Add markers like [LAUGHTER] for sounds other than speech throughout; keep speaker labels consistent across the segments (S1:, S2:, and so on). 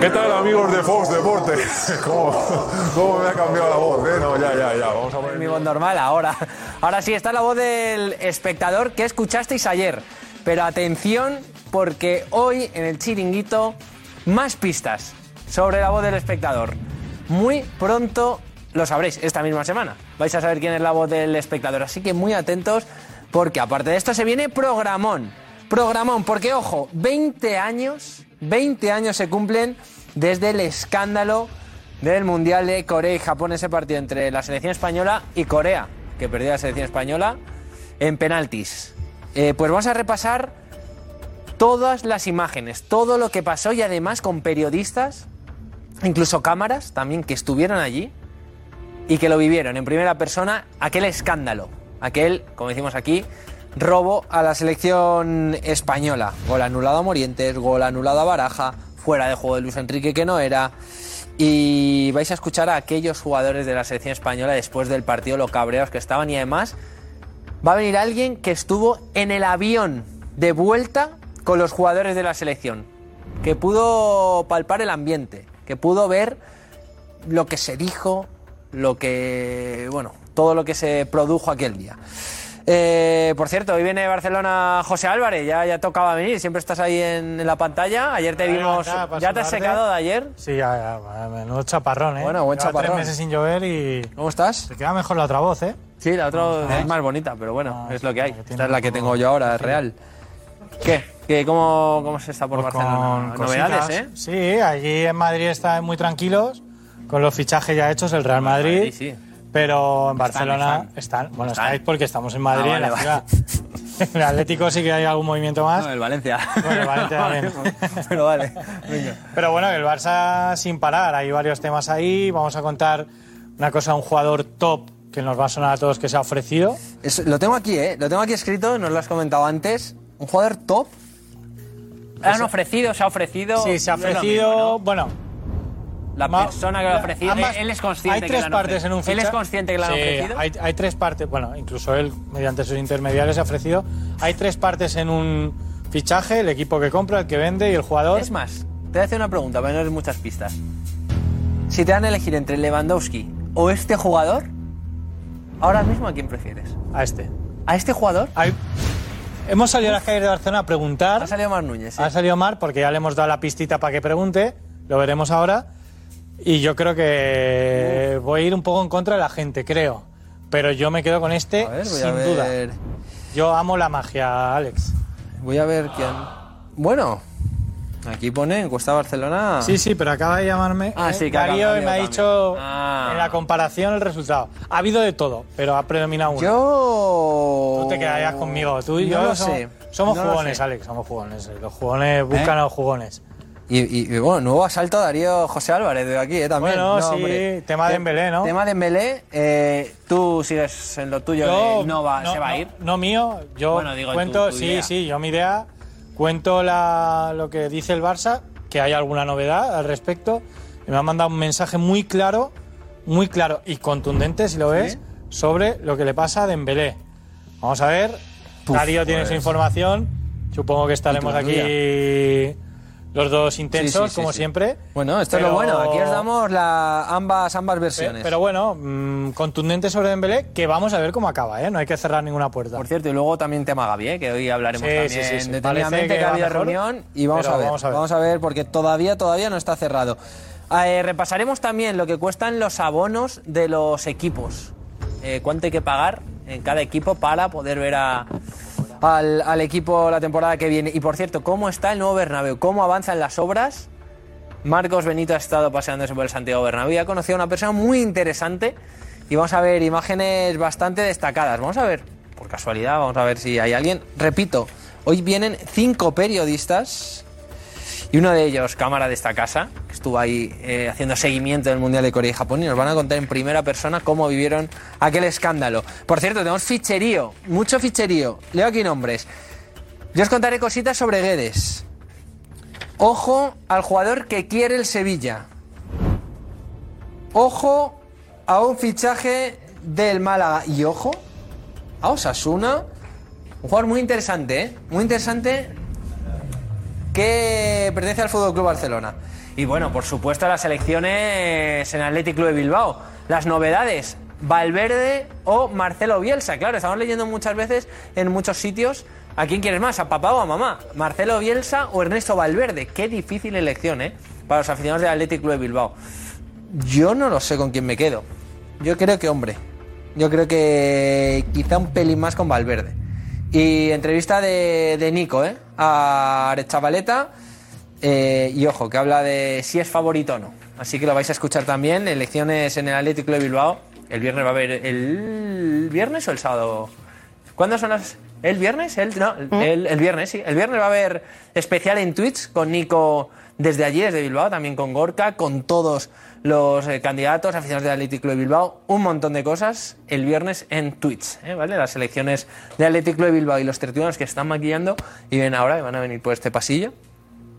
S1: ¿Qué tal amigos de Fox Deportes? [LAUGHS] ¿Cómo, cómo me ha cambiado la voz? eh? No, ya, ya, ya. Vamos a poner...
S2: Mi voz normal ahora. Ahora sí, está la voz del espectador que escuchasteis ayer. Pero atención, porque hoy en el chiringuito, más pistas sobre la voz del espectador. Muy pronto lo sabréis, esta misma semana. Vais a saber quién es la voz del espectador. Así que muy atentos, porque aparte de esto se viene programón. Programón, porque ojo, 20 años, 20 años se cumplen desde el escándalo del Mundial de Corea y Japón, ese partido entre la selección española y Corea, que perdió la selección española en penaltis. Eh, pues vamos a repasar todas las imágenes, todo lo que pasó y además con periodistas, incluso cámaras también que estuvieron allí y que lo vivieron en primera persona, aquel escándalo, aquel, como decimos aquí, robo a la selección española. Gol anulado a Morientes, gol anulado a Baraja, fuera de juego de Luis Enrique que no era. Y vais a escuchar a aquellos jugadores de la selección española después del partido, lo cabreados que estaban y además va a venir alguien que estuvo en el avión de vuelta con los jugadores de la selección, que pudo palpar el ambiente, que pudo ver lo que se dijo, lo que, bueno, todo lo que se produjo aquel día. Eh, por cierto, hoy viene de Barcelona José Álvarez, ya, ya tocaba venir, siempre estás ahí en, en la pantalla, ayer te
S3: Ahí
S2: vimos,
S3: está, para
S2: ya te has
S3: saludarte.
S2: secado de ayer.
S3: Sí, ya, ya, bueno, menudo chaparrón, ¿eh?
S2: Bueno, buen
S3: Lleva
S2: chaparrón.
S3: tres meses sin llover y...
S2: ¿Cómo estás?
S3: Te queda mejor la otra voz, ¿eh?
S2: Sí, la otra es más bonita, pero bueno, es lo que hay.
S3: Ah, tiene
S2: Esta es la que
S3: un poco-
S2: tengo yo ahora, es real. ¿Qué? ¿Qué cómo, ¿Cómo se está por Barcelona?
S3: Pues Con
S2: Novedades, ¿eh?
S3: cositas. Sí, allí en Madrid están muy tranquilos, con los fichajes ya hechos, el Real Madrid.
S2: Madrid, sí.
S3: Pero en Barcelona
S2: están.
S3: están, Bueno,
S2: Están.
S3: estáis porque estamos en Madrid,
S2: Ah,
S3: en la
S2: vale,
S3: ciudad. [LAUGHS] En el Atlético sí que hay algún movimiento más.
S2: No, el Valencia. pues,
S3: Bueno,
S2: [LAUGHS]
S3: el Valencia también.
S2: pero vale. venga.
S3: Pero bueno, el Barça sin parar, hay varios temas ahí. Vamos a contar una cosa, un jugador top que nos va a sonar a todos que se ha ofrecido.
S2: Es- lo tengo aquí, ¿eh? Lo tengo aquí escrito, nos lo has comentado antes. Un jugador top. Han ofrecido, se ha ofrecido.
S3: Sí, se ha ofrecido, bueno,
S2: La
S3: Ma-
S2: persona que lo ha ofrecido. eh,
S3: ambas-
S2: él, él es consciente
S3: Hay
S2: que
S3: tres
S2: le han
S3: partes
S2: ofrecido.
S3: en un fichaje.
S2: Él es consciente que lo han
S3: Sí,
S2: ofrecido.
S3: Hay, hay tres partes, bueno, incluso él, mediante sus intermediarios, ha ofrecido. Hay tres partes en un fichaje: el equipo que compra, el que vende y el jugador.
S2: Es más, te voy a hacer una pregunta para no dar muchas pistas. Si te dan a elegir entre Lewandowski o este jugador, ahora mismo a quién prefieres?
S3: A este.
S2: ¿A este jugador?
S3: Hay- Hemos salido a las calles de Barcelona a
S2: Ha
S3: preguntar.
S2: salido Mar Núñez. sí.
S3: Ha salido Mar porque ya le hemos dado la pistita para que pregunte. Lo veremos ahora. Y yo creo que voy a ir un poco en contra de la gente, creo. Pero yo me quedo con este
S2: A ver, voy
S3: sin
S2: a
S3: duda.
S2: ver.
S3: Yo amo la magia, Alex.
S2: Voy a ver quién. Bueno, aquí pone encuesta Barcelona.
S3: Sí, sí, pero acaba de llamarme
S2: Ah,
S3: eh,
S2: sí, que ha
S3: Darío y me ha
S2: cambiado
S3: dicho
S2: también. Ah.
S3: en la comparación el resultado. Ha habido de todo, pero ha predominado uno.
S2: Yo.
S3: Tú te quedarías conmigo, tú y
S2: No
S3: yo
S2: lo
S3: somos,
S2: sé.
S3: somos
S2: No lo
S3: jugones,
S2: sé. ¿Eh?
S3: Alex, somos jugones. Los jugones buscan a los jugones.
S2: Y, y- y, bueno, nuevo asalto a Darío José Álvarez de aquí, ¿eh? También.
S3: Bueno, sí, tema de Dembélé, ¿no?
S2: Tema de Embelé. tú sigues en lo tuyo, de no va, se va a
S3: no,
S2: ir.
S3: No mío, yo
S2: Bueno, digo,
S3: cuento,
S2: tu- tu
S3: sí,
S2: idea.
S3: sí, yo mi idea, cuento la, lo que dice el Barça, que hay alguna novedad al respecto. Y me han mandado un mensaje muy claro, muy claro y contundente, si lo ves, sobre lo que le pasa a Dembélé. Vamos a ver, Darío tiene
S2: pues.
S3: esa información, supongo que estaremos
S2: la
S3: aquí los dos intensos,
S2: Sí, sí, sí,
S3: como
S2: sí.
S3: siempre.
S2: Bueno, esto es
S3: Pero-
S2: lo bueno. Aquí os damos la- ambas, ambas
S3: Pe-
S2: versiones.
S3: Pero bueno, mm, contundente sobre Dembélé, que vamos a ver cómo acaba, ¿eh? No hay que cerrar ninguna puerta.
S2: Por cierto, y luego también tema Gaby, ¿eh? que hoy hablaremos
S3: Sí,
S2: también
S3: sí, sí, sí.
S2: detenidamente,
S3: Parece
S2: que,
S3: que
S2: ha
S3: va
S2: habido
S3: mejor,
S2: reunión y vamos
S3: pero
S2: a, ver,
S3: vamos a ver.
S2: porque todavía, todavía no está cerrado. Eh, repasaremos también lo que cuestan los abonos de los equipos. Eh, ¿Cuánto hay que pagar en cada equipo para poder ver a- al, al equipo la temporada que viene? Y por cierto, ¿cómo está el nuevo Bernabéu? ¿Cómo avanzan las obras? Marcos Benito ha estado paseándose por el Santiago Bernabéu y ha conocido a una persona muy interesante y vamos a ver imágenes bastante destacadas. Vamos a ver, por casualidad, vamos a ver si hay alguien. Repito, hoy vienen cinco periodistas y uno de ellos, cámara de esta casa, que estuvo ahí eh, haciendo seguimiento del Mundial de Corea y Japón, y nos van a contar en primera persona cómo vivieron aquel escándalo. Por cierto, tenemos ficherío, mucho ficherío. Leo aquí nombres. Yo os contaré cositas sobre Guedes. Ojo al jugador que quiere el Sevilla. Ojo a un fichaje del Málaga. Y ojo a Osasuna. Un jugador muy interesante, ¿eh? Muy interesante que pertenece al Fútbol Club Barcelona. Y bueno, por supuesto, las elecciones en Athletic Club de Bilbao. Las novedades, Valverde o Marcelo Bielsa. Claro, estamos leyendo muchas veces en muchos sitios. ¿A quién quieres más? ¿A papá o a mamá? ¿Marcelo Bielsa o Ernesto Valverde? Qué difícil elección, ¿eh? Para los aficionados del Athletic Club de Bilbao. Yo no lo sé con quién me quedo. Yo creo que, hombre, yo creo que quizá un pelín más con Valverde. Y entrevista de, de Nico, ¿eh? A Arechavaleta. Eh, y ojo, que habla de si es favorito o no. Así que lo vais a escuchar también. Elecciones en el Atlético de Bilbao. El viernes va a haber. ¿El viernes o el sábado? ¿Cuándo son las.? ¿El viernes? El, no, el, el viernes, sí. El viernes va a haber especial en Twitch con Nico desde allí, desde Bilbao, también con Gorka, con todos los eh, candidatos, aficionados del Atlético de Bilbao, un montón de cosas el viernes en Twitch, ¿eh? ¿vale? Las elecciones del Atlético de Bilbao y los tertulianos que están maquillando y ven ahora y van a venir por este pasillo.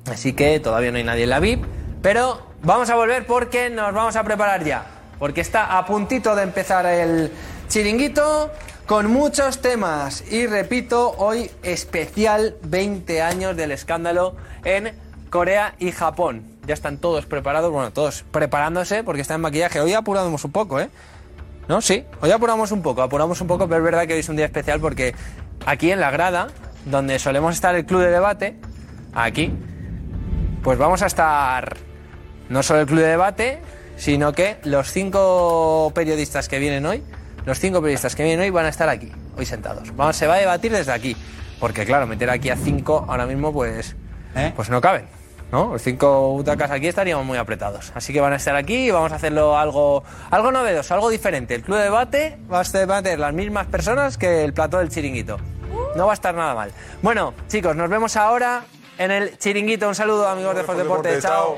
S2: Así que todavía no hay nadie en la VIP, pero vamos a volver porque nos vamos a preparar ya, porque está a puntito de empezar el chiringuito con muchos temas y repito, hoy especial 20 años del escándalo en Corea y Japón. Ya están todos preparados, bueno, todos preparándose porque están en maquillaje. Hoy apuramos un poco, ¿eh? ¿No? Sí, hoy apuramos un poco, apuramos un poco, pero es verdad que hoy es un día especial porque aquí en la grada, donde solemos estar el club de debate, aquí, pues vamos a estar no solo el club de debate, sino que los cinco periodistas que vienen hoy, los cinco periodistas que vienen hoy van a estar aquí, hoy sentados. Vamos, se va a debatir desde aquí, porque claro, meter aquí a cinco ahora mismo, pues, pues no caben. ¿No? Los cinco butacas aquí estaríamos muy apretados. Así que van a estar aquí y vamos a hacerlo algo, algo novedoso, algo diferente. El club de debate va a ser- va a tener las mismas personas que el plató del chiringuito. No va a estar nada mal. Bueno, chicos, nos vemos ahora en el chiringuito. Un saludo, amigos de Fox Deporte.
S4: Deporte,
S2: Chao.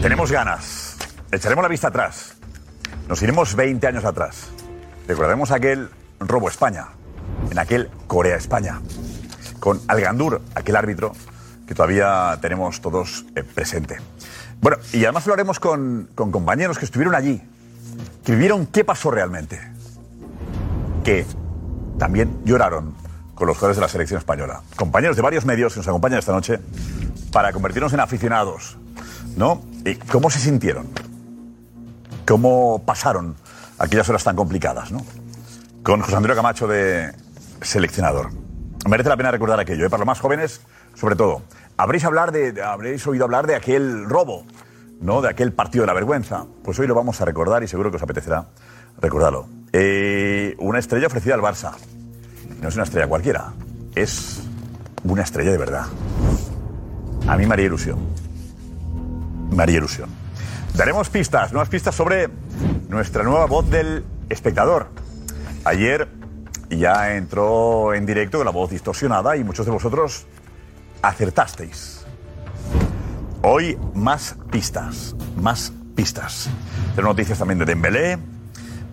S5: Tenemos ganas. Echaremos la vista atrás. Nos iremos 20 años atrás. Recordaremos aquel robo a España, en aquel Corea-España, con Algandur, aquel árbitro que todavía tenemos todos eh, presente. Bueno, y además lo haremos con, con compañeros que estuvieron allí, que vivieron qué pasó realmente, que también lloraron con los jugadores de la selección española. Compañeros de varios medios que nos acompañan esta noche para convertirnos en aficionados ¿no? ¿Y cómo se sintieron? ¿Cómo pasaron aquellas horas tan complicadas, ¿no? Con José Antonio Camacho de seleccionador. Merece la pena recordar aquello, ¿eh? para los más jóvenes, sobre todo. Habréis, hablar de, habréis oído hablar de aquel robo, ¿no? De aquel partido de la vergüenza. Pues hoy lo vamos a recordar y seguro que os apetecerá recordarlo. Eh, una estrella ofrecida al Barça. No es una estrella cualquiera, es una estrella de verdad. A mí me haría ilusión. María Ilusión. Daremos pistas, nuevas pistas sobre nuestra nueva voz del espectador. Ayer ya entró en directo con la voz distorsionada y muchos de vosotros acertasteis. Hoy más pistas, más pistas. Tenemos noticias también de Dembélé,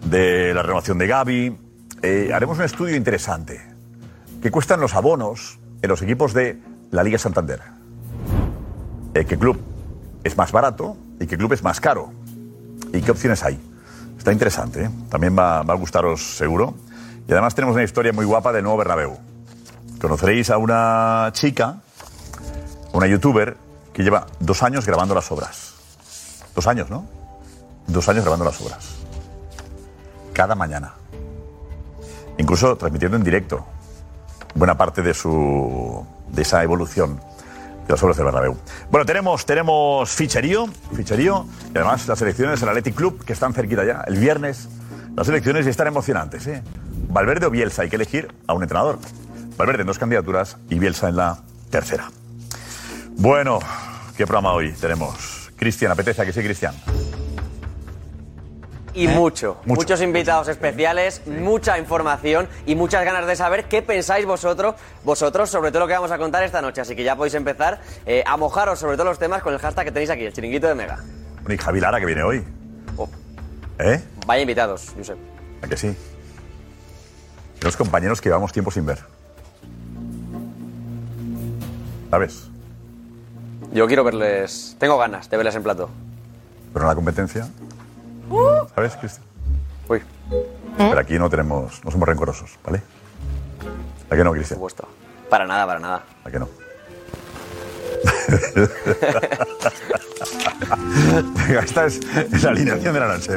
S5: de la renovación de Gaby. Eh, haremos un estudio interesante. ¿Qué cuestan los abonos en los equipos de la Liga Santander? Eh, ¿Qué club es más barato y qué club es más caro. ¿Y qué opciones hay? Está interesante, ¿eh? también va, va a gustaros seguro. Y además tenemos una historia muy guapa del nuevo Bernabéu. Conoceréis a una chica, una youtuber, que lleva dos años grabando las obras. Dos años, ¿no? Dos años grabando las obras. Cada mañana. Incluso transmitiendo en directo buena parte de su de esa evolución de las obras del Bernabéu. Bueno, tenemos, tenemos ficherío, ficherío, y además las elecciones del Athletic Club, que están cerquita ya, el viernes. Las elecciones y están emocionantes, ¿eh? Valverde o Bielsa, hay que elegir a un entrenador. Valverde en dos candidaturas y Bielsa en la tercera. Bueno, ¿qué programa hoy tenemos? Cristian, apetece, ¿a que sí, Cristian?
S6: Y mucho,
S5: ¿Eh? Mucho.
S6: Muchos invitados especiales, mucha información y muchas ganas de saber qué pensáis vosotros, vosotros sobre todo lo que vamos a contar esta noche. Así que ya podéis empezar eh, a mojaros sobre todos los temas con el hashtag que tenéis aquí, el chiringuito de Mega.
S5: Bueno, y Javi Lara que viene hoy. ¿Eh?
S6: Vaya invitados, Josep.
S5: ¿A que sí? Los compañeros que llevamos tiempo sin ver. ¿Sabes?
S6: Yo quiero verles, tengo ganas de verles en plato.
S5: Pero en la competencia.
S4: [LAUGHS] Uh,
S5: ¿Sabes, Cristian?
S6: Uy.
S5: Pero aquí no tenemos. No somos rencorosos, ¿vale? ¿A que no, Cristian?
S6: Por supuesto. Para nada, para nada.
S5: ¿A que no? [LAUGHS] Venga, esta es la alineación de la noche.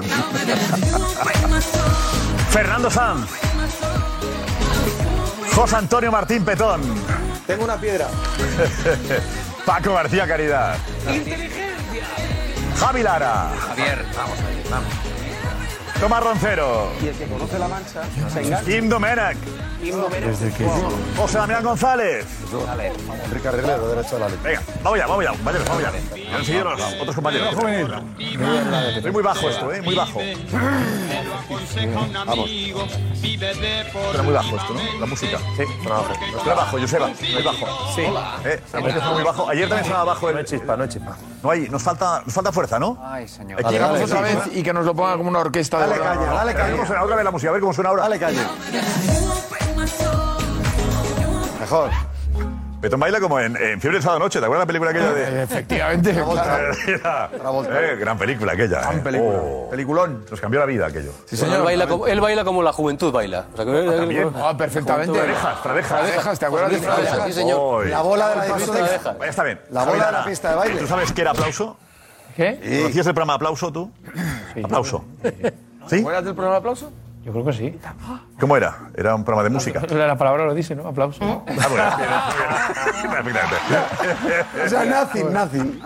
S5: Fernando Sanz. José Antonio Martín Petón.
S7: Tengo una piedra.
S5: [LAUGHS] Paco García Caridad. Javi Lara.
S8: Javier, vamos ahí, vamos.
S5: Tomás Roncero.
S7: Y el que conoce la mancha se
S5: Kim Domenac. José Damián González.
S7: Enrique Arreglero, derecho a la ley.
S5: Venga, vamos ya, vamos ya, compañeros, vamos ya. Han seguido los otros compañeros. Estoy muy bajo esto, ¿eh? Muy bajo. Vamos. Está muy bajo esto, ¿no? La música. Sí. Está bajo, Joseba. Muy bajo. Sí. Eh, la música está muy bajo. Ayer también sonaba bajo el... No hay chispa, no hay chispa. No hay, nos falta, nos falta fuerza, ¿no?
S8: Ay, señor.
S5: Aquí
S9: Llegamos
S5: vamos
S9: otra vez y que nos lo ponga como una orquesta de
S7: Dale
S9: verdad.
S7: caña, dale
S5: A ver cómo
S7: caña.
S5: suena otra vez la música, a ver cómo suena ahora.
S7: Dale caña. Mejor.
S5: Petón baila como en, en Fiebre del Sábado Noche, ¿te acuerdas la película aquella de...?
S9: Eh,
S5: [LAUGHS]
S9: Efectivamente. claro.
S5: Era- eh, gran película aquella. Gran
S7: película.
S5: Peliculón. Nos cambió la vida aquello.
S9: Sí,
S10: Él
S9: señor.
S10: baila, como, él baila como la juventud baila. O sea,
S11: eh,
S10: que-
S5: También.
S9: Ah, perfectamente.
S7: ¿eh?
S5: Tradejas, tradejas.
S11: pues
S9: Tradejas, ¿te acuerdas de Tradejas?
S10: Sí, señor.
S5: Oy.
S7: La bola del paso de...
S5: Vaya, está bien.
S7: La bola de la
S5: Javi Lara,
S7: pista de baile.
S5: ¿Tú sabes qué era aplauso?
S3: ¿Qué?
S5: ¿Conocías el programa Aplauso tú? Aplauso. ¿Sí?
S9: ¿Fuera del programa de aplauso?
S3: Yo creo que sí.
S5: ¿Cómo era? Era un programa de música.
S3: La palabra lo dice, ¿no? Aplauso.
S5: [LAUGHS] Ah, bueno. Perfectamente.
S7: [LAUGHS] O sea, nazi, nazi.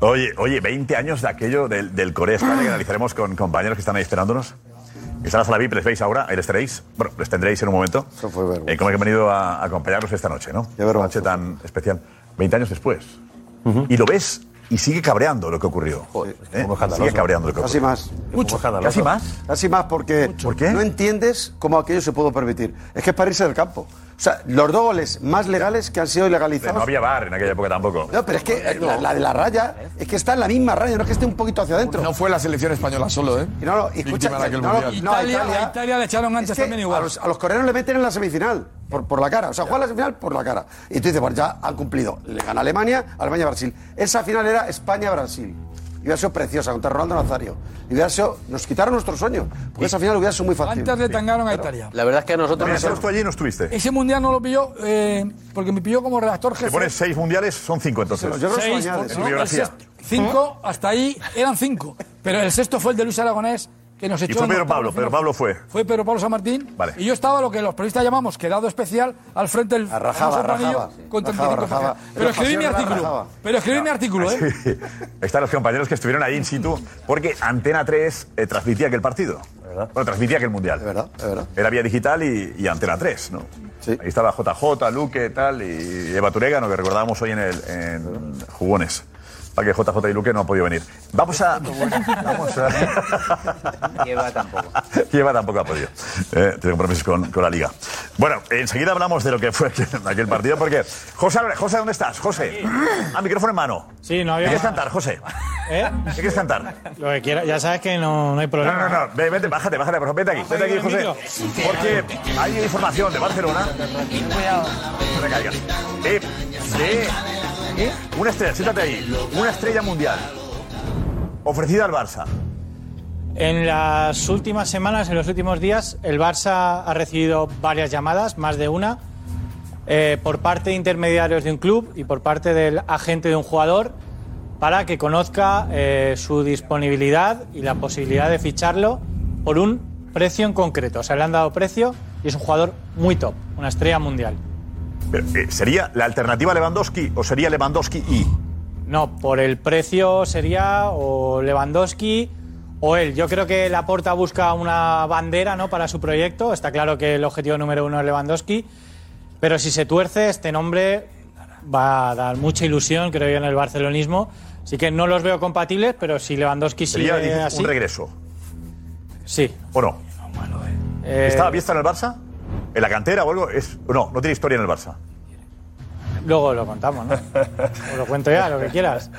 S5: Oye, oye, 20 años de aquello del, del Corea España que
S7: Ah.
S5: analizaremos con compañeros que están ahí esperándonos. Que están hasta la VIP, les veis ahora, ahí les tenéis. Bueno, les tendréis en un momento.
S7: Eso fue vergüenza.
S5: Eh, como que han venido a acompañarnos esta noche, ¿no?
S7: Qué vergüenza.
S5: Noche tan especial. 20 años después. Y lo ves y sigue cabreando lo que ocurrió. ¿Eh? Sigue cabreando lo que
S7: Casi
S5: ocurrió.
S7: más.
S5: Mucho. Casi más.
S7: Casi más porque
S5: ¿Por qué?
S7: no entiendes cómo aquello se pudo permitir. Es que es para irse del campo. O sea, los dos goles más legales que han sido ilegalizados.
S5: No había bar en aquella época tampoco.
S7: No, pero es que eh, la, la de la raya es que está en la misma raya, no es que esté un poquito hacia adentro.
S9: No fue la selección española solo, ¿eh?
S7: Y no, no, y escucha,
S9: Víctima de aquel
S7: no, no,
S9: mundial.
S7: no, a
S10: Italia- a Italia le echaron antes
S7: es que
S10: también igual.
S7: A los, a los coreanos le meten en la semifinal, por, por la cara. O sea, juegan la semifinal por la cara. Y tú dices, bueno, ya han cumplido. Le gana Alemania, Alemania-Brasil. Esa final era España-Brasil. Y hubiera sido preciosa contra Ronaldo Nazario. Y hubiera sido, nos quitaron nuestro sueño. Porque esa final hubiera sido muy fácil.
S10: Antes le tangaron a Italia.
S6: La verdad es que a nosotros
S5: Mira, ¿sabes tú allí no estuviste?
S10: Ese mundial no lo pilló eh, porque me pilló como redactor
S5: Te
S10: jefe.
S5: pones seis mundiales, son cinco entonces. ¿Mm?
S7: Yo creo que
S10: Seis,
S7: eso añades.
S5: ¿no? biografía.
S10: el sexto-
S7: ¿Eh?
S10: cinco, hasta ahí eran cinco. Pero el sexto fue el de Luis Aragonés, que nos echó.
S5: fue
S10: en
S5: Pedro
S10: octavos
S5: Pablo,
S10: de final.
S5: Pedro Pablo fue.
S10: Fue Pedro Pablo San Martín.
S5: Vale.
S10: Y yo estaba lo que los periodistas llamamos quedado especial al frente del.
S7: Arrajaba,
S10: famoso
S7: arrajaba,
S10: panillo con
S7: sí.
S10: 35
S7: Arrajaba,
S10: páginas.
S7: arrajaba.
S10: Pero escribí mi
S7: Pasión,
S10: artículo.
S7: arrajaba.
S10: Pero escribí mi artículo, ¿eh?
S5: Sí. [LAUGHS] Están los compañeros que estuvieron ahí in situ, porque Antena 3 eh, transmitía aquel partido. Bueno, transmitía aquel mundial.
S7: Es verdad, es verdad.
S5: Era vía digital y, y Antena 3, ¿no?
S7: Sí.
S5: Ahí estaba JJ, Luque, tal, y Eva Turégano, que recordábamos hoy en, el, en Jugones. Para que JJ y Luque no han podido venir. Vamos a. Vamos a.
S8: Lleva
S5: [LAUGHS]
S8: tampoco.
S5: Lleva tampoco ha podido. Eh, tiene compromisos con, con la liga. Bueno, enseguida hablamos de lo que fue aquel, aquel partido, porque. José, Álvarez, José, ¿dónde estás? José. Ah, micrófono en mano.
S3: Sí,
S5: ¿Qué
S3: no había.
S5: quieres cantar, José?
S3: ¿Eh?
S5: ¿Qué quieres cantar?
S3: Lo que quiera, ya sabes que no, no hay
S5: No, no,
S3: problema.
S5: no, ve- vete, bájate, bájate, por favor, vete aquí, vete aquí, José. Porque hay información de Barcelona. No te caigas. Eh, de- Una estrella, siéntate ahí. Una estrella mundial. Ofrecida al Barça.
S3: En las últimas semanas, en los últimos días, el Barça ha recibido varias llamadas, más de una, eh, por parte de intermediarios de un club y por parte del agente de un jugador, para que conozca eh, su disponibilidad y la posibilidad de ficharlo por un precio en concreto. O sea, le han dado precio y es un jugador muy top, una estrella mundial.
S5: Pero, eh, ¿Sería la alternativa Lewandowski o sería Lewandowski y?
S3: No, por el precio sería o Lewandowski o él. Yo creo que Laporta busca una bandera ¿no? para su proyecto. Está claro que el objetivo número uno es Lewandowski. Pero si se tuerce, este nombre va a dar mucha ilusión, creo yo, en el barcelonismo. Así que no los veo compatibles, pero si Lewandowski sigue
S5: Sería difícil
S3: así...
S5: un regreso.
S3: Sí.
S5: ¿O no?
S3: Eh,
S5: ¿Estaba Bielsa en el Barça? ¿En la cantera o algo? Es, no, no tiene historia en el Barça.
S3: Luego lo
S5: [LAUGHS]
S3: contamos, ¿no? O lo cuento ya, lo que quieras.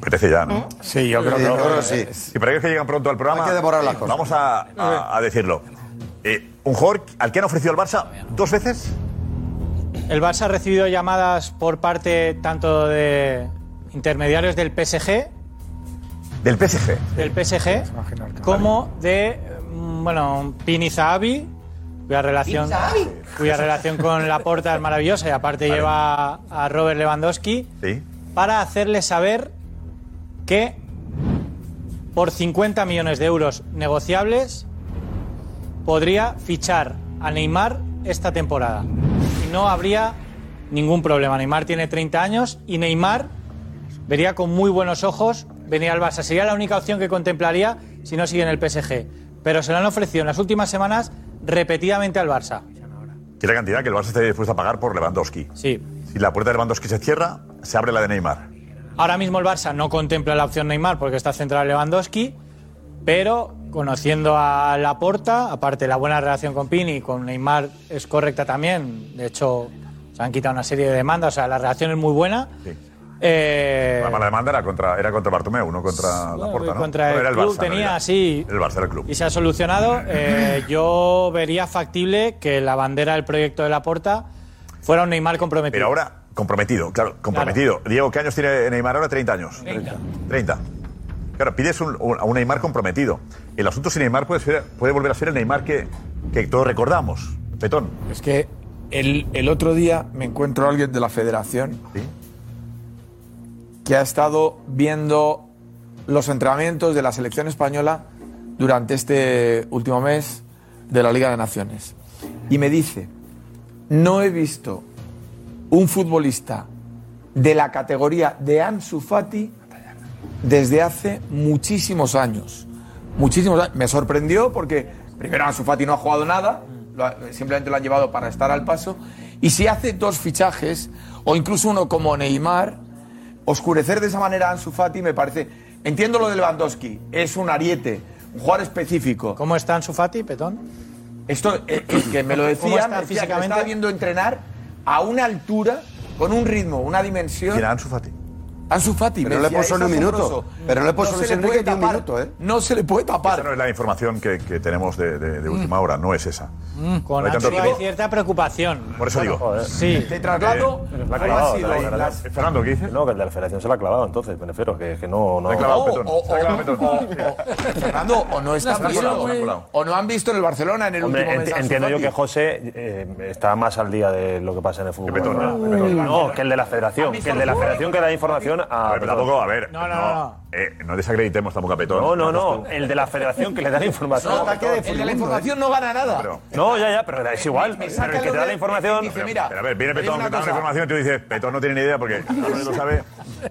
S5: Apetece ya, ¿no?
S9: Sí, yo creo Sí, que- Eh, yo creo que sí.
S5: Y para aquellos que llegan pronto al programa, eh,
S9: Hay que devorar las cosas.
S5: vamos a, a- a decirlo. Eh, un jugador al que han ofrecido al Barça dos veces.
S3: El Barça ha recibido llamadas por parte tanto de intermediarios del PSG,
S5: Del PSG.
S3: del PSG, como de mm, bueno, Pini Zahavi, cuya relación
S11: Zahavi.
S3: cuya relación con Laporta es maravillosa y aparte lleva a- a Robert Lewandowski
S5: Sí.
S3: para hacerle saber que por 50 millones de euros negociables podría fichar a Neymar esta temporada. Y no habría ningún problema. Neymar tiene 30 años y Neymar vería con muy buenos ojos venir al Barça. Sería la única opción que contemplaría si no sigue en el PSG. Pero se lo han ofrecido en las últimas semanas repetidamente al Barça.
S5: Que es la cantidad que el Barça esté dispuesto a pagar por Lewandowski.
S3: Sí.
S5: Si la puerta de Lewandowski se cierra, se abre la de Neymar.
S3: Ahora mismo el Barça no contempla la opción Neymar porque está centrado en Lewandowski, pero conociendo a Laporta, aparte la buena relación con Pini, con Neymar es correcta también. De hecho, se han quitado una serie de demandas, o sea, la relación es muy buena. Eh,
S5: La mala demanda era contra, era contra Bartomeu, no contra la puerta, ¿no?
S3: contra
S5: No,
S3: el
S5: era
S3: club
S5: Barça, en
S3: tenía
S5: realidad.
S3: así
S5: El Barça era el club.
S3: y se ha solucionado. Eh, yo vería factible que la bandera del proyecto de Laporta fuera un Neymar comprometido.
S5: Pero ahora, comprometido, claro, comprometido. Diego, ¿qué años tiene Neymar ahora? 30 años. 30. 30. Claro, pides un- un- a un Neymar comprometido. El asunto sin Neymar puede, ser- puede volver a ser el Neymar que, que todos recordamos. Petón.
S9: Es que el, el otro día me encuentro a alguien de la federación que ha estado viendo los entrenamientos de la selección española durante este último mes de la Liga de Naciones. Y me dice, no he visto un futbolista de la categoría de Ansu Fati desde hace muchísimos años. Muchísimos años. Me sorprendió porque, primero, Ansu Fati no ha jugado nada, lo ha- simplemente lo han llevado para estar al paso. Y si hace dos fichajes, o incluso uno como Neymar, oscurecer de esa manera a Ansu Fati me parece. Entiendo lo de Lewandowski, es un ariete, un jugador específico.
S3: ¿Cómo está Ansu Fati, Petón?
S9: Esto eh, es que me lo
S3: ¿Cómo
S9: decían,
S3: está
S9: me decían,
S3: físicamente?
S9: me estaba viendo entrenar a una altura, con un ritmo, una dimensión.
S5: ¿Quién era Ansu Fati?
S9: Ansu Fati.
S7: Pero
S9: me
S7: no le
S9: decía,
S7: puso
S9: "Es
S7: ni un minuto.
S9: asombroso".
S7: Pero no le puso
S9: se
S7: Luis
S9: puede
S7: Enrique ni un
S9: tapar.
S7: minuto, ¿eh?
S9: No se le puede tapar. Mm.
S5: Esa no es la información que, que tenemos de, de- de última hora, no es esa.
S3: Con
S5: No hay tanto
S3: Ansu hay
S5: tiempo.
S3: cierta preocupación.
S5: Por eso digo. Eh,
S3: Sí. Eh,
S9: Te traslado.
S12: Pero se la ha
S9: ¿Cómo
S12: clavado,
S9: ha sido
S12: la
S9: ahí?
S12: federación.
S9: Las-
S5: Fernando, ¿qué dices?
S12: No, que el de la federación se la ha clavado, entonces, me refiero, que, que no... no...
S5: Se ha clavado,
S9: Oh,
S5: Petón.
S9: oh,
S5: Se ha clavado,
S9: oh,
S5: Petón.
S9: Fernando, o no
S10: Las
S9: están
S10: ha colado,
S9: viendo,
S10: la ha
S5: colado.
S9: o no han visto en el Barcelona en el
S12: Hombre,
S9: último
S12: enti-
S9: mes. Ansu
S12: entiendo yo
S9: Fati.
S12: que José eh, está más al día de lo que pasa en el fútbol.
S5: Que Petón,
S12: ¿no?
S5: ¿no? Petón.
S12: No, que el de la federación, que el de la federación que da información
S5: A
S12: a...
S5: ver, pero tampoco, a ver.
S3: No, no, no.
S5: eh, no desacreditemos tampoco a Petón.
S12: No, no, no, el de la federación que le da la información.
S9: No, el de la información no gana nada.
S5: Pero,
S12: No, ya, ya, pero es igual.
S9: Me saca
S12: Pero el que
S9: lo
S12: te da
S9: de-
S12: la información...
S9: dice, mira,
S5: Pero a ver, viene
S9: te digo
S5: Petón, que
S9: una
S5: te da la
S9: cosa.
S5: información y tú dices, Petón no tiene ni
S9: [LAUGHS]
S5: idea porque no lo sabe.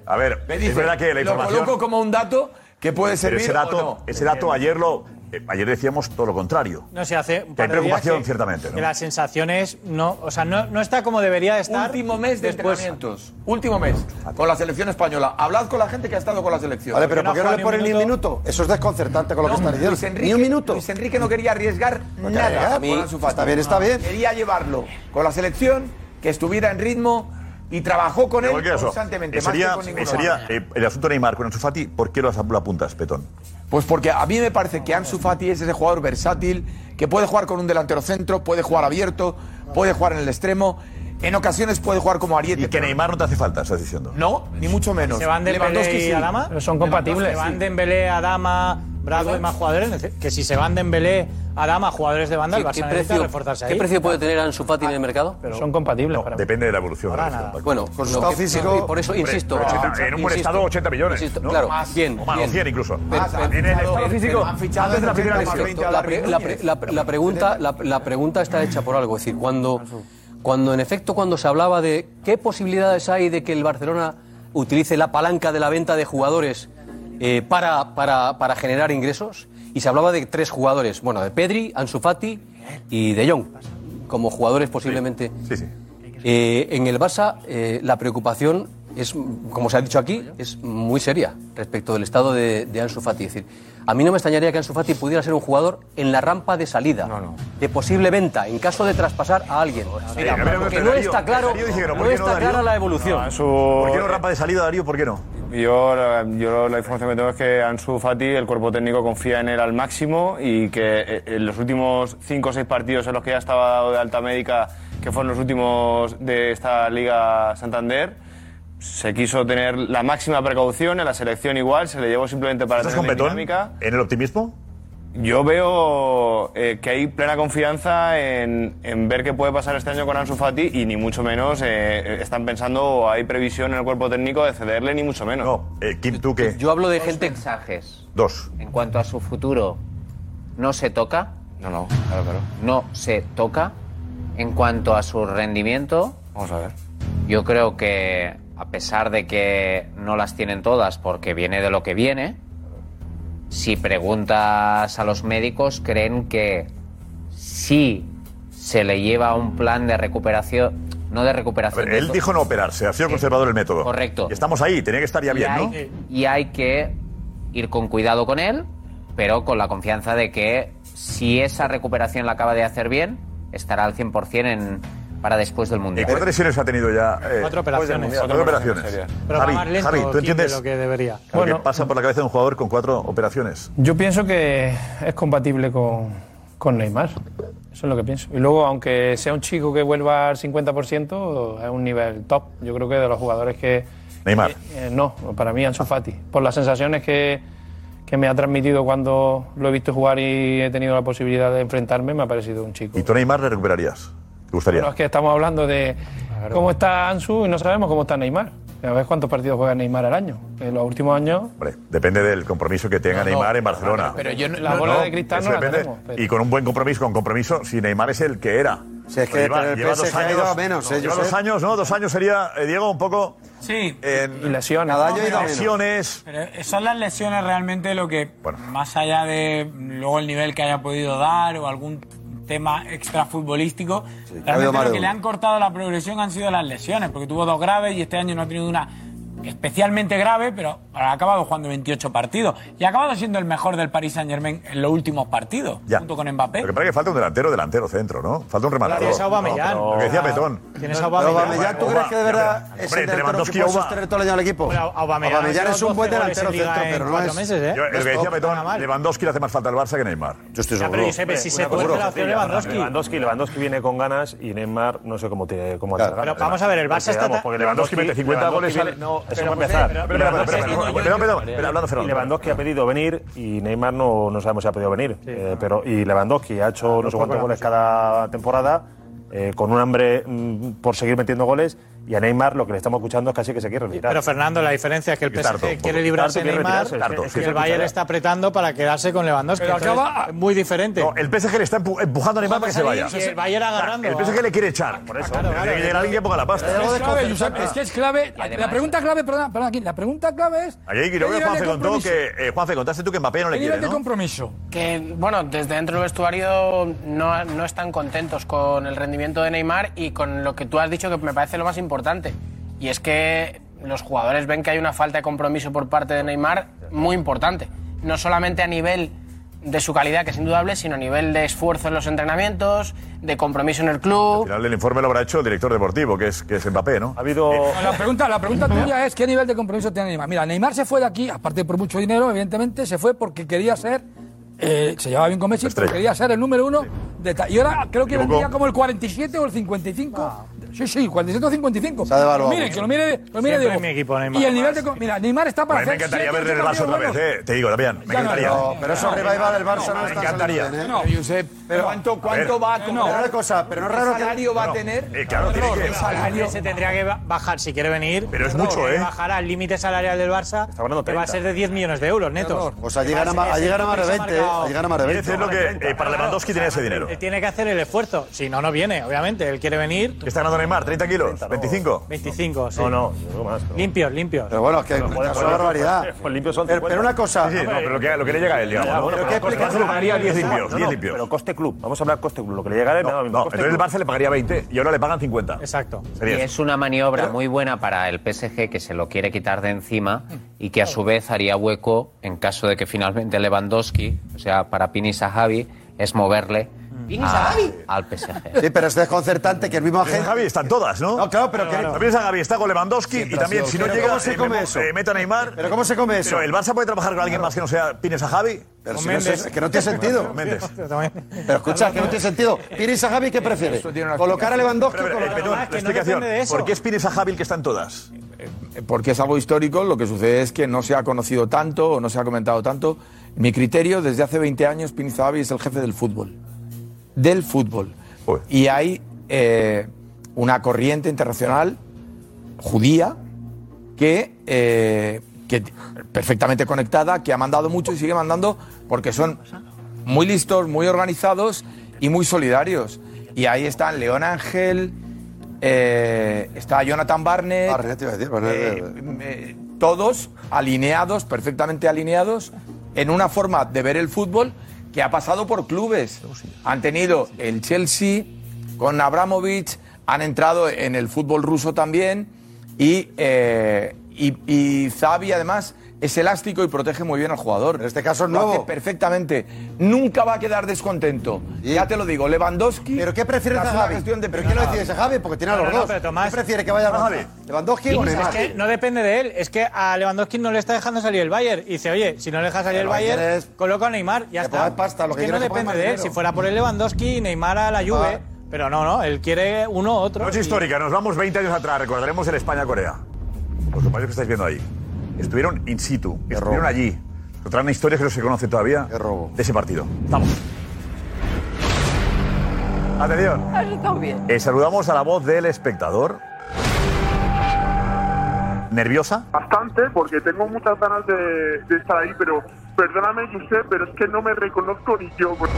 S5: A ver,
S9: Me dice,
S5: es verdad que la
S9: Lo
S5: información.
S9: coloco como un dato que puede
S5: Pero
S9: servir
S5: ese
S9: o
S5: dato,
S9: no.
S5: ese dato ayer lo. eh, ayer decíamos todo lo contrario.
S3: No se hace. un
S5: Que hay
S3: par de días
S5: preocupación,
S3: que-
S5: ciertamente, ¿no?
S3: Que las sensaciones no. O sea, no, no está como debería de estar.
S9: Último mes de
S3: después.
S9: entrenamientos. Último mes. Con la selección española. Hablad con la gente que ha estado con la selección.
S7: Vale, pero
S3: no
S7: ¿por qué no
S3: juega
S7: le ponen ni un minuto? Eso es desconcertante con lo que
S9: No,
S7: está diciendo.
S9: Luis Enrique-
S7: Ni un minuto.
S9: Luis Enrique no quería arriesgar
S7: te
S9: nada.
S7: arriesgas,
S9: con
S7: mi-
S9: Ansu Fati.
S7: pues, está bien, está bien.
S9: Quería llevarlo con la selección, que estuviera en ritmo y trabajó con él
S5: Igual que eso.
S9: constantemente.
S5: Eh,
S9: más que
S5: sería,
S9: con
S5: eh,
S9: ninguno
S5: sería,
S9: más.
S5: eh, el asunto Neymar con Ansu Fati, ¿por qué lo has- lo apuntas, Petón?
S9: Pues porque a mí me parece que Ansu Fati es ese jugador versátil que puede jugar con un delantero centro, puede jugar abierto, puede jugar en el extremo, en ocasiones puede jugar como ariete.
S5: Y que
S9: pero
S5: Neymar no te hace falta, estás diciendo.
S9: No, ni mucho menos.
S3: Se van de
S9: Lewandowski
S3: Belé y
S9: sí.
S3: Adama.
S12: Pero son compatibles.
S3: Se van de Belé, Adama, Bravo y más jugadores. Que si se van de Belé, Adama, jugadores de banda, el Barça necesita reforzarse ahí.
S11: ¿Qué precio puede tener Ansu Fati en el mercado?
S12: Son compatibles. para mí.
S5: Depende de la evolución. de la
S3: nada.
S5: lesión.
S11: Bueno,
S7: Con su
S11: lo
S7: estado
S11: que-
S7: físico,
S11: Por eso, insisto.
S5: Pero 80, en un buen
S11: insisto,
S5: estado, 80 millones.
S11: insisto,
S5: ¿no?
S11: Claro,
S5: Más,
S11: bien.
S5: o más,
S11: bien.
S5: o 100 incluso.
S9: Más, han
S5: en el estado
S9: fichado-
S5: físico,
S9: han fichado
S5: antes de la
S9: desde
S5: primera
S9: el
S5: lesión.
S9: 20 a
S11: la,
S9: Darwin
S11: pre- la
S9: Núñez.
S11: pre- la- la pregunta, la, la pregunta está hecha por algo. Es decir, cuando, cuando en efecto, cuando se hablaba de qué posibilidades hay de que el Barcelona utilice la palanca de la venta de jugadores eh, para, para, para generar ingresos y se hablaba de tres jugadores, bueno, de Pedri, Ansu Fati y De Jong, como jugadores posiblemente. Eh, en el Barça eh, la preocupación es, como se ha dicho aquí, es muy seria respecto del estado de, de Ansu Fati. Es decir, a mí no me extrañaría que Ansu Fati pudiera ser un jugador en la rampa de salida, de posible venta, en caso de traspasar a alguien. Mira, porque no está claro, no está clara la evolución.
S5: ¿Por qué no rampa de salida, Darío? ¿Por qué no?
S13: Yo, la- yo la información que tengo es que Ansu Fati, el cuerpo técnico, confía en él al máximo y que eh, en los últimos 5 o 6 partidos en los que ya estaba dado de alta médica, que fueron los últimos de esta Liga Santander, se quiso tener la máxima precaución, en la selección igual, se le llevó simplemente para
S5: ¿Estás
S13: tener
S5: con
S13: la
S5: Betón?
S13: dinámica.
S5: ¿En el optimismo?
S13: Yo veo eh, que hay plena confianza en, en ver qué puede pasar este año con Ansu Fati y ni mucho menos eh, están pensando o hay previsión en el cuerpo técnico de cederle ni mucho menos. No,
S5: eh, Kim, ¿tú qué?
S14: Yo hablo de gente. mensajes.
S5: Dos.
S14: En cuanto a su futuro, no se toca.
S13: No, no, claro, claro.
S14: No se toca. En cuanto a su rendimiento,
S13: Vamos a ver.
S14: yo creo que a pesar de que no las tienen todas porque viene de lo que viene, si preguntas a los médicos creen que si se le lleva un plan de recuperación, no de
S5: A
S14: recuperación.
S5: ver, él
S14: de-
S5: dijo no operarse, ha sido conservador el método. Correcto. Estamos ahí, tenía que estar ya bien,
S14: y
S5: ¿no?
S14: hay, y hay que ir con cuidado con él, pero con la confianza de que si esa recuperación la acaba de hacer bien, estará al 100% en, para después del
S5: ¿Y
S14: Mundial.
S5: cuántas lesiones ha tenido ya? eh,
S14: Cuatro
S5: después del
S14: operaciones.
S5: Mundial?
S14: Cuatro
S5: Cuatro
S14: operaciones
S5: operaciones.
S14: serias.
S3: Pero va más
S5: Javi,
S3: lento,
S5: Javi,
S3: Kim,
S5: ¿tú
S3: de
S5: entiendes
S3: lo que debería.
S5: lo que pasa por la cabeza de un jugador con cuatro operaciones?
S15: Yo pienso que es compatible con, con Neymar. Eso es lo que pienso. Y luego, aunque sea un chico que vuelva al 50%, es un nivel top. Yo creo que de los jugadores que.
S5: Neymar.
S15: eh, no, para mí Ansu Fati. Por las sensaciones que, que me ha transmitido cuando lo he visto jugar y he tenido la posibilidad de enfrentarme, me ha parecido un chico.
S5: ¿Y tú Neymar le recuperarías? ¿Te gustaría?
S15: Bueno, es que estamos hablando de cómo está Ansu y no sabemos cómo está Neymar. A ver cuántos partidos juega Neymar al año. En los últimos años
S5: Hombre, depende del compromiso que tenga
S15: No, no,
S5: Neymar en Barcelona.
S15: pero yo no- La bola de cristal
S5: eso
S15: no la
S5: depende.
S15: tenemos, pero-
S5: Y con un buen compromiso, con compromiso, si Neymar es el que era. Si
S16: es que pero el PSG ha ido a menos, eh,
S5: lleva
S16: Josep.
S5: dos años, ¿no? Dos años sería, eh, Diego, un poco... Sí. En
S15: lesiones.
S5: Cada
S17: año ha ido a menos.
S5: lesiones.
S17: Pero eh, son las lesiones realmente lo que, más allá de mm, luego el nivel que haya podido dar o algún tema extrafutbolístico,
S16: ha habido
S17: realmente
S16: más
S17: lo
S16: de
S17: que le
S16: uno.
S17: han cortado la progresión han sido las lesiones, porque tuvo dos graves y este año no ha tenido una especialmente grave, pero ha acabado jugando 28 partidos y ha acabado siendo el mejor del Paris Saint-Germain en los últimos partidos,
S5: Ya.
S17: junto con Mbappé.
S5: Lo que pasa es que falta un delantero, delantero centro, ¿no? Falta un rematador.
S17: Tienes a
S5: No,
S17: Aubameyang.
S5: pero Lo que decía Petón.
S17: Tienes
S16: a Aubameyang. Aubameyang, ¿tú crees que de verdad
S5: Hombre,
S16: es el
S5: entre
S16: delantero
S5: Lewandowski
S16: que
S5: y
S16: puede
S5: Aubameyang-
S16: sostener todo el año al equipo? Hombre, Aubameyang Aubameyang es un buen delantero centro, pero no es...
S5: Yo- lo que decía Petón, Lewandowski le hace más falta al Barça que Neymar. Yo estoy
S3: Ya, pero seguro. Josep, si se tuerce la opción Lewandowski.
S12: Lewandowski. Lewandowski viene con ganas y Neymar no sé cómo tiene cómo
S5: Claro.
S12: hace ganas.
S5: Pero vamos a ver, el Barça
S12: Porque,
S5: está
S12: vamos,
S5: ta-
S12: porque
S5: Lewandowski mete 50 goles,
S12: Lewandowski
S5: sale-
S12: viene- No,
S5: Pero,
S12: eso para
S5: Josep,
S12: empezar.
S5: pero, pero, pero, pero, pero, pero, pero, pero, pero, pero, hablando Fernando.
S12: Y Lewandowski ha pedido venir y Neymar no, no sabemos si ha pedido venir. Eh, pero, y Lewandowski ha
S5: Ah,
S12: hecho no sé cuántos goles cada temporada. eh, con un hambre mm, por seguir metiendo goles y a Neymar lo que le estamos escuchando es casi que se quiere retirar.
S3: Pero Fernando, la diferencia es que el
S12: Y Tarto,
S3: PSG quiere
S12: porque Tarto
S3: librarse de
S12: quiere
S3: Neymar
S12: retirarse, Tarto,
S3: es
S12: sí,
S3: que
S12: sí,
S3: el Bayern
S12: sí.
S3: está apretando para quedarse con Lewandowski.
S12: Pero
S3: Entonces,
S12: acaba-
S3: es muy diferente.
S5: el PSG le está empu- empujando a Neymar para que se
S3: Vamos a
S5: vaya.
S3: salir y el Bayern agarrando.
S5: El PSG le quiere echar. Por eso. Tiene que llegar alguien que ponga la pasta.
S10: Es clave, Josep, es que es clave. La-
S5: además-
S10: la pregunta clave, perdona, perdona, aquí, la pregunta clave es.
S5: Ayer creo que Juanfe contó que... eh, Juanfe, contaste tú que Mbappé no le
S10: ¿Qué
S5: quiere,
S10: nivel de
S5: ¿no?
S10: compromiso?
S8: Que, bueno, desde dentro del vestuario no, no están contentos con el rendimiento de Neymar y con lo que tú has dicho que me parece lo más importante. Y es que los jugadores ven que hay una falta de compromiso por parte de Neymar muy importante. No solamente a nivel de su calidad, que es indudable, sino a nivel de esfuerzo en los entrenamientos, de compromiso en el club.
S5: Al final el informe lo habrá hecho el director deportivo, que es, que es Mbappé, ¿no? Ha habido...
S10: La pregunta, la pregunta tuya es: ¿qué nivel de compromiso tiene Neymar? Mira, Neymar se fue de aquí, aparte por mucho dinero, evidentemente, se fue porque quería ser. eh, se llevaba bien con Messi,
S5: Estrella.
S10: quería ser el número uno. De ta- y ahora creo que
S5: Se equivocó.
S10: vendría como el 47 o el 55. Sí, sí, 47 o 55.
S5: Se ha devaluado
S10: Mire, que lo mire, lo mire
S5: Siempre
S10: Diego.
S5: en mi equipo, Neymar.
S10: Y el nivel de. co- Mira, Neymar está para
S5: Pues me
S10: hacer
S5: encantaría
S10: siete,
S5: verle en el
S10: ocho
S5: Barça otra
S10: partidos
S5: vez, eh. Te digo, Damián, me
S10: Ya no,
S5: encantaría. Ah.
S10: no, pero eso
S16: revival del Barça no
S5: Me
S16: está
S5: encantaría.
S16: saliendo bien,
S7: No, Josep, pero ¿cuánto, cuánto
S5: ver.
S7: va a cobrar?
S16: Pero una cosa, pero no es raro
S7: ¿Qué
S16: que-
S7: salario va
S16: No,
S7: a tener?
S5: Eh, claro, tiene que...
S3: El salario se tendría que ba- bajar si quiere venir.
S5: Pero es
S3: Claro,
S5: mucho,
S3: tiene que
S5: ¿eh?
S3: Bajar al límite salarial del Barça. que va a
S5: 30.
S3: ser de 10 millones de euros netos.
S16: O sea, llegan a, ma- a llegar a más de 20, eh, a llegar a más de
S5: Quiere
S16: 20.
S5: decir lo que eh, para Lewandowski tenía ese dinero.
S3: se tiene que hacer el esfuerzo. Si no, no viene, obviamente. Él quiere venir.
S5: ¿Qué está ganando Neymar? ¿30 kilos? ¿25?
S3: 25, sí.
S12: No, no, yo creo más.
S3: Limpios, limpios.
S7: Pero bueno, que es una barbaridad.
S12: Pues limpios son
S7: Pero-
S12: 50.
S7: pero una cosa-
S5: Sí, sí, no, pero lo que, lo que le llega a él, digamos.
S12: Ya, bueno,
S5: Pero
S12: pero
S5: ¿qué
S12: coste-
S5: explicación?
S12: coste-
S5: Pagaría 10
S12: No, no,
S5: limpios, 10 limpios.
S12: Pero coste club. Vamos a hablar coste club. Lo que le llega a él
S5: No, no, entonces el Barça le pagaría 20 y ahora le pagan 50.
S3: Exacto.
S14: Y es una maniobra muy buena para el PSG que se lo quiere quitar de encima y que a su vez haría hueco en caso de que finalmente Lewandowski, o sea, para Pini Sahavi, es moverle
S7: ¿Pini
S14: a-
S7: Sahavi?
S14: al PSG.
S7: Sí, pero es desconcertante que el mismo agente.
S5: Javi, están todas, ¿no? No,
S7: claro, pero que.
S5: También está Gaby, está con Lewandowski y
S7: Siempre
S5: también
S7: ha sido-
S5: si no
S7: Pero
S5: llega
S7: ¿cómo se
S5: eh,
S7: come
S5: me-
S7: eso?
S5: eh, mete a Neymar.
S7: Pero ¿cómo se come eso?
S5: Pero el Barça puede trabajar con alguien más que no sea Pines a Javi.
S7: Pero si no es eso, es que no tiene sentido.
S5: Méndez.
S7: Pero escucha, que no tiene sentido. Piris a Javi, ¿qué prefiere? ¿Colocar a Lewandowski o
S5: Pero,
S7: colocar
S5: eh, perdón,
S7: a
S5: la explicación. ¿Por qué es Pines a Javi el que está en todas?
S9: porque es algo histórico, lo que sucede es que no se ha conocido tanto o no se ha comentado tanto. Mi criterio, desde hace 20 años, Pini Zahavi es el jefe del fútbol. Del fútbol. Y hay eh, una corriente internacional judía que, eh, que t- perfectamente conectada, que ha mandado mucho y sigue mandando porque son muy listos, muy organizados y muy solidarios. Y ahí están León Ángel, eh, está Jonathan Ah, Barnett, eh, eh, todos alineados, perfectamente alineados, en una forma de ver el fútbol que ha pasado por clubes. Han tenido el Chelsea con Abramovich, han entrado en el fútbol ruso también y, eh, y, y Xavi además es elástico y protege muy bien al jugador. En este caso
S7: es
S9: Lo hace
S7: nuevo.
S9: perfectamente. Nunca va a quedar descontento. Ya te lo digo, Lewandowski. ¿Pero qué
S7: prefieres a Javi? ¿Pero quién lo decides a Javi? Porque tiene a
S3: No,
S7: los
S3: no, no,
S7: dos.
S3: pero Tomás-
S7: ¿Qué prefiere que vaya
S3: No,
S7: a
S3: Javi.
S7: ¿Lewandowski o
S3: Es
S7: Neymar?
S3: que no depende de él, es que a Lewandowski no le está dejando salir el Bayern. Y dice, oye, si no le deja salir el
S7: Pero
S3: Bayern,
S7: Bayern es-
S3: coloca a Neymar, ya está.
S7: pasta, lo
S3: es
S7: que
S3: que, no
S7: quieras, que ponga
S3: depende
S7: más
S3: de él.
S7: dinero.
S3: Si fuera por el Lewandowski, Neymar a la Juve. Pero no, no, él quiere uno u otro.
S5: Noche
S3: y-
S5: histórica, nos vamos 20 años atrás, recordaremos el España-Corea. Los compañeros Pues que estáis viendo ahí. Estuvieron in situ, estuvieron
S7: robo.
S5: allí. Contarán historias que no se conoce todavía de ese partido. Vamos. Atención. Eh, saludamos a la voz del espectador. ¿Nerviosa?
S18: bastante porque tengo muchas ganas de, de estar ahí, pero perdóname, Josep, pero es que no me reconozco ni yo. bro.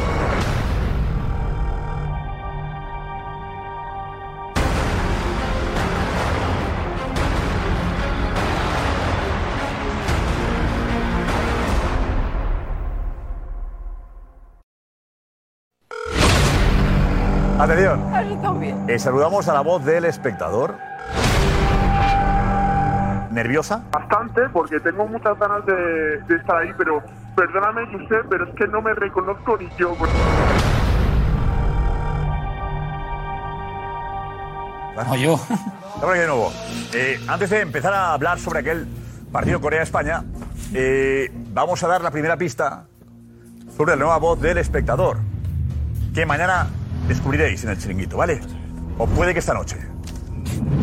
S5: Atención.
S4: ah,
S5: Eh, saludamos a la voz del espectador. ¿Nerviosa?
S18: Bastante porque tengo muchas ganas de, de estar ahí, pero perdóname, Josep, pero es que no me reconozco ni yo. bro.
S5: No, yo. de nuevo. Eh, antes de empezar a hablar sobre aquel partido Corea-España, eh, vamos a dar la primera pista sobre la nueva voz del espectador, que mañana descubriréis en el chiringuito, ¿vale? O puede que esta noche.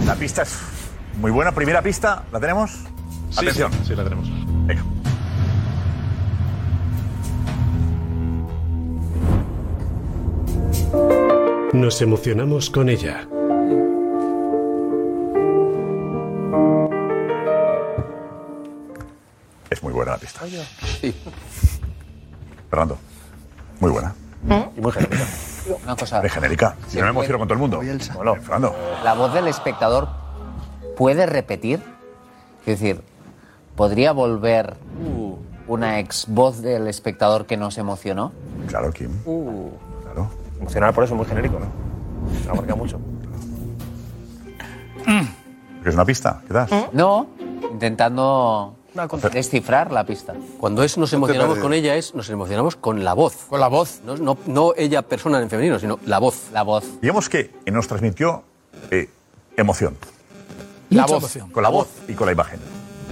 S5: La pista es muy buena. Primera pista, ¿la tenemos? Atención. Sí, la tenemos. Venga.
S19: Nos emocionamos con ella.
S5: Es muy buena la pista. Fernando. Muy buena. Y muy genérica.
S14: Una cosa.
S5: De genérica. Si no me emociono con todo el mundo. Bueno, Fernando.
S14: La voz del espectador puede repetir. Es decir, ¿podría volver uh, una ex voz del espectador que nos emocionó?
S5: Claro, Kim. Claro.
S12: Emocional por eso, muy genérico,
S5: [LAUGHS]
S12: ¿no? Abarca mucho.
S5: ¿Es una pista? ¿Qué das?
S6: ¿Eh?
S14: No, intentando descifrar la pista.
S11: Cuando es nos emocionamos con ella, es nos emocionamos con la voz. Con la voz. No, no, no ella persona en femenino, sino la voz.
S14: La voz.
S5: Digamos que nos transmitió eh, emoción.
S10: La Mucha voz. emoción.
S5: Con la voz y con la imagen.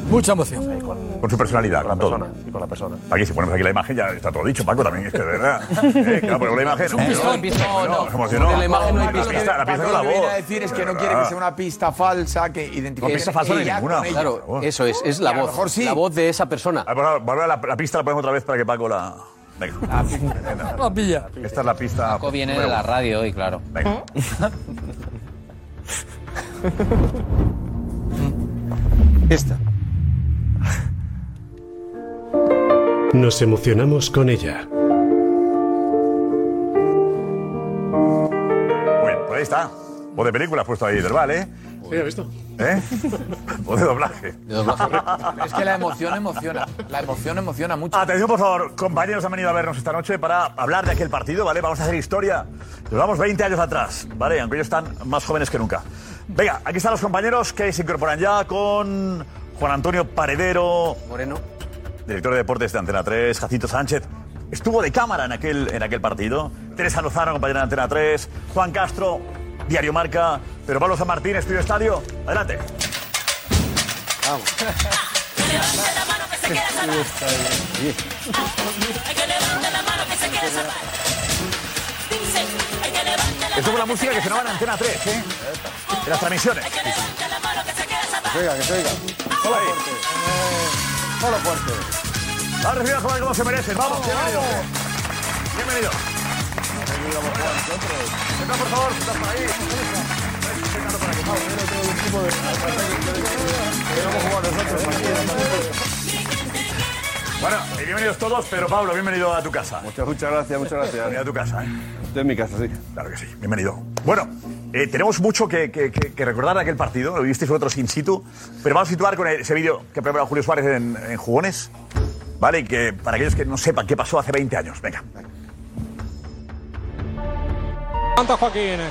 S10: Mucha emoción.
S5: Con su personalidad, con, todo.
S12: Y con la persona.
S5: Aquí, si ponemos aquí la imagen, ya está todo dicho, Paco, también es que de verdad.
S10: [LAUGHS]
S5: Eh, claro, pero la imagen.
S9: Es un pistón.
S5: No, no, nos emocionó.
S9: Con la imagen no hay
S5: La
S9: pista.
S5: pista, la
S9: Paco
S5: pista con la
S9: lo que viene
S5: voz.
S9: a decir es que no
S5: De
S9: quiere que
S5: verdad.
S9: sea una pista falsa que identifique.
S5: No, pista falsa ni
S9: ella
S5: ninguna.
S9: con ella.
S5: Claro,
S11: Eso es, es
S9: Y
S11: la
S9: a lo
S11: voz.
S9: mejor sí.
S11: La voz de esa persona.
S5: Ah, bueno, Volver a la, la pista la ponemos otra vez para que Paco la. Venga. Venga. Esta es la pista.
S14: Paco viene de la radio y claro.
S5: Venga.
S6: ¿Eh?
S9: Esta.
S19: Nos emocionamos con ella.
S5: Pues, está. O de película has puesto ahí, del ¿eh?
S19: Sí, he visto.
S9: [LAUGHS]
S5: ¿Eh? O de doblaje. De
S9: Es que la emoción emociona. La emoción emociona mucho.
S5: Atención, por favor, compañeros han venido a vernos esta noche para hablar de aquel partido, ¿vale? Vamos a hacer historia. Nos vamos 20 años atrás, ¿vale? Aunque ellos están más jóvenes que nunca. Venga, aquí están los compañeros que se incorporan ya con Juan Antonio Paredero. Moreno. Director de deportes de Antena 3, Jacinto Sánchez. Estuvo de cámara en aquel, en aquel partido. Teresa Lozano, compañera de Antena 3. Juan Castro, Diario Marca. Pero Pablo San Martín, Estudio Estadio. Adelante. Esto fue la música que sonaba en Antena 3, ¿eh? En las transmisiones.
S7: Que se oiga, que se oiga. Solo fuerte. Solo fuerte.
S5: Ahora recibir a jugar como se merecen. Vamos, bienvenido. Bienvenido. Senta, por favor, sentad por ahí. Sentad por aquí, vamos. Bueno, y bienvenidos todos, pero Pablo, bienvenido a tu casa. Muchas, gracias, muchas gracias. Bienvenido a tu casa, ¿eh?
S20: en mi casa, sí.
S5: Claro que sí, bienvenido. Bueno, eh, tenemos mucho que, que- que- que recordar de aquel partido, lo visteis vosotros in situ, pero vamos a situar con ese vídeo que ha preparado Julio Suárez en, en Jugones, ¿vale? Y que para aquellos que no sepan qué pasó hace 20 años, venga.
S21: Levanta Joaquín. eh.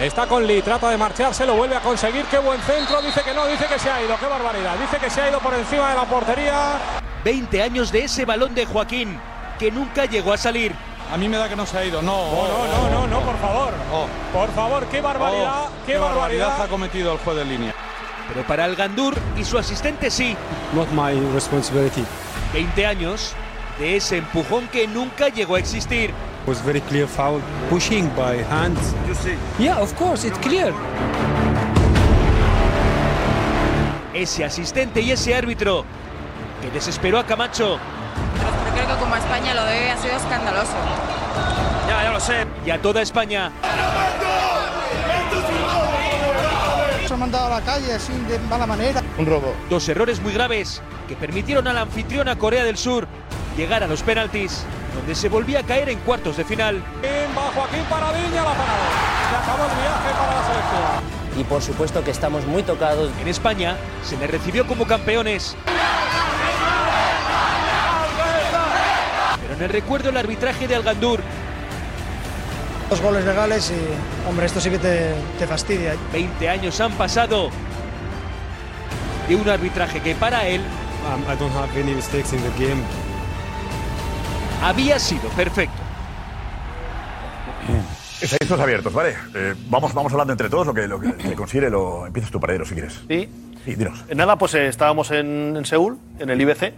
S21: Está con Lee, trata de marcharse, lo vuelve a conseguir. Qué buen centro, dice que no, dice que se ha ido. Qué barbaridad, dice que se ha ido por encima de la portería.
S16: 20 años de ese balón de Joaquín, que nunca llegó a salir. A mí me da que no se ha ido, no. Oh,
S21: No, no, no, por favor. Por favor, qué barbaridad, qué, barbaridad.
S16: ha cometido el juez de línea. Pero para el Gandur y su asistente sí.
S22: Not my responsibility.
S16: 20 años de ese empujón que nunca llegó a existir.
S22: was very clear foul, pushing by hand. You see? Yeah, of course, it's clear.
S16: Ese asistente y ese árbitro que desesperó a Camacho.
S15: Pero creo que como España lo debe ha sido escandaloso.
S16: Ya, ya lo sé. Y a toda España.
S1: Se han mandado a la calle así de mala manera.
S16: Un robo. Dos errores muy graves que permitieron a la anfitriona Corea del Sur llegar a los penaltis, donde se volvía a caer en cuartos de final.
S21: Va Joaquín para Viña, la parada. Se acabó el viaje para la selección.
S16: Y por supuesto que estamos muy tocados. En España se les recibió como campeones. Pero en el recuerdo el arbitraje de Algandur,
S1: Dos goles legales y, hombre, esto sí que te, te fastidia.
S16: 20 años han pasado de un arbitraje que para él
S22: Um, I don't have any mistakes in the game.
S16: había sido perfecto.
S5: Estáis todos abiertos, ¿vale? Eh, vamos, vamos hablando entre todos lo que, lo que se considere, lo empiezas tu paredero si quieres.
S23: Sí.
S5: Sí, dinos.
S23: Nada, pues eh, estábamos en, en Seúl, en el IBC,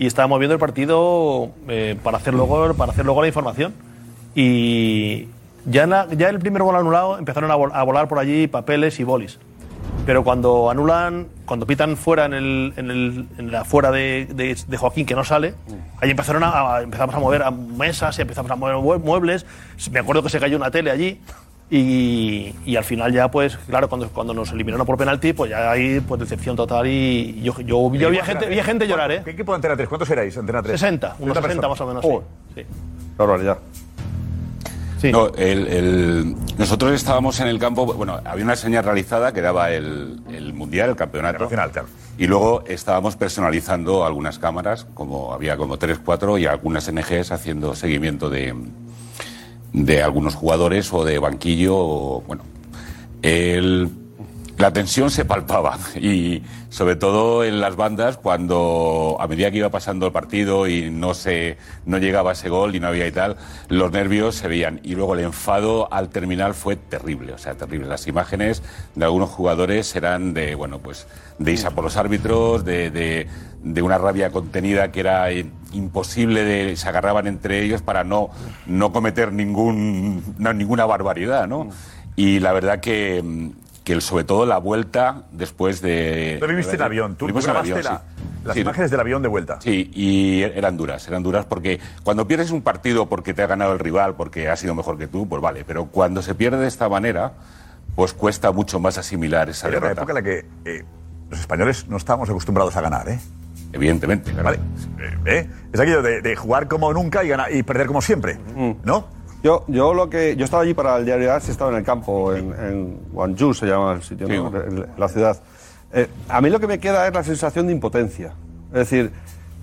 S23: y estábamos viendo el partido eh, para, hacer luego, para hacer luego la información. Y ya, en la- ya el primer gol anulado empezaron a, vol- a volar por allí papeles y bolis. Pero cuando anulan, cuando pitan fuera en, el, en, el- en la fuera de, de- de Joaquín que no sale,
S5: Mm.
S23: ahí empezaron a, a- empezamos a mover a mesas y empezamos a mover mue- muebles. Me acuerdo que se cayó una tele allí. Y, y al final ya, pues, claro, cuando, cuando nos eliminaron por penalti, pues ya ahí, pues, decepción total y yo, yo, yo había gente, había gente llorar, ¿eh?
S5: ¿Qué equipo de Antena 3? ¿Cuántos erais, Antena 3?
S23: 60, unos 60 más o menos,
S5: Oh,
S23: sí. Sí.
S20: Barbaridad.
S24: No, el- el- nosotros estábamos en el campo, bueno, había una señal realizada que daba el, el mundial, el campeonato. Y luego estábamos personalizando algunas cámaras, como había como tres, cuatro, y algunas NGs haciendo seguimiento de, de algunos jugadores o de banquillo. o, bueno, el- la tensión se palpaba [LAUGHS] y sobre todo en las bandas cuando a medida que iba pasando el partido y no se no llegaba ese gol y no había y tal, los nervios se veían y luego el enfado al terminar fue terrible, o sea, terrible. Las imágenes de algunos jugadores eran de bueno, pues de isa por los árbitros, de, de- de una rabia contenida que era eh, imposible de se agarraban entre ellos para no no cometer ningún no, ninguna barbaridad, ¿no? Y la verdad que, mm, que el- sobre todo la vuelta después de.
S5: Lo viviste en avión, tú
S24: Vivimos en
S5: grabaste
S24: avión,
S5: la-
S24: sí.
S5: las
S24: Sí.
S5: imágenes del avión de vuelta.
S24: Sí, y eran duras, eran duras porque cuando pierdes un partido porque te ha ganado el rival, porque ha sido mejor que tú, pues vale, pero cuando se pierde de esta manera, pues cuesta mucho más asimilar esa
S5: Era una
S24: derrota.
S5: época en la que eh, los españoles no estábamos acostumbrados a ganar, ¿eh?
S24: Evidentemente,
S5: Vale. Eh, eh, Es aquello de, de jugar como nunca y, ganar, y perder como siempre, ¿no?
S25: Mm. Yo, yo lo que yo estaba allí para el diario As, estaba en el campo, en, en Guangzhou se llama el sitio, ¿no? El- la ciudad. Eh, a mí lo que me queda es la sensación de impotencia. Es decir,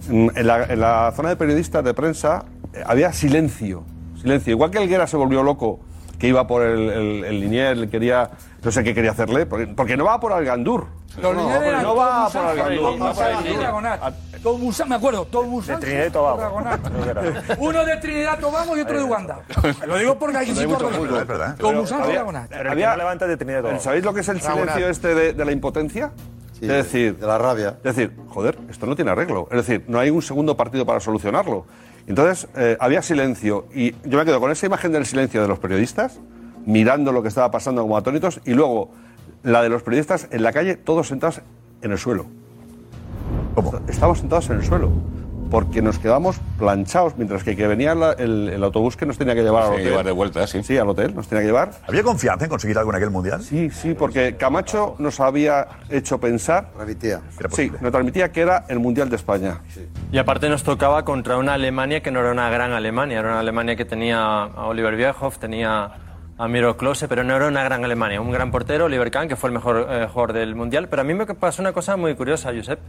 S25: mm, en la, en la zona de periodistas de prensa eh, había silencio, silencio. Igual que Elguera se volvió loco, que iba por el, el, el Liniers, le quería, no sé qué quería hacerle, porque, porque no va por Algandur.
S10: Los
S25: no,
S10: lineales eran
S25: no
S10: todo
S25: va por
S10: Busan,
S25: Algandur.
S10: todo
S25: va por
S10: Busan y
S25: Algandur.
S10: Dragonás. Todo Busan, me acuerdo, todo Busan.
S25: De Trinidad y Tobago.
S10: todo
S25: [LAUGHS]
S10: Dragonás. Uno de Trinidad y Tobago y otro de Uganda. Lo digo porque hay
S25: Hay
S10: sitio
S25: mucho
S10: para-
S25: fútbol. Es verdad.
S10: Todo
S25: Pero
S10: Busan y
S25: había-
S10: Dragonás.
S25: Pero el que no
S12: levanta de Trinidad
S25: Pero ¿Sabéis lo que es el Raúl, silencio este de, de la impotencia? es decir, de la rabia. Es decir, joder, esto no tiene arreglo. Es decir, no hay un segundo partido para solucionarlo. Entonces, eh, había silencio. Y yo me quedo con esa imagen del silencio de los periodistas, mirando lo que estaba pasando como atónitos, y luego la de los periodistas en la calle, todos sentados en el suelo. ¿Cómo? Estamos sentados en el suelo. Porque nos quedamos planchados, mientras que, que venía la- el, el autobús que nos tenía que llevar al
S24: Sí,
S25: hotel.
S24: llevar de
S25: vuelta, sí. Sí, al hotel, nos tenía que llevar.
S5: ¿Había confianza en conseguir algo en aquel mundial?
S25: Sí, sí, porque Camacho nos había hecho pensar.
S7: Transmitía.
S25: Sí, nos transmitía que era el Mundial de España.
S26: Y aparte nos tocaba contra una Alemania que no era una gran Alemania, era una Alemania que tenía a Oliver Bierhoff, tenía a Miro Klose, pero no era una gran Alemania. Un gran portero, Oliver Kahn, que fue el mejor eh, jugador del Mundial. Pero a mí me pasó una cosa muy curiosa, Josep.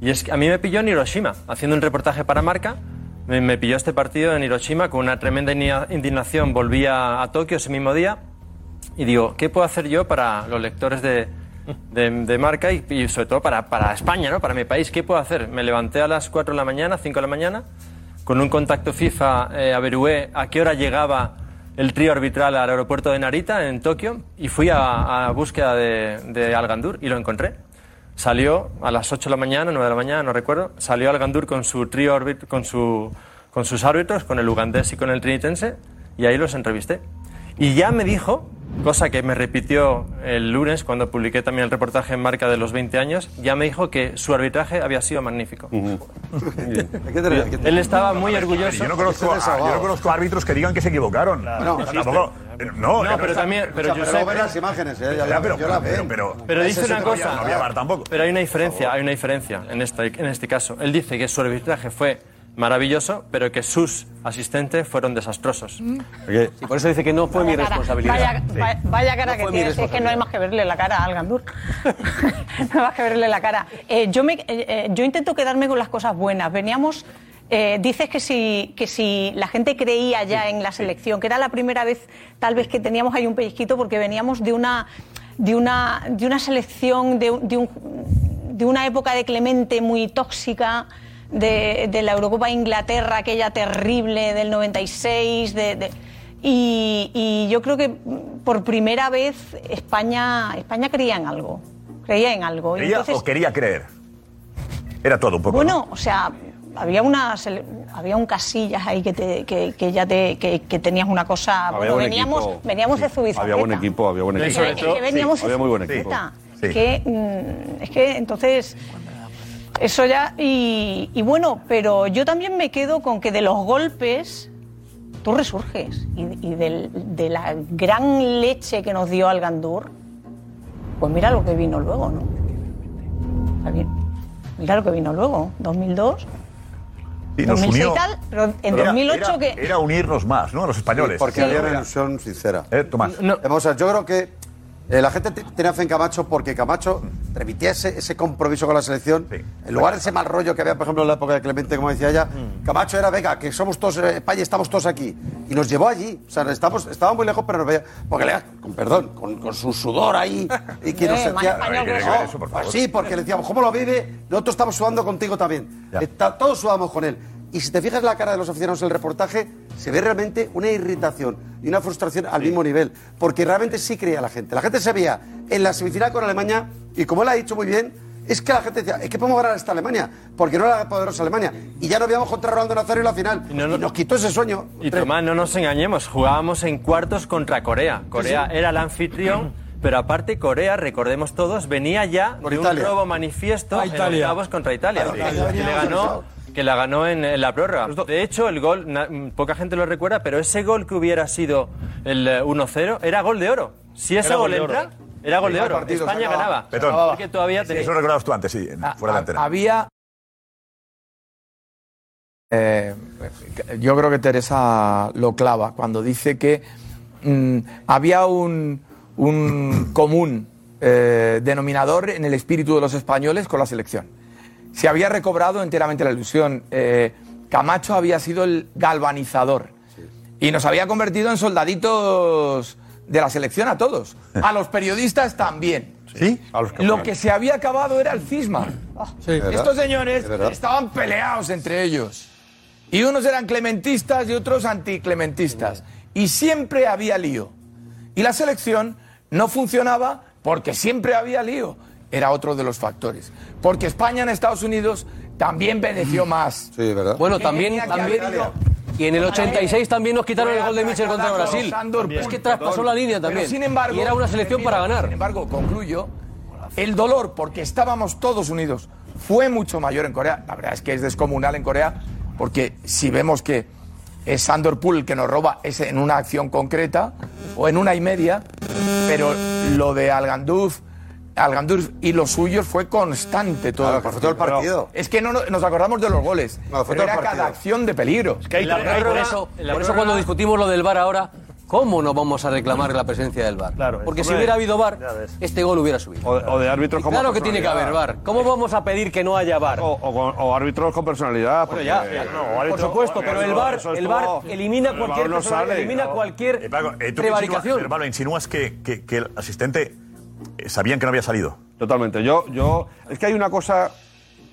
S26: Y es que a mí me pilló en Hiroshima, haciendo un reportaje para Marca. Me, me pilló este partido en Hiroshima con una tremenda inia- indignación. Volví a, a Tokio ese mismo día y digo, ¿qué puedo hacer yo para los lectores de, de- de Marca y, y sobre todo para, para España, ¿no? para mi país? ¿Qué puedo hacer? Me levanté a las 4 de la mañana, 5 de la mañana, con un contacto FIFA eh, averigüé a qué hora llegaba el trío arbitral al aeropuerto de Narita, en Tokio, y fui a, a búsqueda de, de Algandur y lo encontré. Salió a las 8 de la mañana, 9 de la mañana, no recuerdo. Salió al Gandur con su trío árbit- con, su, con sus árbitros, con el ugandés y con el trinitense, y ahí los entrevisté. Y ya me dijo, cosa que me repitió el lunes cuando publiqué también el reportaje en marca de los 20 años, ya me dijo que su arbitraje había sido magnífico.
S24: [LAUGHS]
S26: Él estaba muy orgulloso.
S5: Yo no conozco, a- yo no conozco árbitros que digan que se equivocaron.
S7: No,
S5: No,
S7: sí,
S5: tampoco- No,
S7: No, pero también- pero
S5: Escucha,
S7: Josep,
S5: ve
S7: eh, imágenes, ¿eh? Ya
S5: Ya,
S7: la-
S5: pero,
S7: yo la
S5: pero,
S7: veo.
S5: pero,
S7: Pero
S5: ese
S7: dice
S5: es
S7: una
S5: otro día,
S7: cosa.
S5: No había bar tampoco.
S26: Pero hay una diferencia, hay una diferencia en este, en este caso. Él dice que su arbitraje fue maravilloso, pero que sus asistentes fueron desastrosos.
S11: Y por eso dice que no fue mi
S6: Mm. Vaya, va- vaya cara
S26: No
S6: que
S26: fue mi
S6: tiene. Es que no hay más que verle la cara al Gandur. [LAUGHS] no hay más que verle la cara. Eh, yo, me, eh, eh, yo intento quedarme con las cosas buenas. Veníamos. eh, dices que si, que si la gente creía ya en la selección, que era la primera vez tal vez que teníamos ahí un pellizquito porque veníamos de una, de una, de una selección, de, un- de un- de una época de Clemente muy tóxica, de, de la Eurocopa de Inglaterra, aquella terrible del 96, de- de y, y yo creo que mm, por primera vez España, España creía en algo. Creía en algo. Y
S5: ¿Creía
S6: entonces-
S5: o quería creer? Era todo un poco.
S6: bueno, o sea, había una sele- había un casillas ahí que, te- que, que ya te, que, que tenías una cosa.
S25: Había
S6: bueno,
S25: buen
S6: veníamos,
S25: equipo.
S6: veníamos de Zubizarreta.
S25: Había buen equipo, había buen
S6: O sea,
S25: equipo.
S6: es que veníamos de
S25: había muy buen equipo.
S6: Zubizarreta.
S25: Sí.
S6: Que, mm, es que entonces eso ya y, y bueno, pero yo también me quedo con que de los golpes tú resurges y, y del- de la gran leche que nos dio al Gandur, pues mira lo que vino luego, ¿no? Está bien. Mira lo que vino luego, 2002.
S5: Sí, nos
S6: 2006
S5: unió.
S6: tal, pero en
S5: Era-
S6: 2008
S5: era-
S6: que...
S5: Era unirnos más, ¿no? Los españoles.
S7: Sí, porque había una ilusión sincera.
S5: Eh, Tomás.
S7: O sea, yo creo que eh, la gente te- tenía fe en Camacho porque Camacho transmitía ese, ese compromiso con la selección. En lugar de ese mal rollo que había, por ejemplo, en la época de Clemente, como decía ella,
S5: Mm.
S7: Camacho era, venga, que somos todos eh, España, estamos todos aquí. Y nos llevó allí. O sea, estamos, estábamos muy lejos, pero nos veía. Porque le con perdón, con, con su sudor ahí. Y que
S6: [LAUGHS] Eh,
S7: nos
S6: más
S7: sentía.
S6: español que
S7: No,
S6: eso. Tiene que ver eso, por
S7: pues
S6: favor.
S7: sí, porque le decíamos, ¿cómo lo vive? Nosotros estamos sudando contigo también. Está- todos sudamos con él. Y si te fijas la cara de los aficionados en el reportaje, se ve realmente una irritación y una frustración al mismo nivel. Porque realmente sí creía la gente. La gente se veía en la semifinal con Alemania y como él ha dicho muy bien, es que la gente decía, es que podemos ganar esta Alemania, porque no era la poderosa Alemania. Y ya no habíamos contra Ronaldo Nazario en la final. Y, nos quitó ese sueño.
S26: Y Tomás, no nos engañemos, jugábamos en cuartos contra Corea. Corea era el anfitrión, pero aparte Corea, recordemos todos, venía ya de un
S7: Italia.
S26: robo manifiesto
S5: Ah,
S7: A
S26: en
S7: Italia.
S26: octavos contra Italia.
S7: A Italia.
S26: Que le ganó, que la ganó en, en la prórroga. De hecho, el gol, na- mm, poca gente lo recuerda, pero ese gol que hubiera sido el eh, 1-0 era gol de oro. Si ese
S5: Era
S26: gol
S5: gol de oro.
S26: entra, era gol de
S5: Sí,
S26: oro.
S5: partido, se
S26: España
S5: acababa.
S26: ganaba.
S5: Petón.
S26: Porque todavía tenía...
S5: Eso lo recordabas tú antes, sí, fuera de la antena.
S9: Había Eh, yo creo que Teresa lo clava cuando dice que mm, había un, un [COUGHS] común eh, denominador en el espíritu de los españoles con la selección. Se había recobrado enteramente la ilusión. Eh, Camacho había sido el galvanizador y nos había convertido en soldaditos de la selección a todos, a los periodistas también.
S5: ¿Sí?
S9: Lo que se había acabado era el cisma.
S5: verdad.
S9: Estos señores
S5: Es verdad.
S9: estaban peleados entre ellos. Y unos eran clementistas y otros anticlementistas. Y siempre había lío. Y la selección no funcionaba porque siempre había lío. Era otro de los factores. Porque España en Estados Unidos también
S5: Mm.
S9: benefició más.
S7: Sí, ¿verdad?
S11: Bueno, también,
S9: Tenía que
S11: también
S9: haber ido.
S11: y en el 86 también nos quitaron el gol de Mitchell contra
S9: Atacada por
S11: Brasil.
S9: Sandor,
S11: Es que
S9: perdón.
S11: traspasó la línea
S9: Pero,
S11: también.
S9: sin embargo,
S11: y era una selección para ganar.
S9: Sin embargo, concluyo, el dolor porque estábamos todos unidos fue mucho mayor en Corea. La verdad es que es descomunal en Corea porque si vemos que es Sandor Pool el que nos roba es en una acción concreta o en una y media, pero lo de Alganduz Alganduz y los suyos fue constante todo, el, partido.
S7: Ah, todo el partido.
S9: Es que no no- nos acordamos de los goles.
S7: fue
S9: pero
S7: todo el
S9: era
S7: partido.
S9: cada acción de peligro.
S11: que hay- La hay- prórroga- por eso- en la por eso prórroga- cuando discutimos lo del VAR ahora, ¿cómo no vamos a reclamar la presencia del VAR? Porque si
S26: hombre,
S11: hubiera habido VAR, este gol hubiera subido.
S25: O, o de árbitros
S11: Y
S25: con
S11: claro que tiene que haber
S25: personalidad.
S11: VAR. ¿Cómo vamos a pedir que no haya VAR?
S25: O, o con- o árbitros con personalidad.
S11: Bueno,
S25: porque-
S11: ya,
S25: Eh, No, o árbitros-
S11: por supuesto, pero el
S25: eso-
S11: VAR,
S25: eso es
S11: el VAR
S25: todo.
S11: elimina
S25: El
S11: cualquier
S25: VAR no
S11: persona,
S25: sale,
S11: elimina
S25: ¿no?
S11: cualquier
S5: Eh, Paco, eh, ¿tú qué
S11: prevaricación.
S5: insinúas, eh, Pablo, insinúas que, que- que el asistente eh, sabían que no había salido.
S25: Totalmente. Yo, yo. Es que hay una cosa.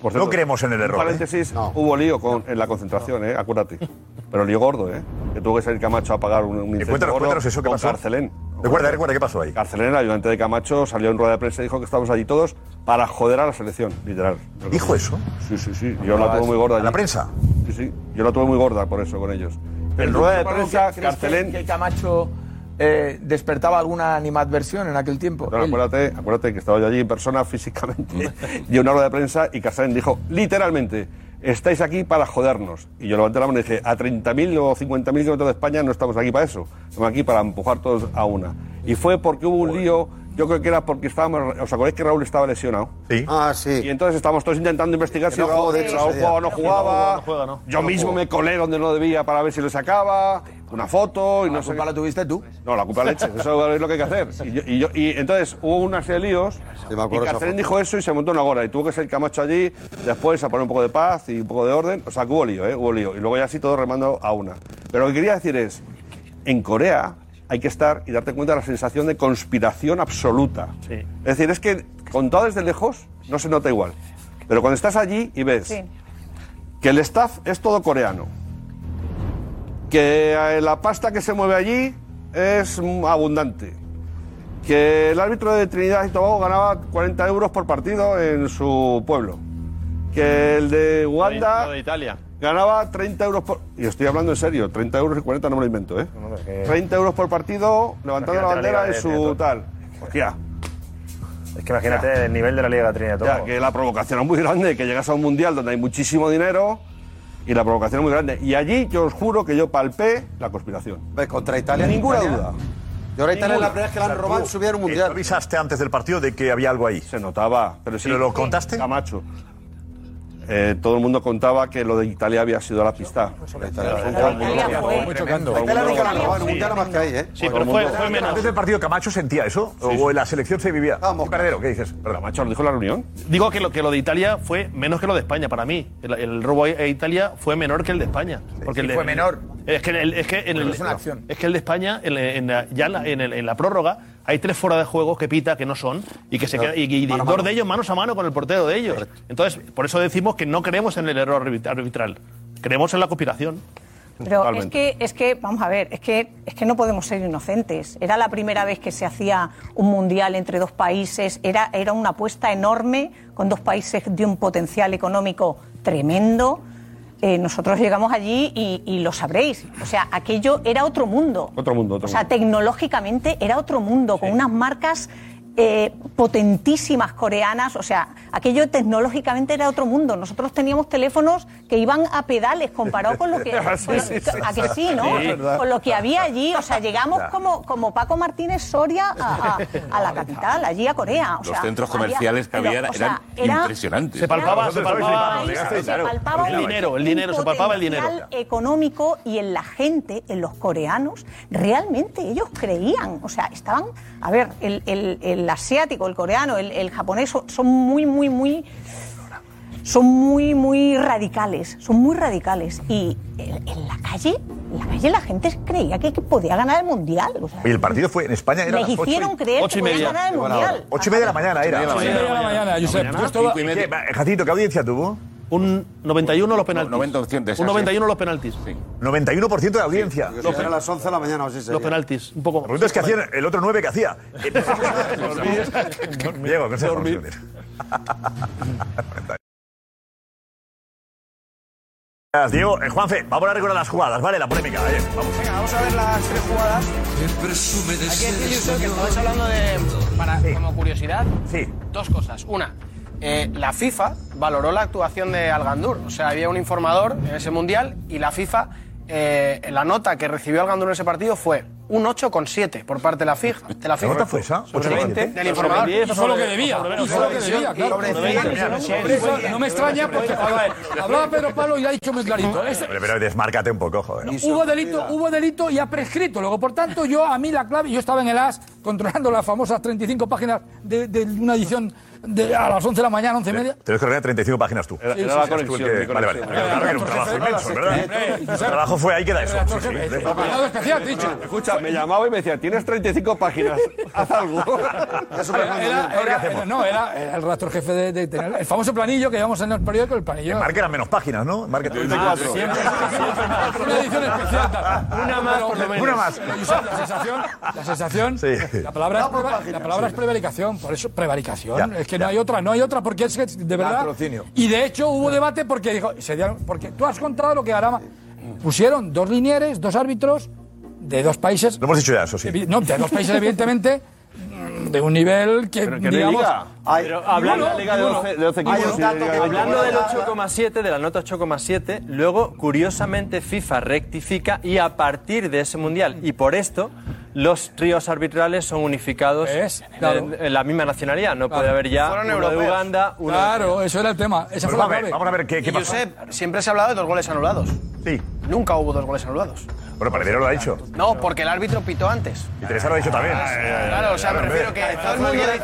S25: Por cierto,
S5: no creemos en el
S25: un
S5: error. ¿eh?
S25: paréntesis, hubo lío con, en la concentración, ¿eh? Acuérdate. Pero lío gordo, ¿eh? Que tuvo que salir Camacho a pagar un, un incendio
S5: cuéntanos,
S25: gordo
S5: cuéntanos eso, ¿qué
S25: con
S5: pasó?
S25: Carcelén.
S5: Recuerda, recuerda, ¿qué pasó ahí?
S25: Carcelén, el ayudante de Camacho, salió en rueda de prensa y dijo que estábamos allí todos para joder a la selección, literal.
S5: ¿Dijo eso? Ah,
S25: Sí, sí, sí. Yo la tuve muy gorda.
S5: ¿A la
S25: allí.
S5: prensa?
S25: Sí, sí. Yo la tuve muy gorda por eso con ellos. En
S9: Pero
S25: rueda de
S9: ¿tú, Pablo,
S25: prensa,
S9: que- crees que-
S25: Carcelén.
S9: Que, Camacho eh, despertaba alguna animadversión en aquel tiempo.
S25: Claro,
S9: Él-
S25: acuérdate, acuérdate que estaba yo allí en persona [LAUGHS] físicamente y una rueda de prensa y Casarín dijo literalmente estáis aquí para jodernos y yo levanté la mano y dije a 30.000 o 50.000 kilómetros de España no estamos aquí para eso estamos aquí para empujar todos a una y fue porque hubo un lío yo creo que era porque estábamos os acordáis que Raúl estaba lesionado
S5: sí
S25: ah sí y entonces estábamos todos intentando investigar
S7: Que
S25: si
S7: no
S25: Raúl,
S7: jugó, de hecho,
S25: Raúl
S7: ese día.
S25: jugaba o no
S7: No
S25: jugaba
S7: jugó, no juega, no.
S25: yo
S7: No
S25: mismo
S7: jugó.
S25: me colé donde no debía para ver si lo sacaba una foto y no sé qué.
S9: la tuviste tú?
S25: No, la culpa leche. Eso es lo que hay que hacer. Y, yo- y yo- y entonces hubo una serie de líos.
S7: me acuerdo
S25: y
S7: esa
S25: Castellín
S7: foto.
S25: dijo eso y se montó una gora. Y tuvo que ser Camacho allí, después a poner un poco de paz y un poco de orden. O sea, que hubo lío, ¿eh? Hubo lío. Y luego ya así todo remando a una. Pero lo que quería decir es, en Corea hay que estar y darte cuenta de la sensación de conspiración absoluta.
S23: Sí.
S25: Es decir, es que contado desde lejos no se nota igual. Pero cuando estás allí y ves
S6: Sí.
S25: que el staff es todo coreano, que eh, la pasta que se mueve allí es mm, abundante, que el árbitro de Trinidad y Tobago ganaba 40 euros por partido en su pueblo, que el de Uganda
S26: Lo de Italia.
S25: ganaba 30 euros por... Y estoy hablando en serio, 30 euros y 40 no me lo invento, ¿eh?
S26: no, es que-
S25: 30 euros por partido levantando la
S23: Imagínate la
S25: bandera en
S23: Liga de
S25: su
S23: Trinidad.
S25: tal. Hostia.
S23: Es que imagínate el nivel de la Liga de Trinidad. y Tobago.
S25: Ya, que la provocación es muy grande, que llegas a un mundial donde hay muchísimo dinero y la provocación es muy grande. Y allí yo os juro que yo palpé la conspiración.
S7: Contra Italia.
S25: Ninguna
S7: Italia-
S25: duda.
S7: Yo ahora Italia es la
S25: Ninguna.
S7: primera vez que la han
S25: O sea,
S7: robado
S25: tú-
S7: en su vida en un mundial.
S5: ¿Tú avisaste antes del partido de que había algo ahí? Se
S25: notaba, pero sí.
S5: lo contaste?
S25: Camacho. Eh, todo el mundo contaba que lo de Italia había sido la pista.
S5: Sí, pero fue, menos. Antes del partido Camacho sentía eso. O en la selección se vivía. Vamos. Perdero, ¿qué dices?
S23: Camacho
S25: lo dijo en la reunión.
S23: Digo que lo, que lo de Italia fue menos que lo de España para mí. El, el robo a Italia fue menor que el de España. Porque el
S9: sí,
S23: de-
S9: fue menor.
S23: Es que, el, es que, en
S9: Pero
S23: el,
S9: es una acción.
S23: es que el de España, en, en la- ya en la, en el- en la prórroga, hay tres fuera de juego que pita que no son y que se
S9: Claro.
S23: queda- y, y
S9: Mano a
S23: dos
S9: mano.
S23: de ellos manos a mano con el portero de ellos. Entonces, por eso decimos que no creemos en el error arbit- arbitral. Creemos en la conspiración.
S6: Pero es que, es que, vamos a ver, es que, es que no podemos ser inocentes. Era la primera vez que se hacía un mundial entre dos países, era, era una apuesta enorme con dos países de un potencial económico tremendo. Eh, nosotros llegamos allí y, y lo sabréis. O sea, aquello era otro mundo.
S25: Otro mundo, otro
S6: O sea,
S25: mundo.
S6: tecnológicamente era otro mundo, con unas marcas eh, potentísimas coreanas, o sea, aquello tecnológicamente era otro mundo. Nosotros teníamos teléfonos que iban a pedales comparado con
S14: [LAUGHS]
S6: lo que
S5: [LAUGHS]
S24: Sí,
S6: con lo-
S24: sí, sí,
S6: a que
S24: sí.
S6: sí, ¿no?
S24: Sí.
S6: Con lo que había allí, o sea, llegamos
S24: Ya.
S6: como como Paco Martínez Soria a, a- a
S24: [LAUGHS]
S6: la capital, allí a Corea. o
S24: Los
S6: sea,
S24: centros
S6: había-
S24: comerciales que
S6: pero,
S24: había
S6: o sea,
S24: eran
S6: era-
S24: impresionantes.
S23: Se palpaba, se palpaba,
S6: se
S23: claro.
S6: palpaba
S23: el
S6: un-
S23: dinero, el
S6: un
S23: dinero, se palpaba el dinero.
S6: potencial económico y en la gente, en los coreanos, realmente ellos creían, o sea, estaban, a ver, el, el- el asiático, el coreano, el, el japonés son- son muy, muy, muy, son muy, muy radicales, son muy radicales y en, en la calle, en la calle la gente creía que, que podía ganar el mundial, o sea,
S5: Oye, el partido fue en España. Era
S6: Les
S5: a las ocho
S6: hicieron
S5: y-
S6: creer que Ocho y podían media. ganar el Mundial.
S5: Ocho y media de la mañana era.
S23: Ocho y media de la mañana, Josep. Esto va-
S5: ¿Qué, Jatito, ¿qué audiencia tuvo?
S23: Un 91 los penaltis.
S5: 90%,
S23: un
S5: sí.
S23: 91 los penaltis.
S5: 91% de audiencia.
S23: Los eran penaltis.
S5: las 11 de la mañana, así
S23: Los penaltis, un poco.
S5: Lo es que hacían el otro 9
S23: [LAUGHS]
S5: que hacía. [LAUGHS] Diego, ¿qué se [LAUGHS] Gracias, Diego, Eh, Juanfe, vamos a recordar las jugadas, ¿vale? La polémica. eh, Vamos.
S8: Venga, vamos a ver las tres jugadas. Hay que decir, Josep, que estabais hablando de. Para, Como curiosidad, dos cosas. Una, eh, la FIFA valoró la actuación de Algandur. O sea, había un informador en ese mundial y la FIFA, eh, la nota que recibió Algandur en ese partido fue un 8,7 por parte de la FIFA. De la
S5: ¿Qué
S8: FIFA.
S5: nota fue esa?
S8: Sobre 20 del informador.
S10: Hizo lo que debía. Hizo lo que debía, claro. Sobre eso No me extraña porque hablaba- hablaba Pedro Pablo y lo ha dicho muy clarito. Es-
S5: Hombre, pero desmárcate un poco, joder.
S10: Hubo delito, hubo delito y ha prescrito. Luego, por tanto, yo a mí la clave, yo estaba en el AS controlando las famosas 35 páginas de, de una edición de, a las 11 de la mañana, 11 y media.
S5: Tienes que rellenar 35 páginas tú.
S10: era la
S5: Eras tú el
S10: conexión,
S5: que-
S10: mi conexión.
S5: Vale, vale. Claro que era un trabajo inmenso, ¿verdad? El trabajo fue ahí, queda eso. Sí, sí.
S10: especial, dicho.
S25: Escucha, me llamaba y me decía, tienes 35 páginas, haz algo.
S5: [LAUGHS]
S10: Era- era- era- no, era, era el redactor jefe de, de tener el famoso planillo que llevamos en el periódico, el planillo.
S5: Marca eran menos páginas, ¿no? Marca 34.
S10: Una edición especial. Una más, por lo
S5: menos. Una más.
S10: La sensación, la sensación, la palabra, es, preva- la palabra es prevaricación, por eso prevaricación.
S9: Ya,
S10: es que no hay otra, no hay otra, porque es que de verdad.
S9: Patrocinio.
S10: Y de hecho hubo debate porque dijo, se dieron- porque tú has contado lo que ganaba. Pusieron dos linieres, dos árbitros de dos países.
S5: Lo hemos dicho ya, eso sí.
S10: No, de dos países, evidentemente, de un nivel que,
S5: qué
S10: digamos.
S5: liga?
S26: Hay- Pero hablar de la
S10: Ninguno,
S26: liga de
S10: ninguno.
S26: 12 de 12 equipos. Hablando del 8,7, de la nota 8,7, luego, curiosamente, FIFA rectifica y a partir de ese mundial, y por esto, los tríos arbitrales son unificados
S10: claro.
S26: en, en la misma nacionalidad. No puede haber ya
S8: Fueron
S26: uno de
S8: europeos.
S26: Uganda, uno
S10: Claro, eso era el tema. Esa fue la clave.
S8: Y Josep, siempre se ha hablado de dos goles anulados.
S5: Sí.
S8: Nunca hubo dos goles anulados.
S5: Bueno, Paredero lo ha dicho.
S8: No, porque el árbitro pitó antes. Ah,
S5: Y Teresa lo ha dicho también.
S8: Claro, o sea, me refiero que todo el mundo dice.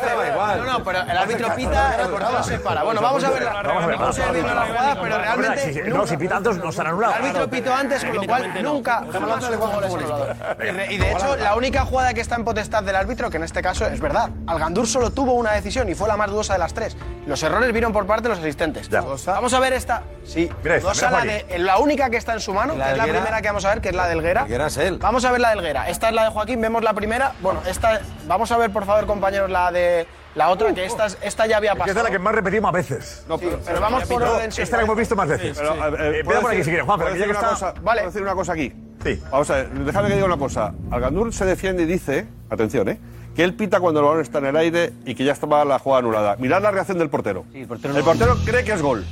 S8: No, no, pero el árbitro pita, el portero se para. Bueno, vamos a ver la
S5: Vamos a ver,
S8: vamos a ver la jugada, pero
S5: Sí, sí,
S8: realmente.
S5: No, si pita antes no estará
S8: El
S5: anulado.
S8: árbitro pitó antes, con lo cual nunca jamás hubo goles anulados. Y re- Y de hecho, la única jugada que está en potestad del árbitro, que en este caso es verdad, Algandur solo tuvo una decisión y fue la más dudosa de las tres. Los errores vieron por parte de los asistentes. Vamos a ver esta. Sí,
S24: Mira esta,
S8: dudosa,
S24: mira,
S8: la,
S24: Juani.
S8: de- la única que está en su mano,
S24: La
S8: que es la
S24: Helguera.
S8: primera que vamos a ver, que es la del Guerra.
S24: Helguera es él.
S8: Vamos a ver la del Guerra. Esta es la de Joaquín, vemos la primera. Bueno, esta, vamos a ver, por favor, compañeros, la de la otra, que esta, es- esta ya había
S5: Es que
S8: pasado.
S5: esta es la que más repetimos a veces.
S8: Sí, pero, vamos por
S5: No,
S8: orden. sí.
S5: Esta la hemos visto más veces.
S25: Pero, a ver,
S5: Eh,
S25: ¿puedo
S5: Empieza por aquí
S25: decir-
S5: si quieres, Juan,
S25: ¿puedo
S5: pero ya que
S25: decir una
S5: está.
S25: cosa, ¿puedo decir una cosa aquí. Sí. Vamos a ver, déjame que diga una cosa. Algandur se defiende y dice, atención, ¿eh? Que él pita cuando el balón está en el aire y que ya estaba la jugada anulada. Mirad la reacción del portero. el portero, cree que es gol.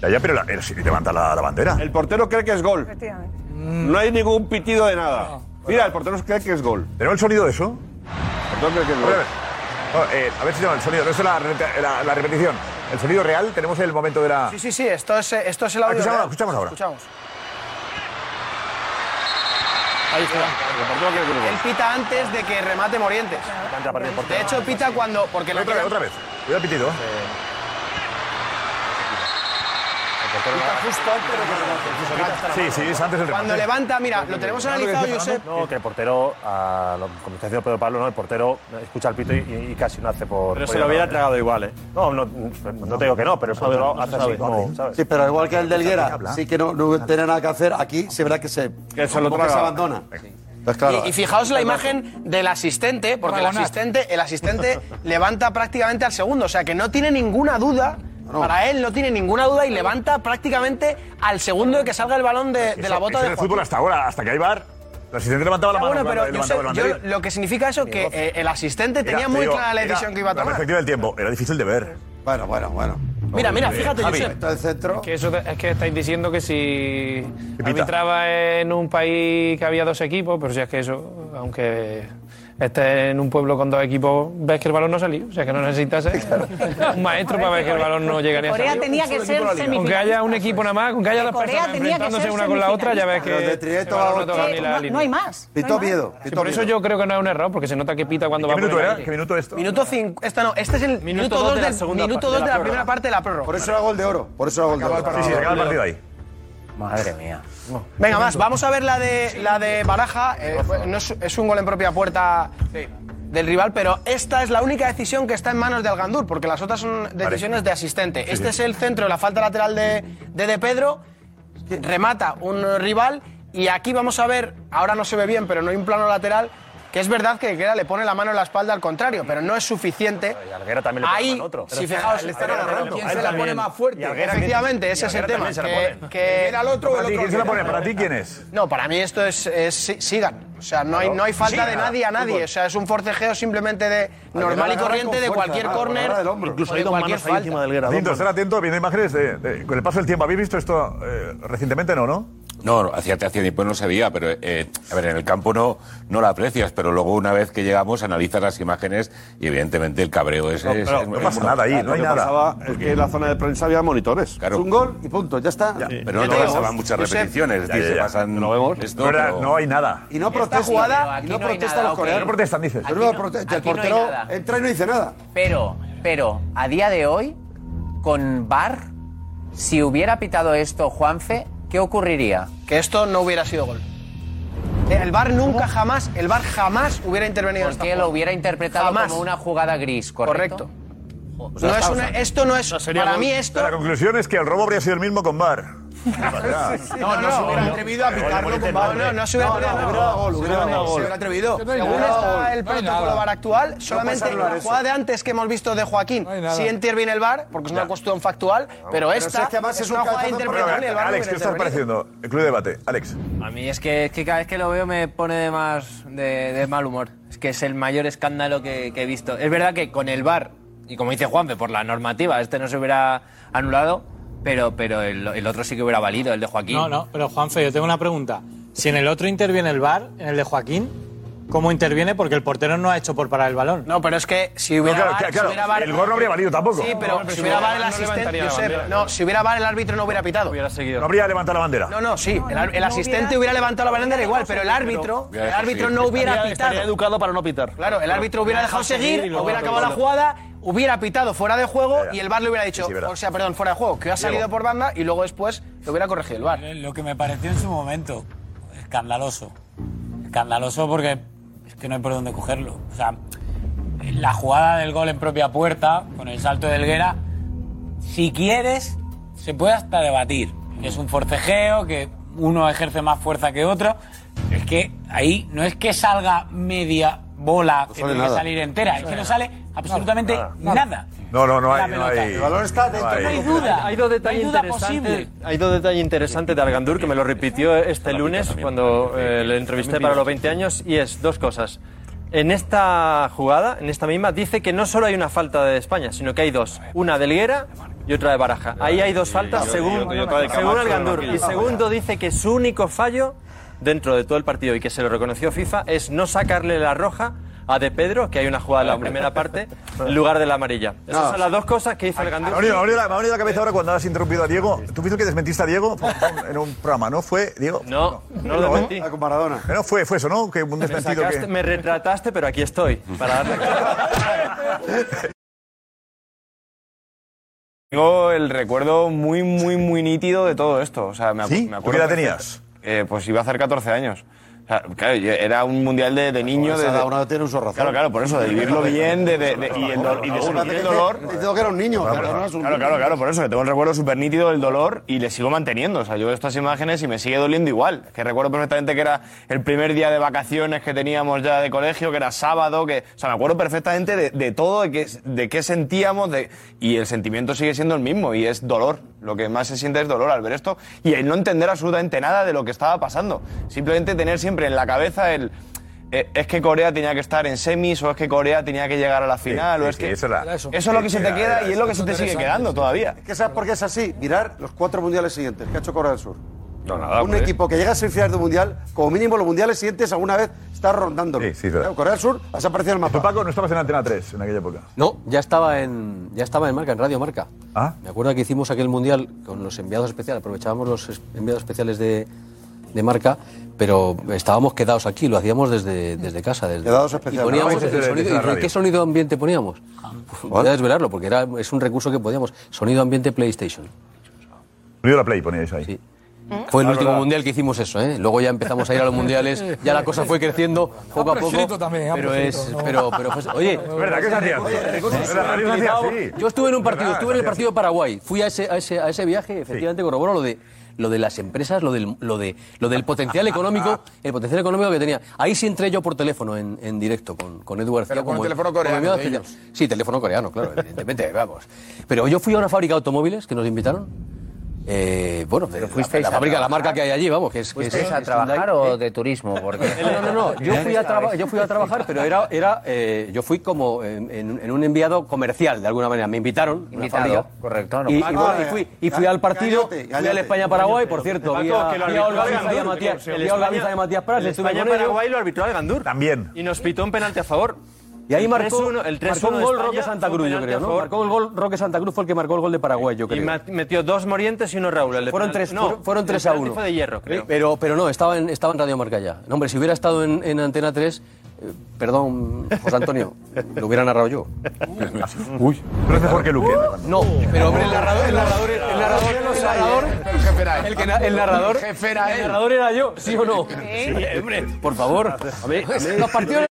S5: Ya, ya, pero la- pero si levanta la, la bandera.
S25: El portero cree que es gol. No hay ningún pitido de nada. Mira, el portero cree que es gol.
S5: ¿Tenemos el sonido de eso?
S25: El portero cree que es
S5: A
S25: gol.
S5: ver, a ver. No, eh, a ver si tenemos el sonido. No es la, re- la- la repetición. El sonido real, tenemos el momento de la.
S8: Sí, sí, sí, esto es, eh, esto es el
S5: Ah,
S8: audio.
S5: escuchamos,
S8: real.
S5: escuchamos ahora.
S8: Escuchamos.
S23: Ahí está.
S8: Él pita antes de que remate Morientes. De hecho, pita cuando. Porque
S5: Otra vez, otra vez. Cuidado, pitido.
S8: Pita justo antes de que remate.
S5: Sí, sí, es antes del remate.
S8: Cuando levanta, mira, lo tenemos analizado, Josep.
S5: No,
S12: No, que el portero, a lo, como está diciendo Pedro Pablo, no, el portero escucha el pito y, y casi no hace por.
S26: Pero
S12: por
S26: se lo hubiera
S12: llamar.
S26: tragado igual, ¿eh?
S12: No, no, no te digo que no, pero el portero hace así como, ¿sabes?
S4: Sí, pero igual que el del Guerra, sí que no, no tiene nada que hacer, aquí se verá que se,
S8: se lo
S4: como que se
S8: traga.
S4: abandona. Pues claro,
S8: Y, y fijaos la imagen del asistente, porque el
S4: Ragonat.
S8: asistente,
S5: [LAUGHS]
S8: el asistente levanta prácticamente al segundo, o sea que no tiene ninguna duda. Para él no tiene ninguna duda y levanta prácticamente al segundo de que salga el balón de, de la
S5: Eso-
S8: bota
S5: eso
S8: de
S5: en el
S8: Joaquín.
S5: fútbol hasta ahora, hasta que hay bar, El asistente levantaba la
S8: Ya,
S5: mano.
S8: bueno, pero
S5: cuando
S8: yo
S5: levantaba el
S8: sé- yo
S5: banderín.
S8: lo que significa eso es que
S5: Negocio.
S8: eh, el asistente
S5: Era,
S8: tenía
S5: te
S8: muy
S5: digo,
S8: clara la
S5: era
S8: decisión que iba a
S5: La
S8: tomar.
S5: perspectiva del tiempo. Era difícil de ver.
S7: Bueno, bueno, bueno.
S8: Mira, mira, fíjate,
S5: Javi.
S8: Josep.
S7: Del centro.
S3: Que eso, es que estáis diciendo que si
S5: pita.
S3: arbitraba en un país que había dos equipos, pero si es que eso, aunque estés en un pueblo con dos equipos, ves que el balón no salió. O sea que no necesitas ser un maestro para ver que el balón no llegaría a
S6: Corea
S3: salir.
S6: tenía que ser
S3: Con que haya
S6: semifinalista.
S3: un equipo nada más, con que haya dos
S6: Corea
S3: personas
S6: tenía que ser
S3: enfrentándose una con la otra, ya ves que.
S7: Los de
S3: el
S7: Trieto
S3: balón
S7: a
S3: no toca ni la
S6: No,
S3: línea.
S6: no hay más.
S7: Pitó miedo.
S3: Sí, por eso yo creo que no es un error, porque se nota que pita cuando va por el aire.
S5: minuto esto?
S8: Minuto 5. Esta no, este es el minuto
S3: dos
S8: 2
S3: de la
S8: de,
S3: segunda
S8: minuto
S3: pa-
S8: dos
S3: de la
S8: de la
S3: prórroga.
S8: primera parte de la prórroga.
S7: Por eso era gol de oro. Por eso era gol de oro.
S5: Sí, sí, se acaba el partido ahí.
S14: Madre mía.
S8: Venga, más, vamos a ver la de, la de Baraja. Eh, fue- no es, es un gol en propia puerta del rival, pero esta es la única decisión que está en manos de Algandur, porque las otras son decisiones de asistente. este es el centro, la falta lateral de de, de Pedro, remata un rival y aquí vamos a ver, ahora no se ve bien, pero no hay un plano lateral, que es verdad que Alguera le pone la mano en la espalda al contrario, pero no es suficiente.
S5: Alguera también
S8: Ahí, si fijaos,
S5: le
S8: pero- pero ¿quién se la pone más fuerte? Efectivamente, ese es el tema. Que, que
S5: era
S8: el otro o el otro.
S5: ¿Quién se la pone? Para ti, ¿quién es?
S8: No, para mí esto es, es si- sigan. O sea, no hay,
S5: Claro.
S8: no hay falta
S5: Sigan.
S8: de nadie a nadie.
S5: Fútbol.
S8: O sea, es un forcejeo simplemente de normal y corriente de cualquier córner. o de cualquier falta.
S5: Atento, estar atento, viendo imágenes de- de- con el paso del tiempo. ¿Habéis visto esto eh, recientemente? No, ¿no?
S24: No, hacía, hacía tiempo no se veía, pero eh, a ver, en el campo no, no la aprecias, pero luego una vez que llegamos analizas las imágenes y evidentemente el cabreo ese
S25: No,
S24: es...
S25: pero
S24: es-
S25: no
S24: es
S25: pasa
S24: brutal.
S25: nada ahí, no hay nada.
S24: Porque-
S25: que en la zona de prensa había monitores. Es un gol y punto, ya está.
S24: Pero no pasaban muchas repeticiones, es decir, se pasan... Lo vemos.
S5: No, ¿verdad? no hay nada.
S7: Y no protesta.
S24: jugada-
S7: y
S24: aquí
S7: no,
S24: no hay
S7: protesta
S24: nada,
S7: los
S24: ok.
S7: coreanos.
S24: No protestan, dices.
S7: Pero no protesta. El
S24: aquí no hay
S7: portero
S24: nada.
S7: entra y no dice nada.
S14: Pero, pero, a día de hoy, con VAR, si hubiera pitado esto Juanfe, ¿qué ocurriría?
S8: Que esto no hubiera sido gol. Eh, El bar nunca jamás, el bar jamás hubiera intervenido en esta
S14: Porque lo
S8: jugada.
S14: hubiera interpretado
S8: Jamás.
S14: como una jugada gris, ¿correcto? Correcto.
S8: No es una- esto no es. para mí esto.
S5: La conclusión es que el robo habría sido el mismo con VAR.
S8: [LAUGHS] No, no, se hubiera atrevido a pitarlo con VAR. No, no se hubiera atrevido.
S5: dado
S8: Se
S5: gol.
S8: hubiera atrevido.
S5: No hay
S8: Según
S5: nada. No
S8: está
S5: hay
S8: el protocolo
S5: nada.
S8: VAR actual,
S5: No
S8: solamente
S5: pasa nada
S8: la
S5: eso.
S8: jugada de antes que hemos visto de Joaquín,
S5: nada.
S8: si interviene el VAR, porque es una cuestión factual, pero esta es una jugada de interpretación y el VAR no
S5: Alex, ¿qué
S8: hubiera
S5: os está
S8: intervenido.
S5: pareciendo? El club de debate. Alex.
S2: A mí es que, es que cada vez que lo veo me pone de más de, de mal humor. Es que es el mayor escándalo que, que he visto. Es verdad que con el VAR, y como dice Juanpe, por la normativa, este no se hubiera anulado, pero, pero el, el otro sí que hubiera valido, el de Joaquín. No, no,
S3: pero Juanfe, yo tengo una pregunta.
S2: Si en el otro interviene el VAR, en el de Joaquín, ¿cómo interviene? Porque el portero no ha hehecho por parar el balón.
S8: No, pero es que si hubiera
S2: claro,
S8: VAR,
S2: claro,
S8: si hubiera VAR-
S2: el gol no habría valido tampoco.
S8: Sí, pero,
S2: No, pero
S8: si
S2: si
S8: hubiera
S2: hubiera
S8: VAR el
S2: VAR no
S8: asistente,
S2: levantaría la
S8: Josep,
S2: bandera.
S8: no, si hubiera VAR el árbitro no hubiera pitado. Hubiera
S5: No habría levantado la bandera.
S8: No, no, sí, el, ar- el asistente hubiera levantado la bandera igual, pero el árbitro,
S5: Hubiera
S8: el
S5: dejado
S8: árbitro
S5: seguir.
S8: no hubiera
S5: Estaría-
S8: pitado.
S5: estaría
S8: educado para no pitar. Claro, el
S5: Pero
S8: árbitero hubiera dejado seguir,
S5: y luego
S8: hubiera
S5: otro
S8: acabado la
S5: gol.
S8: jugada, hubiera pitado fuera de juego
S5: Ya, ya.
S8: y el VAR le hubiera dicho,
S5: Sí, sí, verdad.
S8: o sea, perdón, fuera de juego, que ha salido
S17: Diego.
S8: por banda y luego después lo hubiera corregido el VAR.
S17: Lo que me pareció en su momento escandaloso. Escandaloso porque es que no hay por dónde cogerlo. O sea, la jugada del gol en propia puerta, con el salto de Helguera, si quieres, se puede hasta debatir. Es un forcejeo, que uno ejerce más fuerza que otro. Es que ahí no es que salga media bola que
S5: sale
S17: tiene que
S5: nada.
S17: salir entera, es que no sale absolutamente
S5: Nada.
S17: nada.
S5: No, no, no
S17: La
S5: hay. No
S17: pelota.
S5: hay
S17: El balón está
S5: no
S17: dentro.
S5: hay.
S17: No hay duda.
S26: Hay dos detalles
S17: No hay duda
S26: interesantes.
S17: posible.
S26: Hay dos detalles interesantes de Argandur que me lo repitió este lunes cuando eh, le entrevisté para los 20 años y es dos cosas. En esta jugada, en esta misma, dice que no solo hay una falta de España, sino que hay dos. Una de Helguera y otra de Baraja. Ahí hay dos faltas
S25: y-
S26: según,
S25: y otra de Camacho,
S26: según Argandur.
S25: tranquilo.
S26: Y segundo, dice que su único fallo dentro de todo el partido y que se lo reconoció FIFA es no sacarle la roja a De Pedro, que hay una jugada en la primera parte, en lugar de la amarilla. Esas
S5: No.
S26: son las dos cosas que hizo Argandur.
S5: Me ha venido- me ha venido la- me ha venido la cabeza ahora cuando has interrumpido a Diego. ¿Tú viste que desmentiste a Diego en un programa, no? ¿Fue, Diego?
S26: No, no lo desmentí.
S5: Con Maradona. No fue, fue eso, ¿no? Que un
S26: Me,
S5: desmentido
S26: sacaste-
S5: que...
S26: me retrataste, pero aquí estoy. Para darle
S13: Tengo el recuerdo muy, muy, muy nítido de todo esto. O sea, me, acu- me
S5: ¿Sí? ¿Tú qué
S13: acuerdo
S5: edad
S13: perfecto.
S5: tenías?
S13: Eh, pues iba a hacer 14 años. O sea, claro, yo- era un mundial de, de niño.
S7: esa
S13: de,
S7: edad uno tiene uso razón.
S13: Claro, claro, por eso, de vivirlo bien de, de- de- y, el do- y de
S7: Alguna
S13: sentir
S7: vez
S13: el dolor.
S7: dice- dice que era un niño. pero no es un
S13: Claro,
S7: niño.
S13: claro, claro, por eso, que tengo el recuerdo súper nítido del dolor y le sigo manteniendo. O sea, yo veo estas imágenes y me sigue doliendo igual. Que recuerdo perfectamente que era el primer día de vacaciones que teníamos ya de colegio, que era sábado, que. O sea, me acuerdo perfectamente de, de todo, de qué, de qué sentíamos, de, y el sentimiento sigue siendo el mismo y es dolor. Lo que más se siente es dolor al ver esto y el no entender absolutamente nada de lo que estaba pasando. Simplemente tener siempre siempre en la cabeza el. eh, Es que Corea tenía que estar en semis, o es que Corea tenía que llegar a la final,
S5: sí,
S13: o es
S5: sí,
S13: que.
S5: eso era- Era
S13: eso
S5: eso.
S13: es lo que se te
S5: Era-
S13: queda
S5: era
S13: y es lo que
S5: eso.
S13: se te sigue
S5: Interesante,
S13: quedando
S5: sí.
S13: todavía.
S7: Es que ¿sabes por qué es así? Mirar los cuatro mundiales siguientes que ha hecho Corea del Sur.
S25: No, nada,
S7: Un
S25: hombre.
S7: equipo que llega a semifinales de un mundial, como mínimo los mundiales siguientes alguna vez está rondándolo.
S5: Sí, sí, es verdad.
S7: Claro, Corea del Sur has aparecido en el mapa.
S5: Paco, no estabas en Antena 3 en aquella época.
S11: No, ya estaba en ya estaba en marca, en Radio Marca.
S5: Ah.
S11: Me acuerdo que hicimos aquel mundial con los enviados especiales, aprovechábamos los es- enviados especiales de, de marca, pero estábamos quedados aquí, lo hacíamos desde, desde casa. Desde,
S7: Quedados
S11: Y
S7: especiales.
S11: poníamos
S7: Ah,
S11: el
S7: desde-
S11: sonido-
S7: desde la
S11: ¿y
S7: radio.
S11: ¿Qué sonido ambiente poníamos?
S5: Ah.
S11: Uf, Voy a desvelarlo porque era, es un recurso que podíamos. Sonido ambiente PlayStation.
S5: Sonido la Play poníais ahí.
S7: ¿Eh?
S11: Fue el
S5: Ah,
S11: último
S5: verdad.
S11: mundial que hicimos eso, ¿eh? Luego ya empezamos a ir a los mundiales, ya la cosa fue creciendo poco a poco.
S10: prescrito también, ha
S11: pero
S10: prescrito,
S11: es,
S10: ¿no?
S11: pero, pero fue- oye,
S10: Es verdad que se hacía así.
S11: Oye,
S10: Es
S11: recursos
S10: verdad,
S11: que
S10: radio se hacía
S11: utilizaba-
S10: así.
S11: Yo estuve en un
S10: Es
S11: partido,
S10: verdad,
S11: estuve en
S10: se
S11: el
S10: hacía
S11: partido de Paraguay, fui a ese, a ese, a ese viaje, efectivamente corroboro lo de lo de las empresas, lo del, lo de, lo del potencial económico, el potencial económico que tenía. Ahí sí entré yo por teléfono en, en directo con, con Edu García.
S27: Pero con
S11: como-
S27: el teléfono
S11: como
S27: coreano
S11: enviado
S27: de
S11: especial. Sí, teléfono coreano, claro, evidentemente, [LAUGHS] vamos. Pero yo fui a una fábrica de automóviles que nos invitaron. Eh, bueno, de- la,
S14: fuisteis
S11: la
S14: a
S11: fábrica, la
S14: trabajar?
S11: marca que hay allí, vamos, que es... Que es-
S14: ¿Fuisteis a
S11: es Hyundai.
S14: trabajar o de turismo? Porque...
S11: [LAUGHS] No, no, no, no. Yo fui a, traba- yo fui a trabajar, pero era, era eh, yo fui como en, en- en un enviado comercial, de alguna manera. Me invitaron. una
S14: Invitado,
S11: fábrica.
S14: correcto, no
S11: y, y
S14: pasa
S11: bueno,
S14: nada.
S11: y fui, y fui al partido,
S14: Cállate,
S11: fui al
S14: cállate.
S11: España-Paraguay, por cierto. Vi a,
S13: Paco, que lo
S11: vi a
S13: arbitró
S11: Olga
S13: el
S11: Biza y a
S13: Gandur,
S11: Matías,
S13: el
S11: vi a Olga
S13: España-
S11: Biza y a Matías Prats,
S13: el
S11: estuve con ellos.
S13: España-Paraguay lo arbitró el Gandur.
S5: También.
S13: Y nos pitó un penalti a favor.
S11: Y ahí
S13: El
S11: marcó,
S13: 3-1, el 3-1
S11: marcó un
S13: de
S11: gol
S13: España
S11: Roque Santa
S13: fue un
S11: Cruz, yo
S13: penalti
S11: creo,
S13: a
S11: ¿no?
S13: favor.
S11: Marcó el gol Roque Santa Cruz, fue el que marcó el gol de Paraguay, yo
S26: Y
S11: creo.
S26: ma- metió dos Morientes y uno Raúl. El de
S11: Fueron
S26: penal-
S11: tres,
S26: no,
S11: fueron, fueron
S26: el
S11: tres a
S26: penalti
S11: uno.
S26: fue de hierro, creo.
S11: Pero, pero no, estaba en, estaba en Radio Marca ya. No, hombre, si hubiera estado en, en Antena 3, eh, perdón, José Antonio, lo hubiera narrado yo.
S5: Uy. Pero es mejor que Luque.
S11: No, pero hombre, el narrador, el narrador, el narrador, el narrador, el, que na- el narrador,
S27: Jefe era
S11: el
S27: él.
S11: narrador era yo, ¿sí o no?
S27: Sí, hombre.
S11: Por favor. A mí- a mí-
S27: Los partidos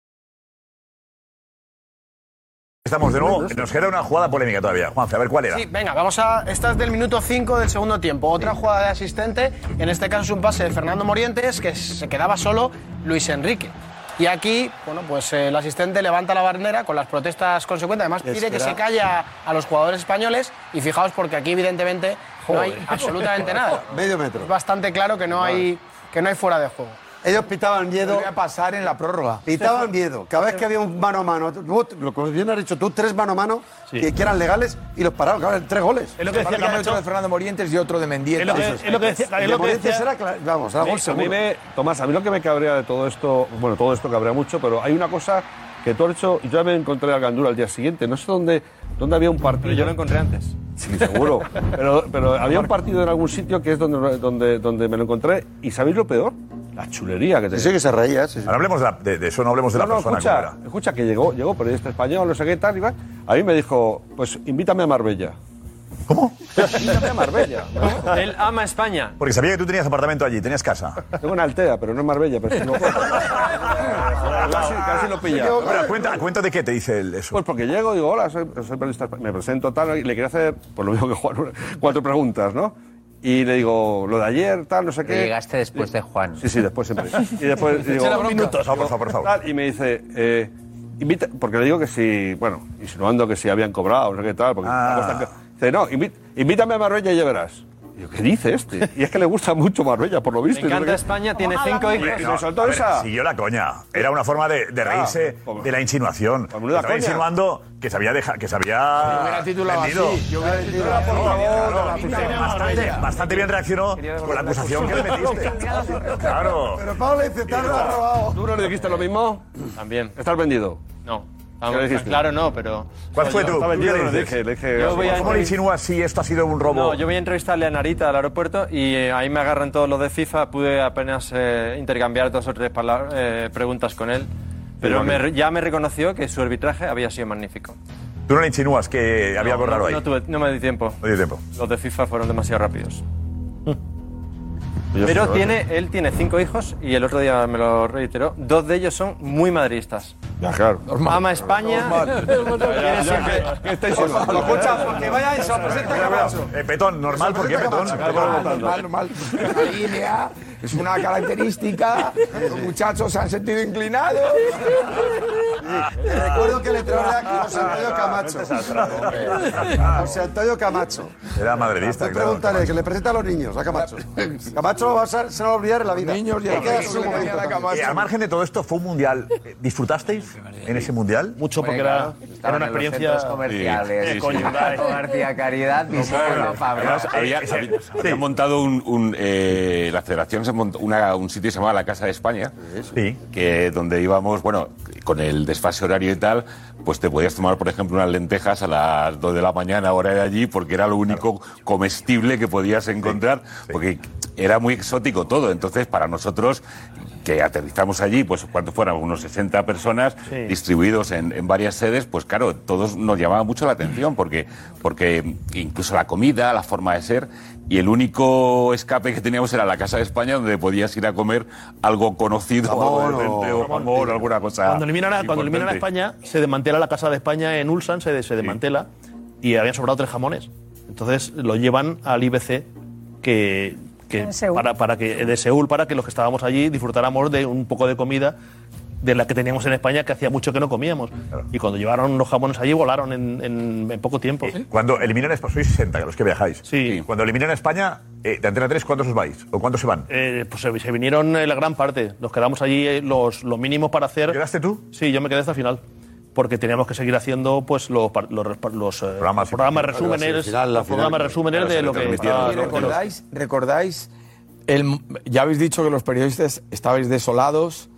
S5: Estamos de nuevo. Nos queda una jugada polémica todavía. Juanfe, a ver cuál era.
S8: Sí, venga, vamos a. Esta es del minuto 5 del segundo tiempo. Otra jugada de asistente, en este caso es un pase de Fernando Morientes, que se quedaba solo Luis Enrique. Y aquí, bueno, pues eh, el asistente levanta la bandera con las protestas consecuentes. Además, pide que
S27: Espera.
S8: se calle a, a los jugadores españoles. Y fijaos, porque aquí, evidentemente, no hay
S7: Joder.
S5: [LAUGHS]
S8: absolutamente nada.
S7: Medio metro.
S8: Es bastante claro que no hay, que no hay fuera de juego.
S7: Ellos pitaban miedo.
S8: Podría
S7: pasar en la prórroga. Pitaban miedo. Cada vez que había un mano a mano, tú- lo que bien has dicho tú, tres mano a mano que, que eran legales y los pararon, cabrón, tres goles.
S9: Es lo que decía de Fernando Morientes y otro de Mendieta.
S7: Es lo que- es lo que decía- es lo que decía- vamos,
S25: Sí, a mí me- Tomás, a mí lo que me cabrea de todo esto, bueno, todo esto cabrea mucho, pero hay una cosa que tú has hecho, yo me encontré al Gandura al día siguiente, no sé dónde, dónde había un partido.
S26: Yo lo encontré antes.
S25: Sí, seguro. Pero, pero había un partido en algún sitio que es donde, donde, donde me lo encontré. ¿Y sabéis lo peor? La chulería que tenía.
S7: Sí, que se reía.
S5: Ahora hablemos de, la- de- de eso, no hablemos de la
S25: No, no,
S5: persona.
S25: escucha,
S5: como era.
S25: escucha, que llegó, llegó periodista español, no sé qué tal, y va. A mí me dijo, pues invítame a Marbella.
S26: Invítame a Marbella. Él ama España.
S5: Porque sabía que tú tenías apartamento allí, tenías casa.
S25: Tengo una altea, pero no es Marbella,
S26: [LAUGHS]
S25: pero es que no- casi, casi lo pillaba.
S5: Pero cuenta, cuenta de qué te dice el, eso.
S25: eh, Pues porque llego, digo, hola, soy, soy periodista, me presento tal, y le quería hacer, por lo mismo que Juan, una- cuatro preguntas, ¿no? Y le digo, lo de ayer, tal, no sé qué.
S14: Llegaste [LAUGHS] después de Juan.
S25: Sí, sí, después siempre. Y después
S26: [LAUGHS]
S14: Echa
S25: digo,
S14: la bronca.
S25: minutos,
S5: No, por favor, por favor.
S25: Tal, y me dice, eh, invita- porque le digo que si, bueno, insinuando que si habían cobrado, no sé qué tal, porque
S5: Ah.
S25: la cosa- dice, no, invi- invítame a Marbella y ya verás. Y yo, ¿qué dice este? Y es que le gusta mucho Marbella, por lo visto.
S26: Le
S25: y no sé
S26: encanta
S25: qué.
S26: España, tiene cinco hijos.
S25: Y me soltó
S5: a ver,
S25: esa. Ah, pues,
S5: Siguió la coña. Era una forma de, de reírse de la insinuación. Estaba
S25: coña.
S5: insinuando que se había dejado, que se había vendido. Bastante, bastante bien reaccionó con la acusación que le metiste. Claro.
S7: Pero Pablo dice, te has robado.
S25: ¿Tú no le dijiste lo mismo?
S26: También.
S25: ¿Estás vendido?
S26: No.
S25: ¿Qué le
S26: Vamos,
S25: dijiste?
S26: claro, no, pero.
S5: ¿Cuál
S26: Yo-
S5: fue tu?
S26: Estaba
S5: tú
S26: en hierro,
S5: le
S26: le
S5: dices?
S26: dije, le dije, Yo voy a-
S5: ¿Cómo le insinúas si esto ha sido un robo?
S26: No, yo voy a entrevistarle a Narita al aeropuerto y eh, ahí me agarran todos los de FIFA. Pude apenas eh, intercambiar dos o tres pala- eh, preguntas con él. Pero me re- ya me reconoció que su arbitraje había sido magnífico.
S5: Tú no le insinúas que había algo
S26: no,
S5: raro
S26: no,
S5: ahí.
S26: no tuve- no me di tiempo.
S5: No dio tiempo.
S26: Los de FIFA fueron demasiado rápidos. Pero tiene, él tiene cinco hijos y el otro día me lo reiteró. Dos de ellos son muy madridistas.
S25: Ya, claro.
S26: Ama España. Quiere siempre-
S7: Escucha, porque vaya eso, presenta Camacho.
S5: Eh, Petón, normal, ¿por qué Petón?
S7: Normal, normal.
S5: Línea.
S9: es una característica. Los muchachos se han sentido inclinados.
S7: Te recuerdo que le traeré a José Antonio Camacho. José Antonio Camacho.
S5: Era madridista,
S7: Tú
S5: claro.
S7: Pregúntale, que le presenta a los niños, a Camacho. Camacho lo vas a- se lo va a olvidar en la vida. Niños
S5: Eh, eh, al margen de todo esto, fue un mundial. Eh, ¿Disfrutasteis en ese mundial? Mucho,
S23: porque era- era una experiencia-
S14: comerciales.
S24: Sí, sí, sí.
S14: Coyuntural, Comercia Caridad y solo, Pablo.
S24: Además, había, había- había montado un, un, eh, la federación se montó una- un sitio que se llamaba la Casa de España, que donde íbamos, bueno, con el desfase horario y tal, pues te podías tomar, por ejemplo, unas lentejas a las 2 de la mañana, hora de allí, porque era lo único comestible que podías encontrar, porque era muy exótico todo. Entonces, para nosotros que aterrizamos allí, pues cuántos fueran, unos 60 personas
S23: Sí.
S24: distribuidos en, en varias sedes, pues claro, todos nos llamaba mucho la atención porque, porque incluso la comida, la forma de ser, y el único escape que teníamos era la Casa de España donde podías ir a comer algo conocido, algo decente, o jamón, alguna cosa.
S23: Cuando eliminan a, cuando eliminan a
S24: importante.
S23: España, se desmantela la Casa de España en Ulsan, se, se desmantela, y habían sobrado tres jamones. Entonces lo llevan al IBC, que, que para, para que, de Seúl, para que los que estábamos allí disfrutáramos de un poco de comida de la que teníamos en España, que hacía mucho que no comíamos. Y cuando llevaron los jamones allí, volaron en, en- en poco tiempo.
S5: Cuando eliminan España, sois 60, que los que viajáis. Sí. Cuando eliminan a España, eh, de Antena 3, ¿cuántos os vais? ¿O cuántos se van?
S23: Eh, pues se, se vinieron eh, la gran parte. Nos quedamos allí eh, los, los mínimos para hacer. ¿Quedaste tú? Sí, yo me quedé hasta el final. Porque teníamos que seguir haciendo pues los, par- los, respa- los, eh, programas,
S9: Pero
S23: resúmenes,
S9: si al final, la
S23: los programas
S9: final,
S23: resúmenes
S9: claro, se
S23: de lo que
S9: retransmitieron, ¿no?
S23: de los-
S9: ¿Recordáis? ¿Recordáis? el- ya habéis dicho que los periodistas estabais desolados,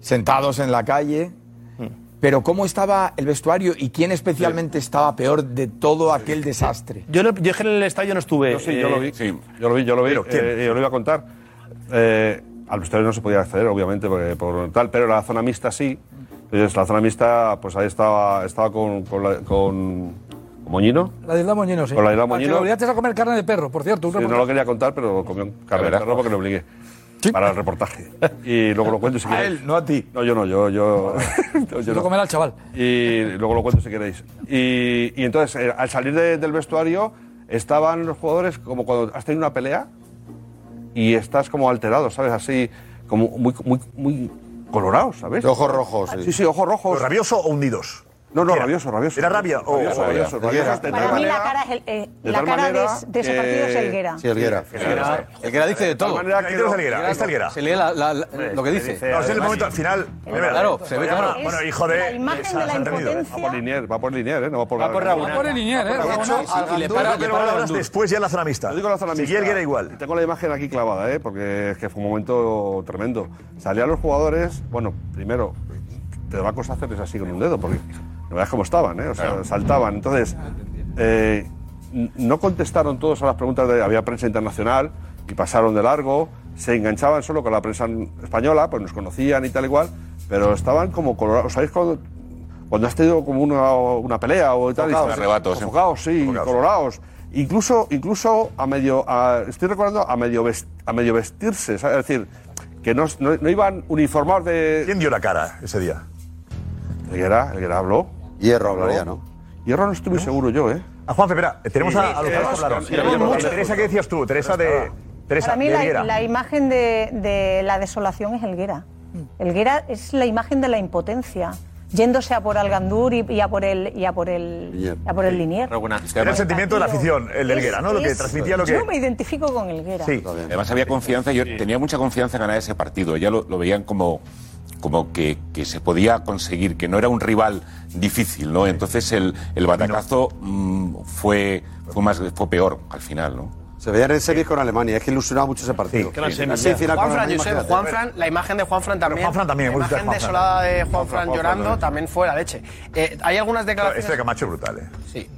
S9: sentados en la calle.
S23: Mm.
S9: Pero ¿cómo estaba el vestuario y quién especialmente estaba peor de todo aquel desastre?
S23: Yo, no- yo es que en el estadio no estuve. eh,
S25: Yo sí, yo lo vi.
S24: Sí.
S25: Yo lo vi, yo lo vi.
S23: Pero, ¿quién?
S25: Eh, yo lo iba a contar. Eh, al vestuario no se podía acceder, obviamente, porque- por tal, pero la zona mixta sí. Entonces, la zona mixta, pues ahí estaba, estaba con, con, la- con- con Moñino.
S10: La de Isla Moñino, sí.
S25: Con la de Isla
S10: Ah, que
S25: Moñino.
S10: lo obligaste a comer carne de perro, por cierto. un
S25: Sí, no
S10: reportaje.
S25: lo quería contar, pero comió un carne de
S24: verás.
S25: perro porque lo obligué. Para el reportaje. Y luego lo cuento si queréis.
S9: él, no a ti.
S25: No, yo no, yo. yo, no, yo
S10: Lo
S25: no.
S10: comer al chaval.
S25: Y luego lo cuento si queréis. Y, y entonces, eh, al salir de- del vestuario, estaban los jugadores como cuando has tenido una pelea y estás como alterado, ¿sabes? Así, como muy, muy, muy colorados, ¿sabes? Ah,
S5: De ojos rojos, sí.
S25: Sí, sí, ojos rojos.
S5: ¿Rabioso o hundidos?
S25: No, no, rabioso, rabioso.
S5: ¿Era rabia o-
S25: Rabioso,
S5: o-
S25: rabioso,
S5: Era.
S25: rabioso, de tal
S6: Para mí
S25: manera-
S6: la cara, es el- eh,
S25: de
S6: la
S25: tal
S6: cara de,
S25: manera
S6: de ese
S25: que-
S6: partido es Helguera.
S25: Sí, Helguera. Helguera.
S24: Helguera dice de todo.
S25: manera
S5: Ahí tenemos a Helguera, ahí está Helguera.
S24: Se lee la- la- la- lo que dice.
S5: No, es el momento al final. Mira,
S24: Claro, se ve claro.
S5: Bueno, hijo de. ¿eh?
S25: Va por Linier, va por Linier, ¿eh? No va por
S5: Va por Raúl.
S25: Raúl.
S5: Va por Linier, ¿eh? Raúl. Y le para- le para horas después ya en la zona mixta.
S25: Yo digo la zona
S5: Si
S25: mixta.
S5: Kielger era igual.
S25: Y Tengo la imagen aquí clavada, ¿eh? Porque es que fue un momento tremendo. Salían los jugadores, bueno, primero, te va a costar hacerles así con un dedo, porque no veas cómo estaban, ¿eh? O sea, saltaban. Entonces, eh, n- no contestaron todos a las preguntas de. Había prensa internacional y pasaron de largo, se enganchaban solo con la prensa española, pues nos conocían y tal y cual, pero estaban como colorados. ¿Sabéis cuando, cuando has tenido como una, una pelea o tal?
S24: Enfocados,
S25: y dices,
S24: arrebatos,
S25: enfocados, sí, colorados. Incluso, incluso a medio. a- estoy recordando a medio, vest- a medio vestirse, ¿sabes? Es decir, que no, no- no iban uniformados de.
S5: ¿Quién dio la cara ese día?
S25: Helguera, Helguera habló.
S5: Hierro
S25: hablaría, ¿no? Hierro no estoy muy seguro yo, ¿eh?
S5: A Juan espera, tenemos
S25: Sí,
S5: a, a los que
S25: sí,
S5: hablaron.
S25: sí,
S5: Tenemos
S25: sí,
S5: mucho.
S25: sí.
S5: Teresa, ¿qué decías tú? Teresa de. Teresa,
S6: Para mí
S5: de
S6: la,
S5: Helguera.
S6: la imagen de, de la desolación es Helguera.
S5: Mm.
S6: Helguera es la imagen de la impotencia, yéndose a por Algandur y, y a por el y a por el, y a por el Linier.
S5: Era el sentimiento de la afición, el de Helguera, ¿no? Lo que
S6: Es-
S5: transmitía lo que.
S6: Yo me identifico con Helguera.
S24: Además había confianza, yo tenía mucha confianza en ganar ese partido. Ya lo, lo veían como, como que, que se podía conseguir, que no era un rival difícil, ¿no? Entonces el, el batacazo mm, fue, fue, más, fue peor al final, ¿no?
S7: Se veían en series con Alemania, es que ilusionaba mucho ese partido.
S24: que eran
S7: Sí.
S24: semis,
S7: Sí,
S24: ya.
S7: final con
S8: Juanfran,
S7: Alemania,
S8: Josep,
S7: imagínate.
S8: Juanfran, la imagen de Juanfran también.
S7: Juanfran también, me
S8: la
S7: gusta
S8: imagen
S7: Juanfran.
S8: desolada de Juanfran
S7: Juanfran, Juanfran,
S8: llorando
S7: Juanfran.
S8: también fue la leche. Eh, hay algunas declaraciones.
S5: Este de Camacho es brutal, ¿eh?
S8: Sí.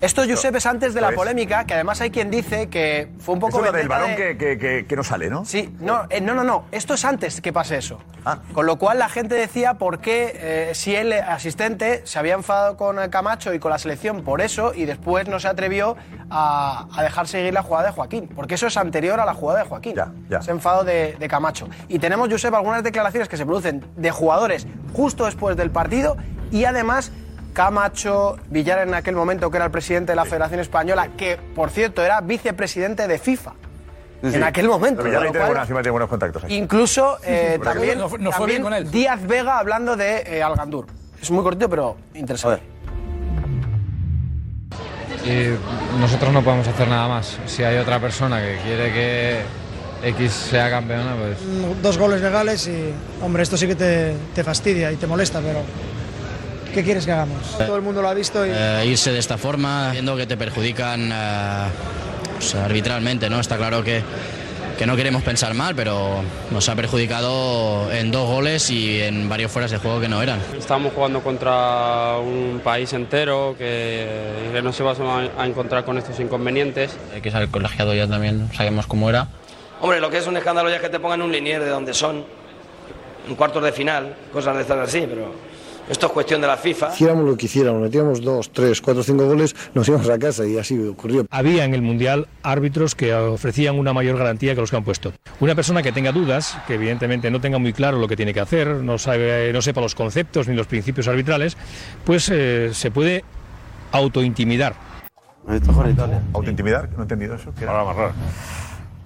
S8: Esto, Josep, es antes de la polémica, que además hay quien dice que fue un
S5: Eso
S8: poco.
S5: es lo del
S8: vendetta
S5: balón
S8: de-
S5: que, que, que, que no sale, ¿no?
S8: Sí, no, eh, no, no, no. Esto es antes que pase eso.
S5: Ah.
S8: Con lo cual la gente decía por qué eh, si el asistente se había enfadado con eh, Camacho y con la selección por eso y después no se atrevió a, a dejar seguir la jugada de Joaquín. Porque eso es anterior a la jugada de Joaquín.
S5: ya.
S8: Se enfado de, de Camacho. Y tenemos, Josep, algunas declaraciones que se producen de jugadores justo después del partido y además Camacho, Villar en aquel momento que era el presidente de la Federación Española, que por cierto era vicepresidente de FIFA
S25: sí.
S28: en aquel momento.
S5: Pero ya
S28: con
S5: le
S28: lo
S5: tiene
S28: cual,
S5: buena- encima tiene buenos contactos. ahí.
S8: Incluso eh,
S5: Por
S8: también,
S5: ejemplo. Nos- nos fue bien
S8: también
S5: con él.
S8: Díaz Vega hablando de eh, Algandur. Es muy cortito, pero interesante.
S29: Y nosotros no podemos hacer nada más. Si hay otra persona que quiere que X sea campeona, pues
S19: Mm, Dos goles legales y, hombre, esto sí que te, te fastidia y te molesta, pero ¿qué quieres que hagamos? Todo el mundo lo ha visto y...
S20: Eh, irse de esta forma, viendo que te perjudican eh, pues, arbitralmente, ¿no? Está claro que, que no queremos pensar mal, pero nos ha perjudicado en dos goles y en varios fueras de juego que no eran.
S11: Estábamos jugando contra un país entero que, que nos íbamos a, a encontrar con estos inconvenientes.
S20: Hay que ser colegiado ya también, sabemos cómo era.
S11: Hombre, lo que es un escándalo ya es que te pongan un linier de donde son, en cuartos de final, cosas de estar así, pero esto es cuestión de la FIFA.
S13: Hiciéramos lo que hiciéramos, metíamos dos, tres, cuatro, cinco goles, nos íbamos a casa y así ocurrió.
S15: Había en el Mundial árbitros que ofrecían una mayor garantía que los que han puesto. Una persona que tenga dudas, que evidentemente no tenga muy claro lo que tiene que hacer, no, sabe, no sepa los conceptos ni los principios arbitrales, pues eh, se puede autointimidar.
S5: ¿Autointimidar? No he entendido eso. Ahora más raro.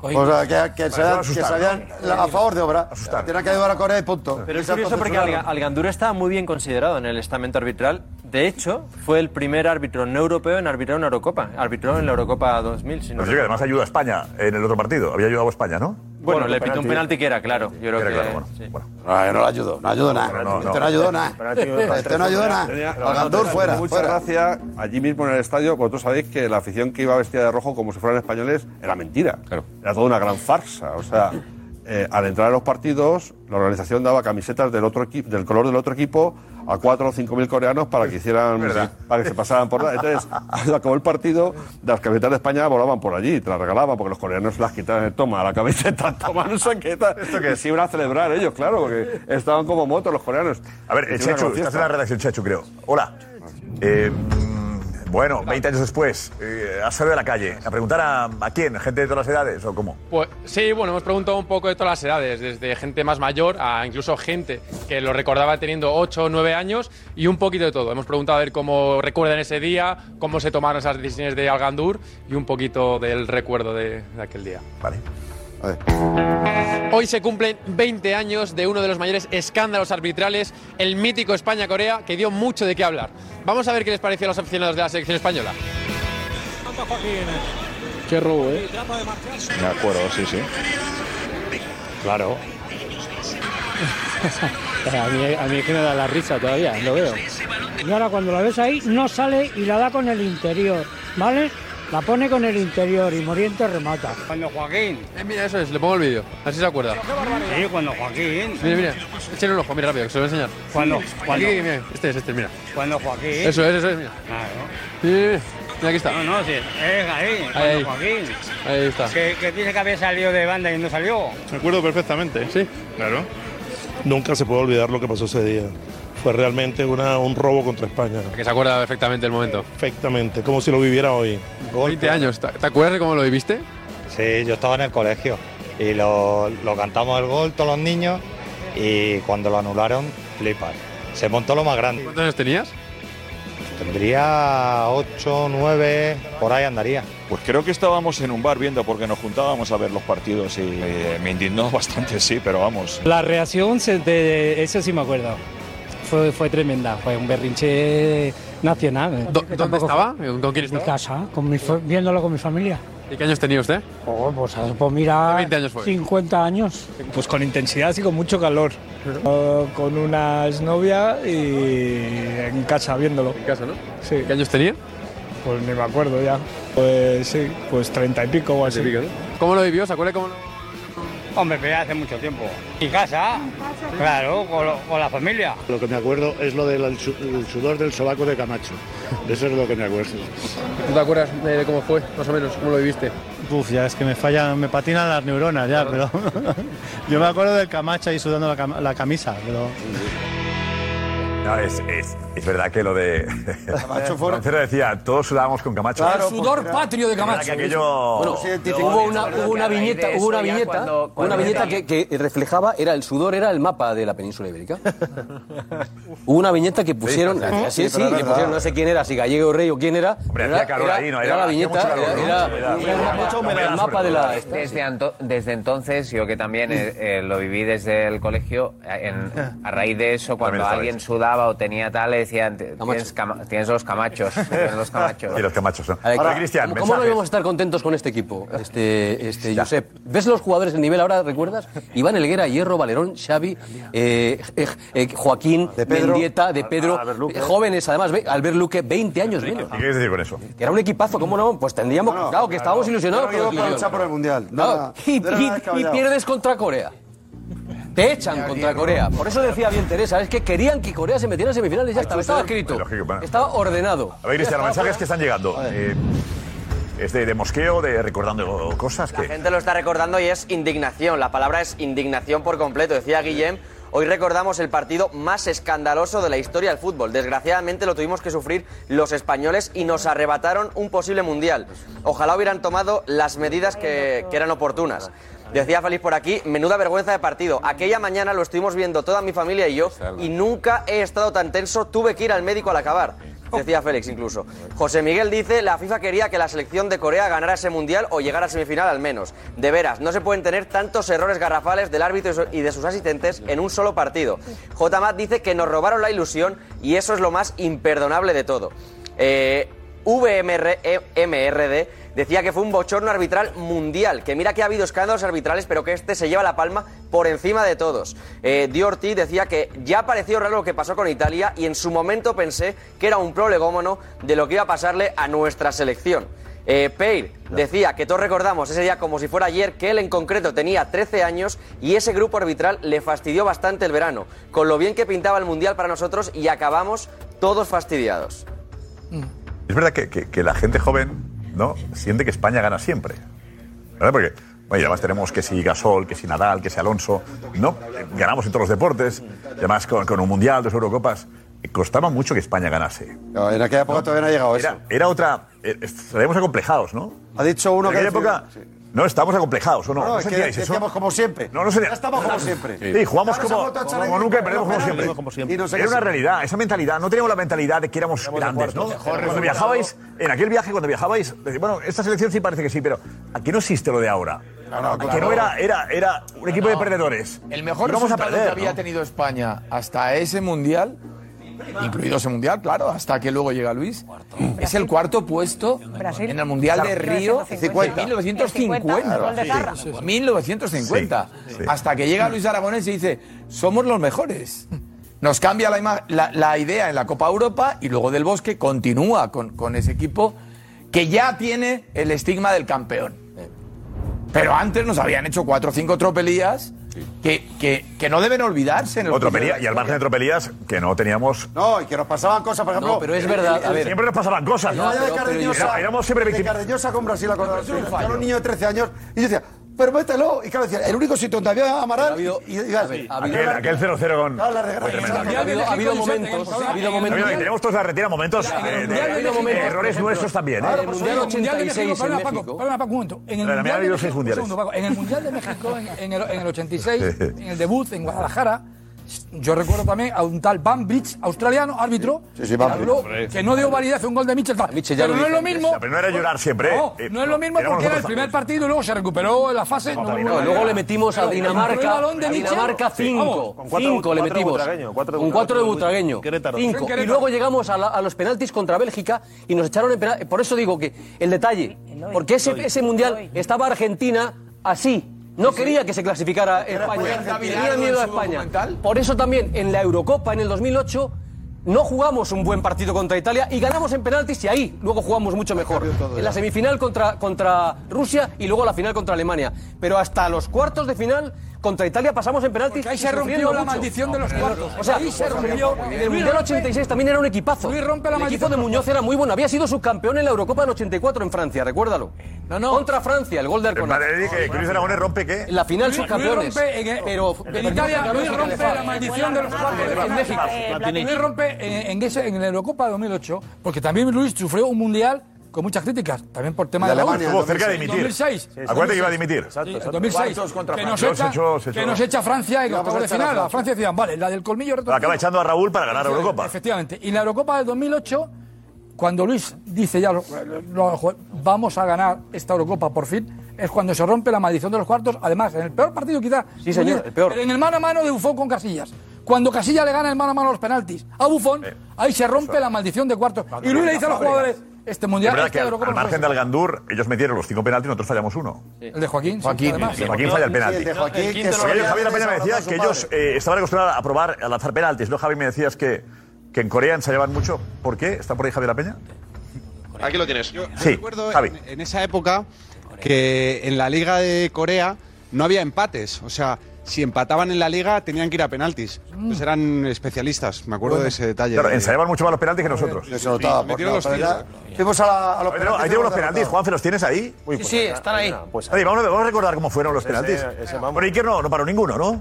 S7: O sea, Pues, eh, que, que se
S5: Para
S7: dan- que
S5: asustar,
S7: se dan
S5: ¿no?
S7: la- a favor de obra.
S5: Asustar.
S7: Tienen que ayudar a Corea y punto.
S26: Pero es
S7: Exacto,
S26: curioso porque
S7: censurarlo.
S26: Alga- Algandur está muy bien considerado en el estamento arbitral. De hecho, fue el primer árbitro no europeo en arbitrar una Eurocopa. Arbitró en la Eurocopa 2000, si
S5: Pero
S26: no
S5: Pues sí, que además ayuda a España en el otro partido. Había ayudado a España, ¿no?
S26: Bueno, le pitó un penalti que era claro. Yo creo
S5: Era
S26: que
S5: claro, bueno,
S26: sí.
S7: No, yo no le ayudo, no ayudo nada.
S5: No, no, no.
S7: Este no ayudó nada. Este no ayudó
S25: Tenía-
S7: nada. Algandur fuera,
S25: Mucha
S7: fuera.
S25: gracia allí mismo en el estadio. Vosotros sabéis que la afición que iba vestida de rojo como si fueran españoles era mentira. Era toda una gran farsa. O sea, eh, al entrar a los partidos, la organización daba camisetas del otro equi- del color del otro equipo a 4 o 5 mil coreanos para que hicieran para que se pasaran por la.
S5: [LAUGHS]
S25: Entonces, cuando acabó el partido, las camisetas de España volaban por allí, te las regalaban porque los coreanos las quitaban. "Eh, Toma, la camiseta, [LAUGHS] toma, no sé qué tal. Y se iban a celebrar ellos, claro, porque estaban como motos los coreanos.
S5: A ver,
S25: Y fue una
S5: el Chechu,
S25: gran
S5: estás
S25: fiesta.
S5: en la redacción, Chechu, creo. Hola. Eh, mm, bueno, 20 años después, eh, has salido a la calle a preguntar a, a quién, gente de todas las edades o cómo.
S1: Pues sí, bueno, hemos preguntado un poco de todas las edades, desde gente más mayor a incluso gente que lo recordaba teniendo 8 o 9 años y un poquito de todo. Hemos preguntado a ver cómo recuerdan ese día, cómo se tomaron esas decisiones de Algandur y un poquito del recuerdo de, de aquel día.
S5: Vale.
S1: Hoy se cumplen 20 años de uno de los mayores escándalos arbitrales, el mítico España-Corea, que dio mucho de qué hablar. Vamos a ver qué les pareció a los aficionados de la selección española.
S16: Qué robo, ¿eh?
S3: Me acuerdo, sí, sí.
S30: [LAUGHS]
S3: Claro.
S16: A mí, a mí es que me da la risa todavía, lo veo.
S30: Y ahora cuando la ves ahí, no sale y la da con el interior, ¿vale? La pone con el interior y Moriente remata.
S1: Cuando Joaquín. Eh, mira, eso es, le pongo el vídeo, así se acuerda. Sí, cuando Joaquín. Mira, mira, échale un ojo, mira rápido, que se lo voy a enseñar.
S16: Cuando-
S1: Aquí,
S16: cuando-
S1: Aquí, mira, este es, este, mira.
S16: Cuando Joaquín.
S1: Eso es, eso es, mira. Sí, Mira, mira, aquí está.
S16: No, no, sí, es ahí, cuando
S1: Ahí.
S16: Joaquín.
S1: Ahí está.
S16: Que, que dice que había salido de banda y no salió.
S3: Me acuerdo perfectamente. Sí, claro.
S16: Nunca se puede olvidar lo que pasó ese día. Fue realmente una, un robo contra España.
S1: Que se acuerda perfectamente el momento.
S16: Perfectamente, como si lo viviera hoy.
S1: 20 años, ¿te te acuerdas de cómo lo viviste?
S3: Sí, yo estaba en el colegio y lo, lo cantamos el gol todos los niños y cuando lo anularon, flipas. Se montó lo más grande. Pues
S1: ¿Cuántos años tenías?
S3: Tendría 8, 9, por ahí andaría.
S16: Pues creo que estábamos en un bar viendo porque nos juntábamos a ver los partidos y eh, me indignó [LAUGHS] bastante, sí, pero vamos. La reacción se- de eso sí me acuerdo. Fue, fue tremenda, fue un berrinche nacional.
S1: ¿Dónde estaba? ¿Con quién
S16: En mi
S1: estaba?
S16: casa, con mi fa- viéndolo con mi familia.
S1: ¿Y qué años tenía usted?
S16: Oh, pues, pues mira,
S1: 20 años fue.
S16: 50 años. Pues con intensidad y con mucho calor. Eh, con unas novias y en casa viéndolo. En
S1: casa, ¿no?
S16: Sí.
S1: ¿Qué años tenía?
S16: Pues ni me acuerdo ya. Pues sí, pues treinta y pico o así.
S1: ¿Cómo lo vivió? ¿Se acuerda cómo lo
S16: Hombre, pero ya hace mucho tiempo. ¿Y casa? Claro, con, lo- con la familia.
S13: Lo que me acuerdo es lo del su- el sudor del sobaco de Camacho. De eso es lo que me acuerdo.
S1: ¿Tú te acuerdas de cómo fue, más o menos, cómo lo viviste?
S16: Uf, ya es que me fallan, me patinan las neuronas ya, pero [LAUGHS] yo me acuerdo del Camacho ahí sudando la, cam- la camisa, pero...
S5: No, es, es, es verdad que lo de. [LAUGHS]
S10: Camacho
S7: fue-
S5: Francero decía, todos sudábamos con Camacho.
S10: el sudor patrio de Camacho.
S5: que aquello- Bueno, se identificó.
S11: hubo una, hubo una
S5: A raíz de
S11: viñeta,
S5: eso
S11: hubo una
S5: ya
S11: viñeta,
S5: cuando-
S11: una
S5: cuando
S11: viñeta
S5: era-
S11: que, que reflejaba, era el sudor, era el mapa de la península ibérica. hubo una viñeta que pusieron, eh,
S5: sí, sí,
S11: sí, sí,
S5: pero es
S11: que
S5: verdad.
S11: pusieron, no sé quién era, si Gallego Rey o quién era.
S5: Hombre,
S11: pero
S5: hacía calor ahí, ¿no? Era-
S11: la
S5: hacía
S11: viñeta,
S5: mucho calor,
S11: era,
S5: ¿no?
S11: era-
S5: Sí,
S11: era el mapa- el mapa de la...
S5: Este,
S14: Desde, anto- desde entonces, yo que también eh, eh, lo viví desde el colegio, eh, en- a raíz de eso, cuando
S5: estabais.
S14: alguien sudaba o tenía tal, le decían, tienes, cama- tienes los camachos, tienes los camachos.
S5: Y los Camachos, ¿no?
S11: Ahora,
S5: Ahora, Cristian,
S11: ¿cómo, cómo no
S5: mensajes.
S11: íbamos a estar contentos con este equipo, este, este Josep? ¿Ves los jugadores el nivel ahora, recuerdas? Iván Elguera, Hierro, Valerón, Xavi, eh, eh, eh, Joaquín, de
S7: Pedro.
S11: Mendieta, de Pedro,
S7: Albert Luque.
S11: eh, jóvenes además, ve- Albert Luque, 20 años menos.
S5: ¿Qué quieres decir con eso?
S11: Que era un equipazo, ¿cómo no? Pues tendríamos, claro, que estábamos ilusionados
S7: Yo no iba
S11: con el
S7: a
S11: Lyon.
S7: luchar por el Mundial.
S11: Claro,
S7: Nada,
S11: y,
S7: no era
S11: y-
S7: nada
S11: y
S7: descabellado.
S11: pierdes contra Corea. Te echan contra Corea. Por eso decía bien Teresa, es que querían que Corea se metiera en semifinales, ya estaba, estaba escrito,
S5: Lógico, bueno.
S11: estaba ordenado.
S5: A ver, Cristian, los mensajes que están llegando. Eh, es de, de mosqueo, de recordando cosas
S31: La
S5: que.
S31: gente lo está recordando y es indignación. La palabra es indignación por completo. Decía Guillem, hoy recordamos el partido más escandaloso de la historia del fútbol. Desgraciadamente lo tuvimos que sufrir los españoles y nos arrebataron un posible mundial. Ojalá hubieran tomado las medidas que, que eran oportunas. Decía Feliz por aquí, menuda vergüenza de partido. Aquella mañana lo estuvimos viendo toda mi familia y yo y nunca he estado tan tenso, tuve que ir al médico al acabar. Decía Félix incluso. José Miguel dice, la FIFA quería que la selección de Corea ganara ese mundial o llegara a semifinal al menos. De veras, no se pueden tener tantos errores garrafales del árbitro y su- y de sus asistentes en un solo partido. J. Mat dice que nos robaron la ilusión y eso es lo más imperdonable de todo. Eh, VMR eh, MRD decía que fue un bochorno arbitral mundial, que mira que ha habido escándalos arbitrales, pero que este se lleva la palma por encima de todos. Eh, Diorti decía que ya pareció raro lo que pasó con Italia y en su momento pensé que era un prolegómono de lo que iba a pasarle a nuestra selección. Eh, Peir decía que todos recordamos ese día como si fuera ayer que él en concreto tenía 13 años y ese grupo arbitral le fastidió bastante el verano, con lo bien que pintaba el Mundial para nosotros y acabamos todos fastidiados.
S5: Es verdad que, que- que la gente joven ¿no? siente que España gana siempre. ¿Verdad? Porque, bueno, y además tenemos que si Gasol, que si Nadal, que si Alonso. ¿no? Eh, Ganamos en todos los deportes. Y Además, con, con un mundial, dos Eurocopas. Eh, Costaba mucho que España ganase.
S7: No, en aquella época todavía no ha llegado
S5: era,
S7: eso.
S5: Era otra. eh, Estaríamos acomplejados, ¿no?
S7: Ha dicho uno
S5: en
S7: que
S5: aquella
S7: ha
S5: época. No, estábamos acomplejados, ¿o no?
S7: No,
S5: ¿No
S7: es que
S5: sentíais eso?
S7: decíamos como siempre.
S5: No, no sería.
S7: Ya estamos como siempre.
S5: Sí, jugamos
S7: Ahora
S5: como,
S7: esa foto,
S5: como
S7: Charango,
S5: nunca y
S7: pero
S5: perdemos como
S7: penalti.
S5: siempre.
S7: Y no sé
S5: Era
S7: qué
S5: una
S7: sí.
S5: realidad, esa mentalidad. No teníamos la mentalidad de que éramos grandes, ¿no?
S7: cuartos, mejor
S5: cuando
S7: resultado.
S5: viajabais, en aquel viaje, cuando viajabais, decís, bueno, esta selección sí parece que sí, pero aquí no existe lo de ahora.
S9: no,
S5: Aquí
S9: claro.
S5: no era, era, era un equipo de perdedores.
S9: El mejor
S5: Íbamos a
S9: resultado
S5: perder,
S9: que había
S5: ¿no?
S9: tenido España hasta ese mundial, incluido ese mundial, claro, hasta que luego llega Luis, es el cuarto puesto en el mundial de Río
S7: 1950.
S9: de 1950.
S7: Gol de Tarra.
S9: Sí, sí, sí. 1950. Hasta que llega Luis Aragonés y dice: Somos los mejores. Nos cambia la, ima- la- la idea en la Copa Europa y luego del Bosque continúa con, con ese equipo que ya tiene el estigma del campeón. Pero antes nos habían hecho cuatro o cinco tropelías que, que- que no deben olvidarse. En el
S5: Otro pelea, y al margen de tropelías, que no teníamos.
S7: No, y que nos pasaban cosas, por ejemplo.
S5: No, pero es verdad, a ver. eh, Siempre nos pasaban cosas, ¿no?
S7: La medalla de
S5: Pero- pero
S7: Cardeñosa-
S5: era- éramos siempre
S7: de
S5: victim-
S7: Cardeñosa con Brasil, acordaros. Yo era un niño de 13 años y yo decía, pero mételo. Y claro, decía, el único sitio donde había Amaral. y, y, y- y-
S5: Aquel, aquel 0-0 con.
S7: No, la de
S5: fue tremendo.
S7: Ha habido- ha habido
S11: momentos, ha habido
S5: Ha habido-
S11: momentos.
S5: y tenemos todos la retira momentos eh, de,
S11: Mundial de
S5: de
S11: México, por
S5: errores
S11: ejemplo.
S5: nuestros también. ¿eh?
S11: Claro,
S10: Por eso digo, Mundial de México, perdona, Paco, perdona, Paco, un momento. En el
S5: Pero también ha
S10: Mundial de
S5: habido
S10: México-
S5: seis
S10: un
S5: mundiales.
S10: segundo, Paco. En el Mundial de México, en, en el, en el 86, en el debut en Guadalajara, yo recuerdo también a un tal Van Bridge, australiano, árbitro,
S5: Sí, sí, Van
S10: que habló
S5: Bridge.
S10: que no dio validez a un gol de Mitchell. tal.
S5: Mitchell ya
S10: pero
S5: lo
S10: no es
S5: dijo
S10: lo mismo.
S5: antes. Pero no era llorar siempre,
S10: No,
S5: eh.
S10: no es lo mismo
S5: Éramos
S10: porque era el
S5: nosotros
S10: primer partido y luego se recuperó en la fase. No,
S11: No, luego le metimos a
S10: Pero, el
S11: Dinamarca,
S10: balón de
S11: a
S10: Mitchell,
S11: Dinamarca
S10: sí,
S11: 5,
S10: vamos, con cuatro-
S11: 5 le
S10: cuatro
S11: metimos,
S10: butragueño, cuatro
S11: un 4 de
S10: butragueño,
S11: butragueño,
S10: Querétaro.
S11: cinco.
S10: En Querétaro.
S11: y luego llegamos a, la- a los penaltis contra Bélgica y nos echaron en penaltis, por eso digo que el detalle, porque ese, ese mundial estaba Argentina así, no quería que se clasificara España, tenía miedo a España, por eso también en la Eurocopa en el 2008... No jugamos un buen partido contra Italia y ganamos en penaltis y ahí luego jugamos mucho mejor.
S5: ¿eh?
S11: En la semifinal contra, contra Rusia y luego la final contra Alemania. Pero hasta los cuartos de final
S3: contra Italia pasamos en penaltis.
S10: Porque ahí
S3: y
S10: se rompió
S3: sufriendo
S10: la
S3: mucho.
S10: maldición de los
S3: Hombre,
S10: cuartos.
S3: O sea,
S10: Ahí se
S3: pues,
S10: rompió.
S3: En
S10: Luis
S3: el Mundial
S10: rompe-
S3: 86 también era un equipazo.
S10: Luis rompe la
S3: el equipo
S10: maldición de
S3: de
S10: los
S3: Muñoz era muy bueno. Había sido subcampeón en la Eurocopa del 84 en Francia, recuérdalo. Contra Francia, el gol de Arconada.
S5: que Luis Aragonés rompe qué?
S3: En la final
S10: Luis- Luis
S3: subcampeones.
S10: rompe en- en-
S3: pero
S10: En Italia, Luis rompe la maldición de los cuartos en México. Luis rompe en, en ese- en la Eurocopa 2008, porque también Luis sufrió un mundial con muchas críticas, también por tema
S5: De
S10: de, la
S5: Alemania,
S10: URSS.
S5: Estuvo cerca de dimitir.
S10: 2006.
S5: Sí, sí. Acuérdate que iba a dimitir. Exacto,
S10: Sí,
S5: exacto.
S10: 2006.
S5: Cuartos contra
S10: Que nos, echa,
S5: Francia. Se echó- se echó.
S10: que nos echa Francia y
S5: Íbamos
S10: cuartos
S5: a
S10: de
S5: echar a
S10: final. A
S5: Francia.
S10: Francia decían, vale, la del colmillo retorcido.
S5: Acaba echando a Raúl para ganar la
S10: Efectivamente,
S5: Eurocopa.
S10: Efectivamente. Y la Eurocopa del 2008, cuando Luis dice ya, lo- lo- lo- vamos a ganar esta Eurocopa por fin, es cuando se rompe la maldición de los cuartos. Además, en el peor partido quizás.
S3: Sí, señor, el peor.
S10: En el mano a mano de Buffon con Casillas. Cuando Casillas le gana el mano a mano los penaltis a Buffon, ahí se rompe la maldición de cuartos. Y Luis le dice a los jugadores, este
S5: Es
S10: mundial,
S5: verdad
S10: esta
S5: que al,
S10: Eurocopa
S5: al
S10: no
S5: margen de Algandur, ellos metieron los cinco penaltis y nosotros fallamos uno.
S10: El de Joaquín. sí, además.
S5: Sí, Joaquín falla el penalti.
S10: Sí, el de Joaquín, que
S5: Porque
S10: se lo
S5: ellos, Javier
S10: había
S5: Peña me
S10: desarmado
S5: decía
S10: su
S5: que
S10: padre.
S5: ellos eh, estaban acostumbrados a probar, a lanzar penaltis, ¿no, Javi? Me decías que, que en Corea ensayaban mucho. ¿Por qué? ¿Está por ahí Javier Peña?
S6: Aquí lo tienes.
S5: Sí,
S6: recuerdo
S5: Javi.
S6: En, en esa época que en la Liga de Corea no había empates. O sea, si empataban en la Liga tenían que ir a penaltis. Entonces eran especialistas, me acuerdo
S5: Bueno.
S6: de ese detalle.
S5: Claro, ensayaban mucho más los penaltis que nosotros.
S6: Se notaba, Sí, por- metieron no, los pero tiros.
S5: ya-
S7: Fuimos a, la- a los
S5: Ahí tenemos- Ahí tenemos los penaltis, Juanfe, ¿los tienes ahí? Uy,
S8: Sí, sí, están ahí.
S5: pues- Oye, vamos, a- vamos a recordar cómo fueron los penaltis.
S8: Eh,
S5: Pero Iker no, no paró ninguno, ¿no?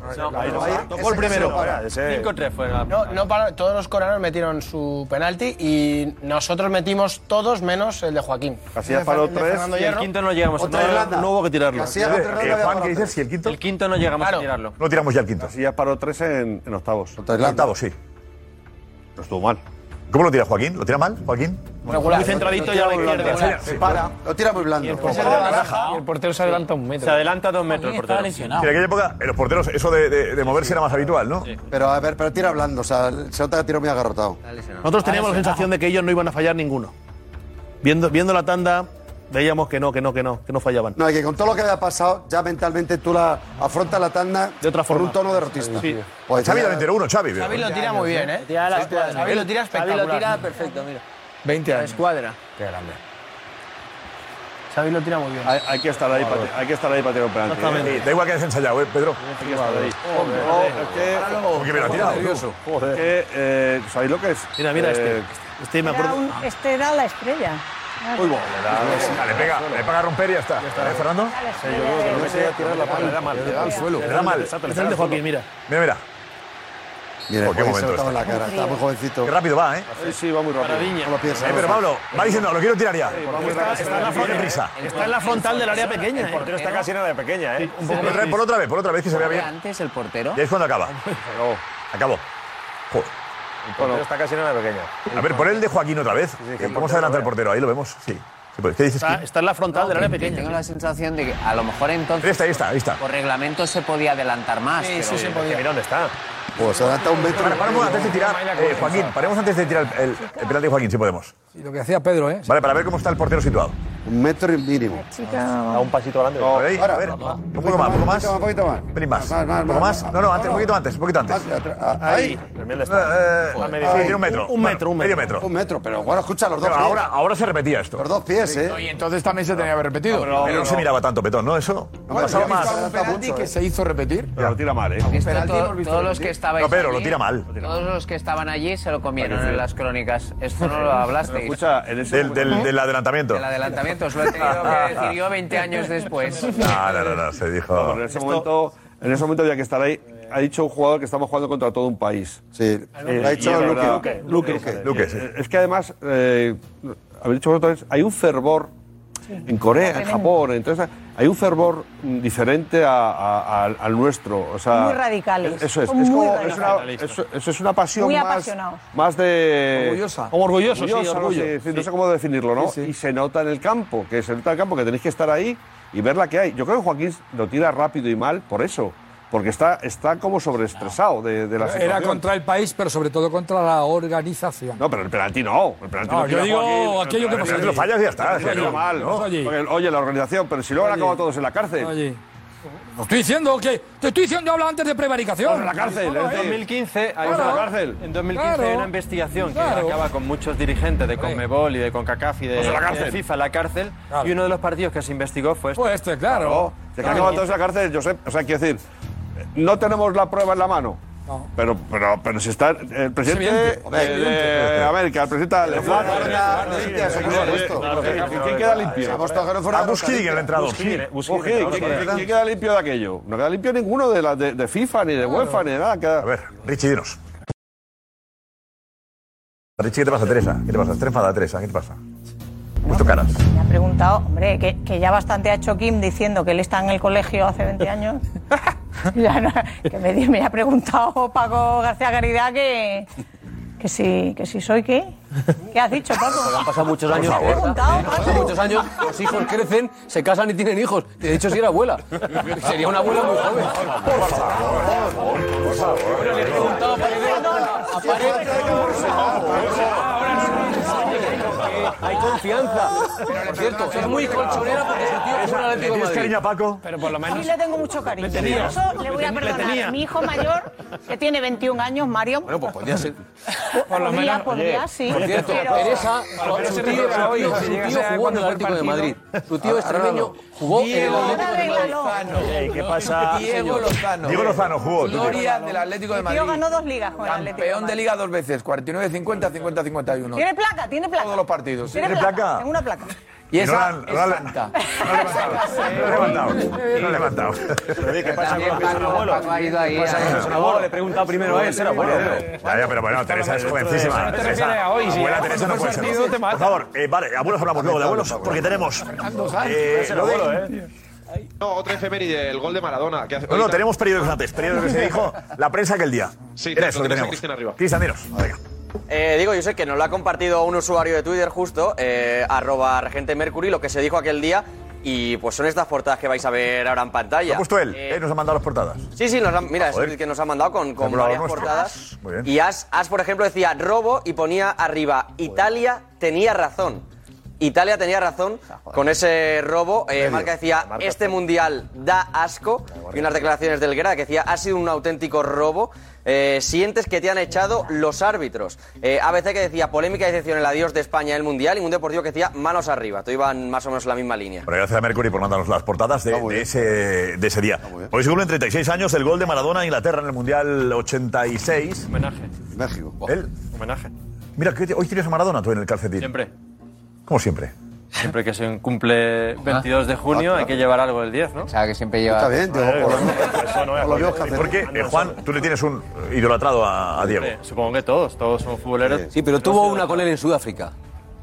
S8: Tocó el primero.
S5: Ese-
S8: 5-3 fue No, no paró. todos los coreanos metieron su penalti y nosotros metimos todos menos el de Joaquín. El
S26: Casillas
S8: de-
S26: paró
S8: el de
S26: tres
S8: Fernando
S26: y el
S8: Hierro.
S26: quinto no llegamos. Otra No- Irlanda. no hubo que tirarlo.
S5: eh,
S26: Casillas contra Irlanda había parado
S5: ¿Y el quinto?
S26: El quinto no llegamos a tirarlo.
S5: No tiramos ya el quinto.
S25: Casillas paró tres en, en octavos.
S5: En octavos, sí.
S25: No estuvo mal.
S5: ¿Cómo lo tira Joaquín? ¿Lo tira mal, Joaquín?
S25: Muy centradito
S5: Lo tira
S25: ya a la
S5: muy blando.
S25: izquierda.
S5: Sí,
S25: Se
S5: sí.
S25: para.
S7: Lo tira muy blando.
S26: el portero se adelanta un metro. Se adelanta dos metros el portero.
S5: En aquella época, en los porteros, eso de, de- de moverse era más habitual, ¿no?
S7: Pero a ver, pero tira blando, o sea, se nota que tiro muy agarrotado.
S12: Nosotros teníamos la sensación de que ellos no iban a fallar ninguno. Viendo, viendo la tanda, veíamos que no, que no, que no, que no fallaban.
S7: No, y que con todo lo que había pasado, ya mentalmente tú la afrontas la tanda de otra
S12: forma.
S7: un tono derrotista.
S12: Sí.
S7: Pues
S5: Xavi
S7: ya-
S5: también tiró uno, Xavi.
S8: Xavi lo tira muy bien, ¿eh?
S7: Tira a la
S8: Xavi
S7: escuadra.
S8: Xavi lo tira espectacular.
S7: Xavi lo tira
S8: perfecto, mira.
S9: 20 años.
S8: Escuadra.
S9: Qué grande.
S8: Xavi lo tira muy bien.
S25: Hay, hay que estar ahí, para ti- hay que estar ahí para tirar un penalti.
S5: Exactamente. Oh, Da igual que hayas ensayado, ¿eh, Pedro?
S25: Hay que estar ahí.
S5: Porque me lo ha tirado. tú.
S25: Joder. Que, eh, ¿Sabéis lo que es?
S12: Mira, mira
S25: Eh,
S12: este. Este me
S4: Era
S12: acuerdo.
S4: un- este era la estrella.
S25: Uy, bueno,
S5: Le pega, le pega a romper y ya está. ¿Eh, Fernando?
S4: Sí, yo creo que no
S5: sé tirar la pala, le da mal. Le da al suelo. Le da mal.
S12: Este es el de Joaquín, mira.
S5: Mira, mira.
S7: Mira,
S5: Oh, qué
S7: Joaquín se
S5: momento
S7: notaba en
S5: este.
S7: la cara, estaba muy jovencito.
S5: Qué rápido va, ¿eh?
S25: Sí, sí, va muy rápido.
S12: Paradiña.
S7: No lo piensa,
S5: Eh,
S7: no
S5: pero
S7: lo
S5: Pablo, va diciendo, lo quiero tirar ya.
S12: Está en la
S5: Tiene
S12: frontal-
S5: prisa.
S12: Está en la frontal del área pequeña. El portero está casi en el área pequeña, ¿eh? Un
S5: Por otra- Por otra vez, por otra vez que se vea bien.
S12: Antes el portero.
S5: Y es cuando acaba. [LAUGHS] Acabó. Joder.
S12: portero está casi en el área pequeña.
S5: A ver, pon el de Joaquín otra vez. Eh,
S12: que el
S5: Vamos a adelantar al portero, ahí lo vemos. Sí. Sí, pues, ¿Qué dices?
S14: Está-
S5: Kim?
S12: Está en la frontal del área
S14: que
S12: pequeña.
S14: Tengo la sensación de que a lo mejor entonces.
S5: Ahí está, ahí está, ahí está.
S14: Por reglamento se podía adelantar más.
S8: Sí,
S14: pero-
S8: sí, se
S14: es
S8: podía.
S14: que Mira dónde está.
S7: Pues se adelanta un metro.
S5: Para, paramos antes de tirar. eh, Joaquín, paremos antes de tirar el, el, el penalti de Joaquín, si podemos.
S10: Y lo que hacía Pedro, ¿eh?
S5: Vale, para ver cómo está el portero situado.
S7: Un metro mínimo.
S12: Da un pasito adelante.
S5: A ver, ahí, a ver. Un poco más, Ah, un poco más.
S7: Un poquito más.
S5: Un pelín más.
S7: Más, más,
S5: Un poco
S7: más.
S5: más. No, no, antes, un poquito antes, un poquito antes.
S7: Ahí.
S5: Eh, eh, sí, tiene un metro.
S12: Un metro, un
S5: Bueno, medio metro.
S7: Un metro, pero bueno, escucha los dos
S5: Pero
S7: pies.
S5: ahora, ahora se repetía esto.
S7: Los dos pies, ¿eh?
S9: Y entonces también se tenía que haber repetido.
S5: Pero no se miraba tanto, Petón, ¿no? Eso. No pasaba más.
S9: que ¿eh? se hizo repetir?
S25: Pero lo tira mal, ¿eh?
S14: to- todos los que estabais
S5: No, Pedro,
S14: allí,
S5: lo tira mal.
S14: Todos los que estaban allí se lo comieron
S5: Parece.
S14: en las crónicas. Esto no lo hablasteis.
S25: Escucha, en ese
S5: Del, del, del adelantamiento.
S14: El adelantamiento os lo he tenido que decir yo 20 años
S5: [LAUGHS]
S14: después.
S5: No, Ah, no, no, no, se
S25: No,
S5: dijo.
S25: pero en ese momento, en ese momento había que estar ahí. Ha dicho un jugador que estamos jugando contra todo un país.
S7: Sí,
S25: Eh,
S7: lo ha dicho
S25: y es
S7: Luque.
S25: verdad.
S7: Luque.
S25: Luque.
S7: Luque.
S5: Luque,
S25: Eh,
S5: sí.
S25: Es que además, eh, habéis dicho vosotros, hay un fervor en Corea, en Japón, entonces hay un fervor mm, diferente a- a- al- al nuestro. O sea,
S4: Muy radicales,
S25: Eso es.
S4: son
S25: es
S4: muy
S25: como- es una-
S4: radicales.
S25: eso- eso es una pasión
S4: Muy
S25: más,
S4: apasionados.
S25: más de.
S9: Orgullosa.
S25: Como orgulloso,
S9: Orgullosa,
S25: sí, orgullo.
S9: orgullo.
S25: Sí, sí, No sé cómo definirlo, ¿no? Y se nota en el campo, que se nota en el campo, que tenéis que estar ahí y ver la que hay. Yo creo que Joaquín lo tira rápido y mal por eso. Porque está, está como sobreestresado de, de la situación.
S10: Era contra el país, pero sobre todo contra la organización.
S25: No, pero el penalti no. El penalti
S10: No,
S25: lo tira
S10: yo digo
S25: Joaquín.
S10: aquello que
S25: El
S10: pasó
S25: penalti
S10: allí.
S25: lo fallas y ya está.
S10: Eso
S25: sí,
S10: allí.
S25: no mal, ¿no?
S10: Eso allí.
S25: Porque, oye, la organización, pero si luego han
S10: Oye.
S25: acabado todos en la cárcel.
S10: Oye. Lo estoy diciendo que. Te estoy diciendo, habla antes de prevaricación.
S25: Vamos a la cárcel,
S10: Vamos a ver.
S25: es decir,
S26: En 2015, hay
S10: Claro.
S26: una, cárcel. En 2015 hay
S10: Claro.
S26: una investigación que
S10: Claro.
S26: acaba con muchos dirigentes de CONMEBOL y de CONCACAF y de,
S25: Pues a la cárcel.
S26: de FIFA en la cárcel. Y uno de los partidos que se investigó fue este.
S10: Pues este, claro.
S25: Oh, Se han acabado todos en la cárcel, Josep. O sea, quiero decir, No tenemos la prueba en la mano. Pero, pero, pero si está el presidente
S7: evidente.
S25: de-
S7: Hombre, es evidente.
S25: de América, el presidente de
S4: Ah,
S25: ¿Quién queda limpio?
S5: A Ah, Busquillo, el entrenador. Busquillo,
S25: Busquillo, ¿quién-
S5: entrenador.
S25: quién- ¿Quién queda limpio de aquello? No queda limpio ninguno de, la, de, de FIFA, ni de UEFA, ni de nada. A ver,
S5: Richie, dinos. Richie, ¿qué te pasa, Teresa? ¿Qué te pasa? Está enfadada, Teresa. ¿Qué te pasa? He Puesto caras.
S6: Me ha preguntado, hombre, que, que ya bastante ha hecho Kim diciendo que él está en el colegio hace 20 años. Ya no- que me, di- me ha preguntado Paco García Caridad que, que, si, que si soy qué. ¿Qué has dicho, Paco?
S11: Han pasado muchos
S6: Por
S11: años.
S6: favor.
S11: Han pasado muchos años. Los hijos crecen, se casan y tienen hijos. De hecho, si era abuela. Sería una abuela muy joven. Hay confianza. Por cierto, es muy colchonera porque su tío es un Atlético de Madrid.
S5: cariño a Paco?
S4: Pero por lo
S6: Sí, le tengo mucho cariño.
S4: Le tenía.
S6: Eso le voy a
S4: Le
S6: perdonar.
S4: tenía.
S6: Mi hijo mayor, que tiene 21 años, Mario.
S11: Bueno, pues podría ser.
S6: Por lo Podría, menos, podría, oye, sí.
S11: Por cierto,
S6: Pero-
S11: Teresa,
S6: Pero
S11: su
S6: se
S11: tío,
S6: retira
S11: su tío-
S6: hoy,
S11: su
S6: si llega
S11: tío
S6: a ser
S11: jugó en el
S6: cuando fue el
S11: Atlético de
S6: partido.
S11: Madrid. Su tío extremeño jugó en el Atlético de Madrid.
S9: ¿Qué pasa? Diego Lozano.
S5: Diego Lozano jugó.
S9: Gloria del Atlético de
S6: Mi
S9: Madrid.
S6: tío ganó dos ligas con el Atlético.
S9: Campeón de liga dos veces, 49-50, 50-51.
S6: Tiene placa, tiene placa.
S9: Todos los partidos.
S6: Tiene placa. Tengo una placa.
S9: Y
S5: no la
S9: esa
S5: han-
S9: es
S5: no la-
S9: santa.
S5: [LAUGHS] Lo he levantado. Lo he levantado. ¿Qué
S9: pasa con los que son abuelos? Paco ha ido ahí ¿Qué
S14: Pues
S9: pasa con a- los que son abuelos?
S5: Le he preguntado primero a él, ser abuelo. Ya, ya, pero bueno, Teresa es jovencísima.
S14: No te
S5: Teresa,
S14: refieres a hoy, sí.
S5: Abuela Teresa no puede ser.
S14: Partido te
S5: Por favor, eh, vale, abuelos hablamos luego de abuelos, porque tenemos... eh, lo de-
S1: No, otra efeméride, el gol de Maradona. Que hace,
S5: No, no, tenemos periódicos antes. Periódicos que se dijo la prensa aquel día.
S1: Sí,
S5: Era
S1: lo
S5: eso lo que
S1: tenemos a
S5: teníamos.
S1: Cristian arriba.
S5: Cristian, dinos. Venga.
S31: Eh, digo, yo sé que nos lo ha compartido un usuario de Twitter justo, eh, arroba regente Mercury, lo que se dijo aquel día. Y pues son estas portadas que vais a ver ahora en pantalla.
S5: Lo ha puesto él,
S31: Eh,
S5: eh, nos ha mandado las portadas.
S31: Sí, sí, nos han- mira, es
S5: Joder.
S31: el que nos ha mandado con, con
S5: Hemos hablado
S31: varias
S5: nuestro.
S31: portadas.
S5: Muy bien.
S31: Y As, As, por ejemplo, decía robo y ponía arriba, Italia tenía razón. Italia tenía razón con ese robo. Eh,
S1: Medio.
S31: Marca decía,
S1: Marca
S31: este mundial da asco. Y unas declaraciones del Guerra que decía, ha sido un auténtico robo. Eh, sientes que te han echado los árbitros. Eh, ABC que decía, polémica y decepción el adiós de España en el mundial. Y un deportivo que decía, manos arriba. Todo iban más o menos en la misma línea.
S5: Bueno, gracias a Mercury por mandarnos las portadas de, de ese, de ese día. Hoy se cumplen 36 años del gol de Maradona a Inglaterra en el Mundial 86. Homenaje. México. Él.
S26: Homenaje.
S5: Mira, que hoy tienes a Maradona tú en el calcetín.
S26: Siempre.
S5: Como siempre.
S26: Siempre que se cumple 22 de junio hay que llevar algo del 10, ¿no? Ah, O sea, que siempre lleva... Ah,
S5: Está bien,
S26: Diego.
S5: Porque, eh, Juan, tú le tienes un eh, idolatrado a, a Diego.
S26: Supongo que todos, todos son futboleros.
S5: Sí, pero tuvo una con
S26: Ah, él en Sudáfrica.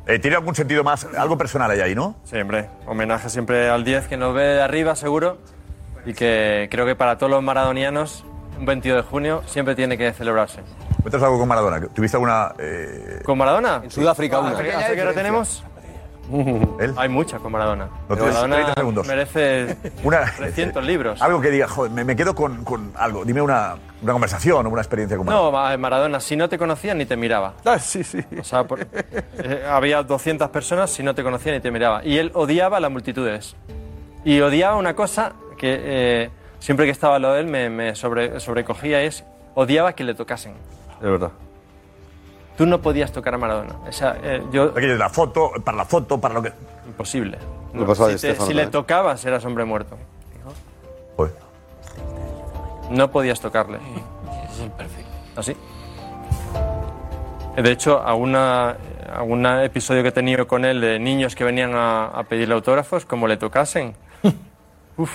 S5: Eh, tiene algún sentido más, algo personal hay ahí, ¿no?
S26: Siempre. Homenaje siempre al 10 que nos ve de arriba, seguro. Y que creo que para todos los maradonianos, un 22 de junio siempre tiene que celebrarse.
S5: Cuéntanos algo con Maradona. ¿Tuviste alguna...? eh,
S26: ¿Con Maradona? En
S5: Sudáfrica una.
S26: ¿Hace qué hora
S5: [LAUGHS]
S26: tenemos? Hay muchas con Maradona.
S5: Lo
S26: Pero
S5: tienes
S26: Maradona
S5: 30 segundos.
S26: merece
S5: [LAUGHS] Una- eh,
S26: 300 libros.
S5: Algo que diga, joder, me, me quedo con, con algo. Dime una, una conversación o una experiencia con Maradona.
S26: No, Ma- eh, Maradona, si no te conocía ni te miraba.
S5: Ah,
S26: sí, sí. O sea, por- eh, había 200 personas, si no te conocía ni te miraba. Y él odiaba a las multitudes. Y odiaba una cosa que eh, siempre que estaba lo de él me, me sobre- sobrecogía, es odiaba que le tocasen.
S25: Es verdad.
S26: Tú no podías tocar a Maradona. O sea, eh, yo...
S5: Aquello de la foto, para la foto, para lo que...
S26: Imposible.
S5: Le pasó a Di
S26: si te-
S5: Stefano
S26: si le
S5: también.
S26: tocabas, eras hombre muerto. No podías tocarle.
S17: Es el perfil.
S26: Así. De hecho, alguna, algún episodio que he tenido con él de niños que venían a, a pedirle autógrafos, como
S5: [LAUGHS]
S26: le tocasen. Uf.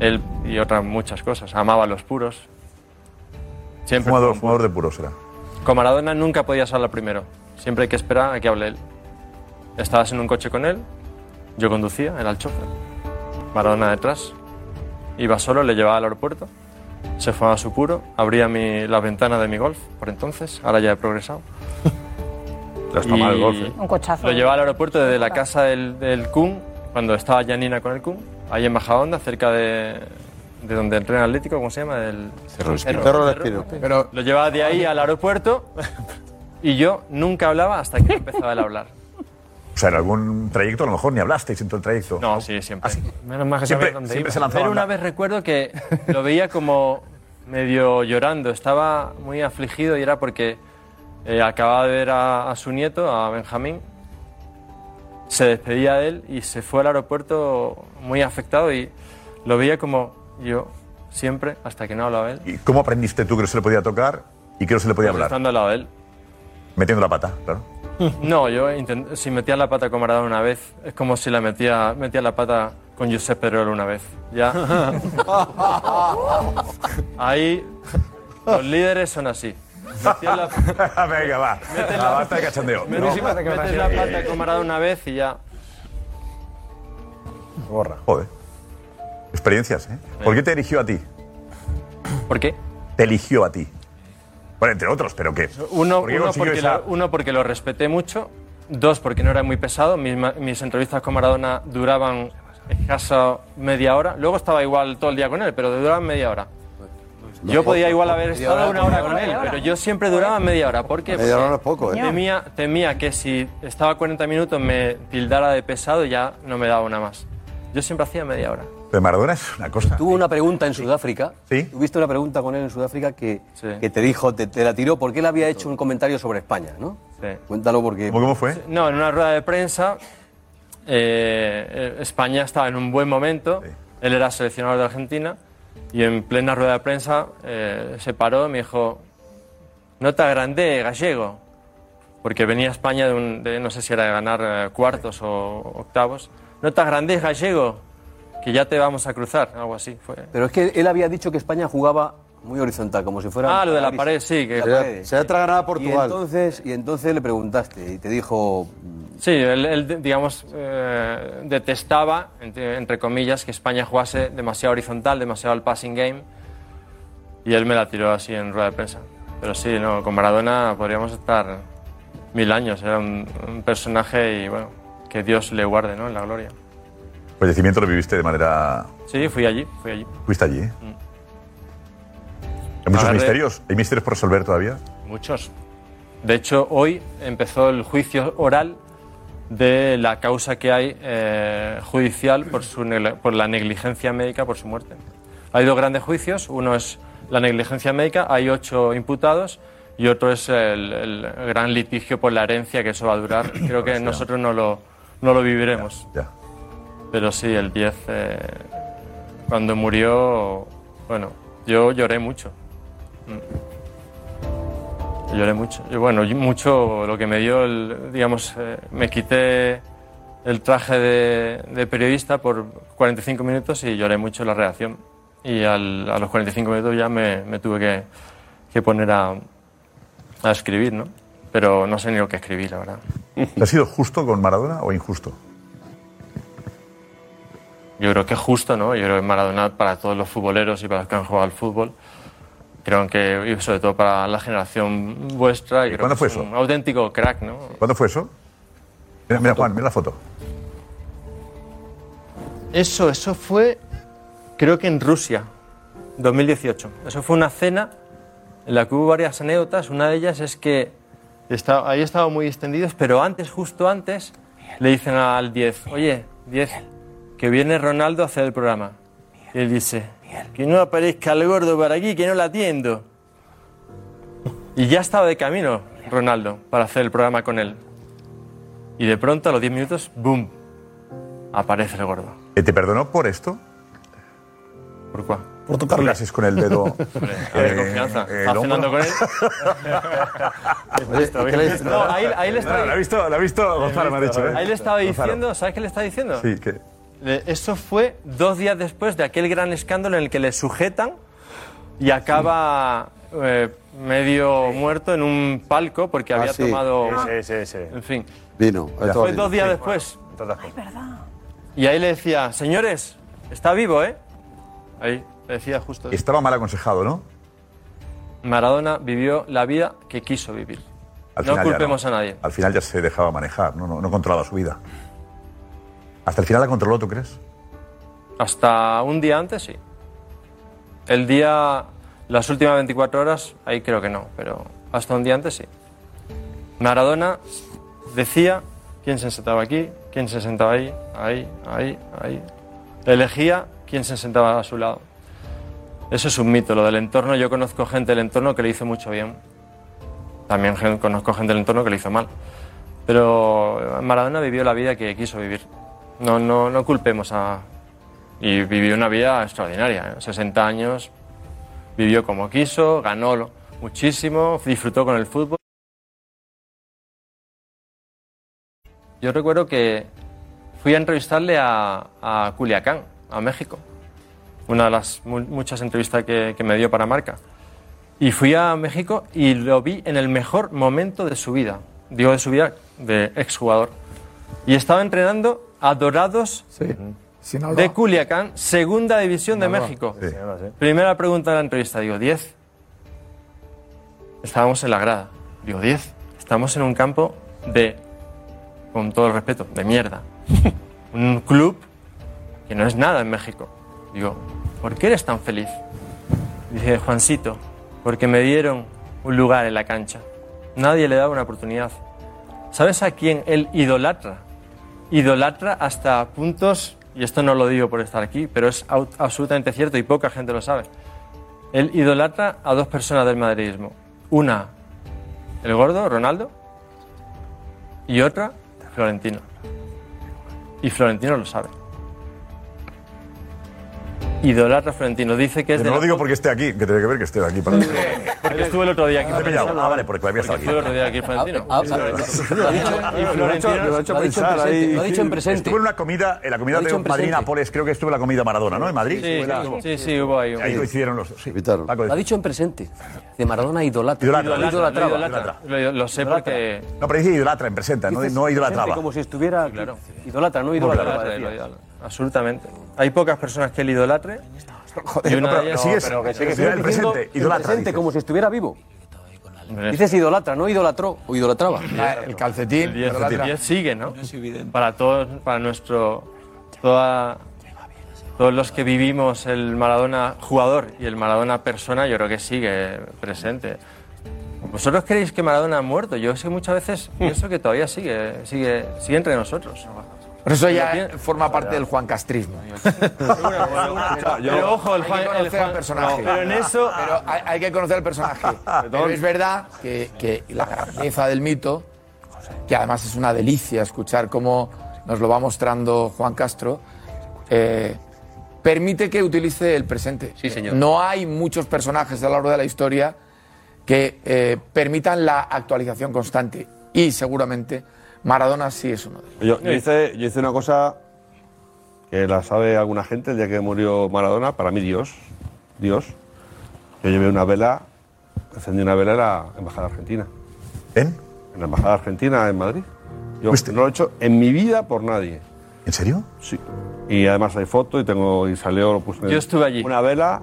S26: Él y otras muchas cosas. Amaba a los puros. Siempre.
S5: Fumador, fumador de puros era.
S26: Con Maradona nunca podías hablar primero. Siempre hay que esperar a que hable él. Estabas en un coche con él, yo conducía, era el chofer. Maradona detrás. Iba solo, le llevaba al aeropuerto, se fumaba su puro, abría mi, la ventana de mi golf por entonces, ahora ya
S25: [LAUGHS]
S26: he progresado.
S25: Ya está mal el golf, ¿eh?
S6: Un cochazo.
S26: Lo llevaba al aeropuerto desde la casa del, del Kun, cuando estaba Janina con el Kun, ahí en Majadahonda, cerca de, de donde entrena el Atlético, ¿cómo se llama? Del Cerro,
S17: Cerro del Espino.
S26: Pero lo llevaba de ahí al aeropuerto y yo nunca hablaba hasta que empezaba él a
S5: [LAUGHS]
S26: hablar.
S5: O sea, en algún trayecto a lo mejor ni hablasteis en todo el trayecto.
S26: No, sí, siempre. Menos mal
S5: que Siempre- sabía dónde siempre iba. se lanzaba
S26: Pero
S5: la-
S26: una vez recuerdo que lo veía como medio llorando. Estaba muy afligido y era porque eh, acababa de ver a, a su nieto, a Benjamín. Se despedía de él y se fue al aeropuerto muy afectado y lo veía como yo siempre, hasta que no hablaba él.
S5: ¿Y cómo aprendiste tú que no se le podía tocar y que no se le podía
S26: Pues
S5: hablar?
S26: Estando al lado de él.
S5: Metiendo la pata, claro.
S26: No, yo intent- si metía la pata con Maradona una vez, es como si la metía, metía la pata con Josep Pedrerol una vez. Ya.
S5: [LAUGHS]
S26: Ahí los líderes son así. Metían la,
S5: [LAUGHS] Venga, va. Va, basta de cachondeo.
S26: meten- meten la pata con Maradona una vez y ya.
S5: Borra. Joder. Experiencias, ¿eh? ¿Por qué te eligió a ti?
S26: ¿Por qué?
S5: Te eligió a ti. Bueno, entre otros, pero ¿qué?
S26: Uno,
S5: ¿Por qué
S26: uno
S5: consiguió
S26: porque
S5: esa-
S26: lo, uno porque lo respeté mucho, dos porque no era muy pesado, mis, ma- mis entrevistas con Maradona duraban escasa media hora, luego estaba igual todo el día con él, pero duraban media hora.
S7: Pues,
S26: Yo podía igual haber
S7: Media hora,
S26: estado una hora con él, pero yo siempre duraba media hora. ¿Por qué?
S7: Media hora
S26: Porque
S7: no es poco, ¿eh?
S26: Temía, temía que si estaba 40 minutos me tildara de pesado y ya no me daba una más. Yo siempre hacía media hora.
S5: De Maradona es una cosa.
S3: Tuvo una pregunta en Sudáfrica.
S5: Sí.
S3: Tuviste una pregunta con él en Sudáfrica que, que te dijo, te, te la tiró porque él había hecho un comentario sobre España, ¿no?
S26: Sí.
S3: Cuéntalo porque.
S5: ¿Cómo fue?
S26: No, en una rueda de prensa, eh, eh, España estaba en un buen momento, él era seleccionador de Argentina, y en plena rueda de prensa eh, se paró y me dijo, nota grande gallego, porque venía España de, un- de- no sé si era de ganar eh, cuartos o octavos, nota grande gallego, que ya te vamos a cruzar, algo así fue.
S3: Pero es que él había dicho que España jugaba muy horizontal, como si fuera.
S26: Ah, lo de la
S3: gris.
S26: pared, sí, que-
S3: La
S26: Se
S3: pared.
S26: había- se había tragado a Portugal.
S3: Y entonces, y entonces le preguntaste y te dijo.
S26: Sí, él, él, digamos, eh, detestaba, entre, entre comillas, que España jugase demasiado horizontal, demasiado al passing game. Y él me la tiró así en rueda de prensa. Pero sí, no, con Maradona podríamos estar mil años. Era un, un personaje y, bueno, que Dios le guarde, ¿no? En la gloria.
S5: Fallecimiento lo viviste de manera.
S26: Sí, fui allí, fui allí.
S5: Fuiste allí, ¿eh? Hay muchos
S26: Mm. Agarré-
S5: misterios. ¿Hay misterios por resolver
S26: [LAUGHS]
S5: todavía?
S26: Muchos. De hecho, hoy empezó el juicio oral de la causa que hay eh, judicial por, su negle- por la negligencia médica por su muerte. Hay dos grandes juicios. Uno es la negligencia médica, hay ocho imputados, y otro es el, el gran litigio por la herencia, que eso va a durar. Creo que nosotros no lo, no lo viviremos. Pero sí, el 10, eh, cuando murió, bueno, yo lloré mucho. Lloré mucho. Y bueno, y mucho lo que me dio, el, digamos, eh, me quité el traje de, de periodista por 45 minutos y lloré mucho la reacción. Y al- a los 45 minutos ya me, me tuve que, que poner a, a escribir, ¿no? Pero no sé ni lo que escribí, la verdad.
S5: ¿Has sido justo con Maradona o injusto?
S26: Yo creo que es justo, ¿no? Yo creo que Maradona para todos los futboleros y para los que han jugado al fútbol. Creo que, y sobre todo para la generación vuestra. y
S5: cuándo
S26: creo que
S5: fue
S26: es
S5: eso?
S26: Un auténtico crack, ¿no?
S5: ¿Cuándo fue eso? Mira, mira, Juan, mira la foto.
S26: Eso, eso fue, creo que en Rusia, 2018. Eso fue una cena en la que hubo varias anécdotas. Una de ellas es que esta- ahí estaba muy extendidos, pero antes, justo antes, le dicen al 10, oye, 10, que viene Ronaldo a hacer el programa. Y él dice, que no aparezca el gordo por aquí, que no la atiendo. Y ya estaba de camino Ronaldo para hacer el programa con él. Y de pronto, a los 10 minutos, ¡boom! Aparece el gordo.
S5: Eh, ¿Te perdonó por esto?
S26: ¿Por cuál?
S5: Por tocarle. haces con el dedo?
S26: A ver,
S5: eh,
S26: confianza.
S5: el
S26: ¿Estás cenando
S5: hombro?
S26: con él?
S5: [LAUGHS]
S26: No, ahí, ahí le estaba
S5: No, lo ha visto, lo ha visto Gonzalo, me ha dicho. ¿eh?
S26: Ahí le estaba
S5: Gonzalo.
S26: diciendo, ¿sabes qué le estaba diciendo?
S5: Sí, que.
S26: Le- Eso fue dos días después de aquel gran escándalo en el que le sujetan y acaba eh, medio muerto en un palco porque
S7: Ah,
S26: había
S7: sí.
S26: tomado.
S7: Sí, sí, sí, sí.
S26: En fin.
S7: Vino. esto va
S26: Fue
S7: vino.
S26: dos días después. Y ahí le decía, señores, está vivo, ¿eh? Ahí le decía justo. eso.
S5: Estaba mal aconsejado, ¿no?
S26: Maradona vivió la vida que quiso vivir.
S5: Al
S26: No
S5: final ya
S26: culpemos a nadie.
S5: Al final ya se dejaba manejar, no, no, no controlaba su vida. Hasta el final la controló, ¿tú crees?
S26: Hasta un día antes, sí. El día, las últimas 24 horas, ahí creo que no, pero hasta un día antes, sí. Maradona decía quién se sentaba aquí, quién se sentaba ahí, ahí, ahí, ahí. Elegía quién se sentaba a su lado. Eso es un mito, lo del entorno. Yo conozco gente del entorno que le hizo mucho bien. También gen- conozco gente del entorno que le hizo mal. Pero Maradona vivió la vida que quiso vivir. No, no, no culpemos a, y vivió una vida extraordinaria. ¿eh? 60 años, vivió como quiso, ganó lo- muchísimo, disfrutó con el fútbol. Yo recuerdo que fui a entrevistarle a, a Culiacán, a México. Una de las mu- muchas entrevistas que, que me dio para Marca. Y fui a México y lo vi en el mejor momento de su vida. Digo de su vida de exjugador. Y estaba entrenando a Dorados de Culiacán, segunda división de
S17: Sinaloa.
S26: México.
S17: Sí. Sinaloa, sí.
S26: ¿eh? Primera pregunta de la entrevista, digo, 10. Estábamos en la grada. Digo, 10. Estamos en un campo de, con todo el respeto, de mierda. [LAUGHS] un club que no es nada en México. Digo, ¿por qué eres tan feliz? Dice, Juancito, porque me dieron un lugar en la cancha. Nadie le daba una oportunidad. ¿Sabes a quién él idolatra? Idolatra hasta puntos, y esto no lo digo por estar aquí, pero es au- absolutamente cierto y poca gente lo sabe. Él idolatra a dos personas del madridismo. Una, el gordo, Ronaldo, y otra, Florentino. Y Florentino lo sabe. Idolatra a Florentino. Dice que es
S5: Que
S26: de
S5: no lo
S26: la-
S5: digo porque esté aquí, que tiene que ver que esté aquí.
S26: [LAUGHS]
S5: Para...
S26: porque estuve el otro día aquí.
S5: Ah, te he pillado. Ah, vale, porque todavía está aquí.
S26: Estuve el otro día aquí, Florentino.
S5: Ah, ah,
S26: Sí,
S5: ah, [LAUGHS]
S26: Florentino.
S5: lo ha dicho-
S26: Y Florentino-
S5: lo ha hecho pensar ahí. Estuve en una comida, en la comida
S26: Lo ha
S5: de
S26: dicho en
S5: Madrid
S26: presente.
S5: Nápoles, creo que estuve en la comida Maradona, ¿no? En Madrid.
S26: Sí,
S5: Estuve en la-
S26: sí, sí, hubo ahí.
S5: Ahí coincidieron los dos. Sí. Paco,
S3: Lo ha dicho en presente. De Maradona idolatra.
S5: Idolatra,
S3: Idolatraba.
S5: idolatra.
S26: Lo, lo sé porque...
S5: No, pero dice idolatra en presenta, no, no idolatraba.
S3: Como si estuviera... Claro. Idolatra, no
S26: Idolatra,
S3: idolatra.
S26: idolatra, idolatra. Absolutamente. Hay pocas personas que él idolatre.
S5: Joder, no, pero sigues- No, pero que sigue sigues siendo el diciendo presente, el idolatra, presente,
S3: como si estuviera vivo. Dices idolatra, no idolatró o idolatraba.
S26: El calcetín. El 10,
S3: idolatra.
S26: sigue, ¿no? Para todos, para nuestro... Toda, todos los que vivimos el Maradona jugador y el Maradona persona, yo creo que sigue presente. ¿Vosotros creéis que Maradona ha muerto? Yo sé que muchas veces
S9: Mm.
S26: pienso que todavía sigue, sigue, sigue entre nosotros.
S9: Por eso
S26: Lo
S9: ya
S26: pienso.
S9: forma parte del Juan Castrismo.
S26: Pero ojo, el Juan-
S9: Hay que conocer
S26: el Juan-
S9: al personaje.
S26: no, pero en eso-
S9: Pero hay, hay que conocer al personaje. Pero es verdad que, que la grandeza del mito, que además es una delicia escuchar cómo nos lo va mostrando Juan Castro, eh, permite que utilice el presente. No hay muchos personajes a lo largo de la historia que eh, permitan la actualización constante. Y seguramente Maradona sí es uno de ellos.
S25: Yo, yo hice, yo hice una cosa que la sabe alguna gente el día que murió Maradona, para mí Dios, Dios. Yo llevé una vela, encendí una vela en la Embajada Argentina.
S5: ¿En?
S25: En la Embajada Argentina, en Madrid. Yo no lo he hecho en mi vida por nadie.
S5: ¿En serio?
S25: Sí. Y además hay foto y tengo y salió lo puse.
S5: Yo estuve
S26: allí.
S25: Una vela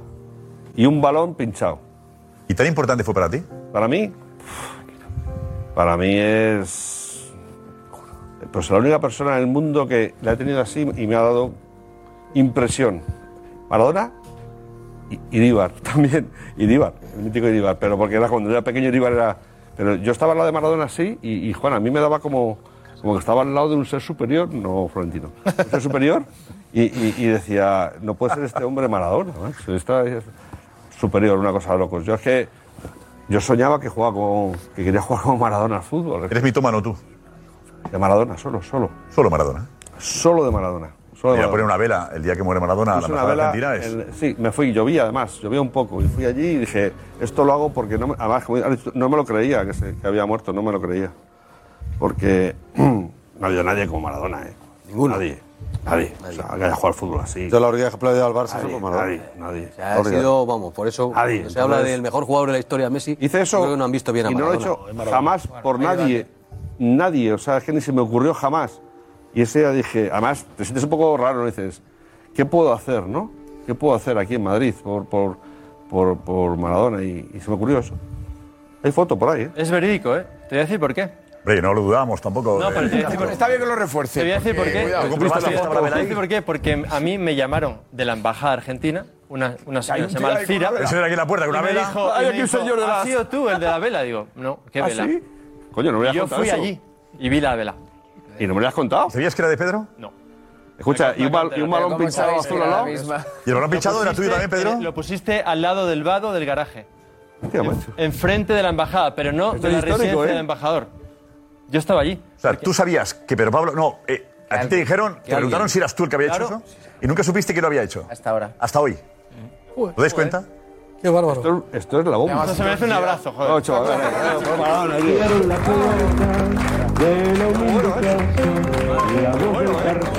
S25: y un balón pinchado.
S5: ¿Y tan importante fue para ti?
S25: Para mí, para mí es. Pues la única persona en el mundo que la he tenido así y me ha dado impresión. Maradona y, y Díbar [LAUGHS] también. Y Díbar, el mítico Díbar, pero porque era cuando era pequeño Díbar era. Pero yo estaba al lado de Maradona así y, y Juan, a mí me daba como, como que estaba al lado de un ser superior, no Florentino, un ser
S5: [LAUGHS]
S25: superior y, y- y decía, no puede ser este hombre Maradona, macho, está es superior, una cosa de locos. Yo es que yo soñaba que jugaba con, que quería jugar como Maradona al fútbol.
S5: ¿Eres mitómano tú?
S25: De Maradona, solo, solo.
S5: Solo Maradona.
S25: Solo de Maradona. Solo de
S5: Voy a
S25: Maradona.
S5: poner una vela el día que muere Maradona a la
S25: Puse una
S5: embajada
S25: vela
S5: argentina. Es...
S25: en- sí, me fui, llovía además, llovía un poco. Y fui allí y dije, esto lo hago porque no me, además, como has dicho, no me lo creía que, se- que había muerto, no me lo creía. Porque [CLEARS THROAT] no ha habido nadie como Maradona, ¿eh? Ninguno. Nadie. Nadie. O sea, que haya jugado al fútbol así.
S7: Yo la única que he aplaudido al Barça
S25: Nadie,
S7: es por Maradona.
S25: Nadie, nadie.
S7: O sea, ha sido, vamos, por eso
S25: Nadie,
S7: cuando se habla
S25: entonces-
S7: del mejor jugador de la historia, Messi.
S25: Hice eso.
S7: yo creo que no han visto bien a
S25: y no lo he
S7: Maradona.
S25: hecho jamás por nadie. Nadie. O sea, es que ni se me ocurrió jamás. Y ese día dije, además, te sientes un poco raro, ¿no? dices, ¿qué puedo hacer, no? ¿Qué puedo hacer aquí en Madrid por, por, por, por Maradona? Y, y se me ocurrió eso. Hay foto por ahí, ¿eh?
S26: Es verídico, ¿eh? Te voy a decir por qué.
S5: Hombre, no lo dudamos tampoco. eh.
S26: No, pero te voy a decir por-
S9: Está bien que lo refuerce.
S26: Te voy a decir por
S9: porque-
S26: qué.
S9: Cuidado,
S26: Te voy
S9: ¿cómo
S26: a
S9: está la
S26: decir-
S9: fiesta
S26: te voy
S9: para
S26: a
S9: Belay?
S26: decir por qué. Porque a mí me llamaron de la embajada argentina, una, una señora
S5: un
S26: se
S5: tío
S26: llama
S5: ahí con una
S26: Alcira.
S5: vela. Ese era aquí en la puerta con
S26: y
S5: una
S26: me
S5: vela.
S26: dijo-
S5: Hay
S26: y me
S5: aquí un
S26: dijo,
S5: señor de
S26: ¿Has
S5: las-
S26: sido tú el de la vela? Digo, no, ¿qué
S5: ¿Ah,
S26: vela?
S5: sí? Coño, no me
S26: Y
S5: habías
S26: yo
S5: contado
S26: fui
S5: eso.
S26: allí y vi la vela.
S25: ¿Y no me lo has contado?
S5: ¿Sabías que era de Pedro?
S26: No.
S25: Escucha, y un, bal- y un balón pinchado azul al lado.
S5: ¿Y el balón
S26: Lo
S5: pinchado era tuyo
S26: pusiste-
S5: también, Pedro?
S26: Lo pusiste al lado del vado del garaje.
S25: Hostia, macho.
S26: Enfrente de la embajada, pero no
S5: Esto
S26: de
S5: es
S26: la
S5: histórico,
S26: residencia
S5: ¿eh?
S26: del embajador. Yo estaba allí.
S5: O sea, tú sabías que Pedro Pablo. No, eh, A ti te dijeron, te preguntaron si eras tú el que había hecho
S15: Claro.
S5: eso y nunca supiste que lo había hecho. Hasta ahora. Hasta hoy.
S10: Joder.
S5: ¿Te das cuenta?
S10: Qué bárbaro.
S25: Esto, es la bomba.
S32: Esto se merece un abrazo, joder.
S25: No, chaval,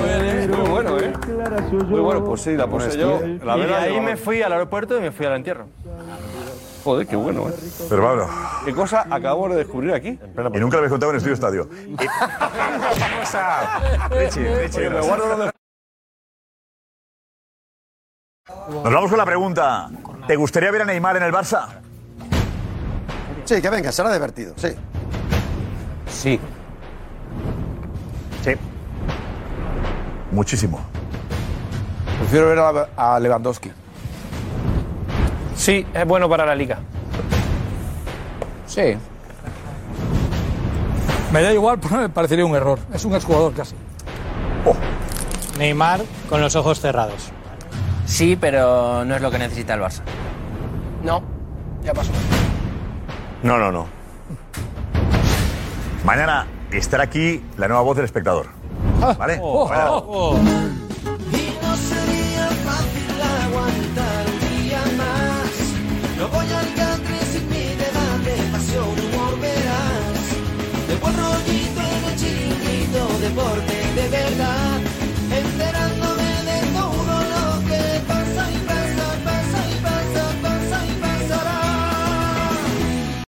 S25: ¿eh? Muy bueno, ¿eh? Muy bueno, pues sí, la puse yo. La ¿eh?
S33: y de
S25: vela
S33: ahí
S25: llevaba-
S33: me fui al aeropuerto y me fui al entierro.
S25: Joder, qué bueno, ¿eh?
S5: Pero Pablo.
S25: ¿Qué cosa acabamos de descubrir aquí?
S5: Y nunca lo habéis contado en el estudio estadio. Richie, Richie,
S25: Me guardo lo de-
S5: Nos vamos con la pregunta. ¿Te gustaría ver a Neymar en el Barça?
S34: Sí, que venga, será divertido, sí.
S5: Sí. Sí. Muchísimo.
S15: Prefiero ver a, a Lewandowski.
S3: Sí, es bueno para la liga.
S15: Sí.
S10: Me da igual, [LAUGHS] pero me parecería un error. Es un exjugador casi.
S3: Neymar con los ojos cerrados.
S26: Sí, pero no es lo que necesita el Barça.
S35: No, ya pasó.
S5: No, no, no. Mañana estará aquí la nueva voz del espectador. ¿Vale? Mañana.
S4: Y no sería fácil aguantar un día más. No voy al country sin mi edad de pasión, humor verás. De buen rollito en el chiringuito, deporte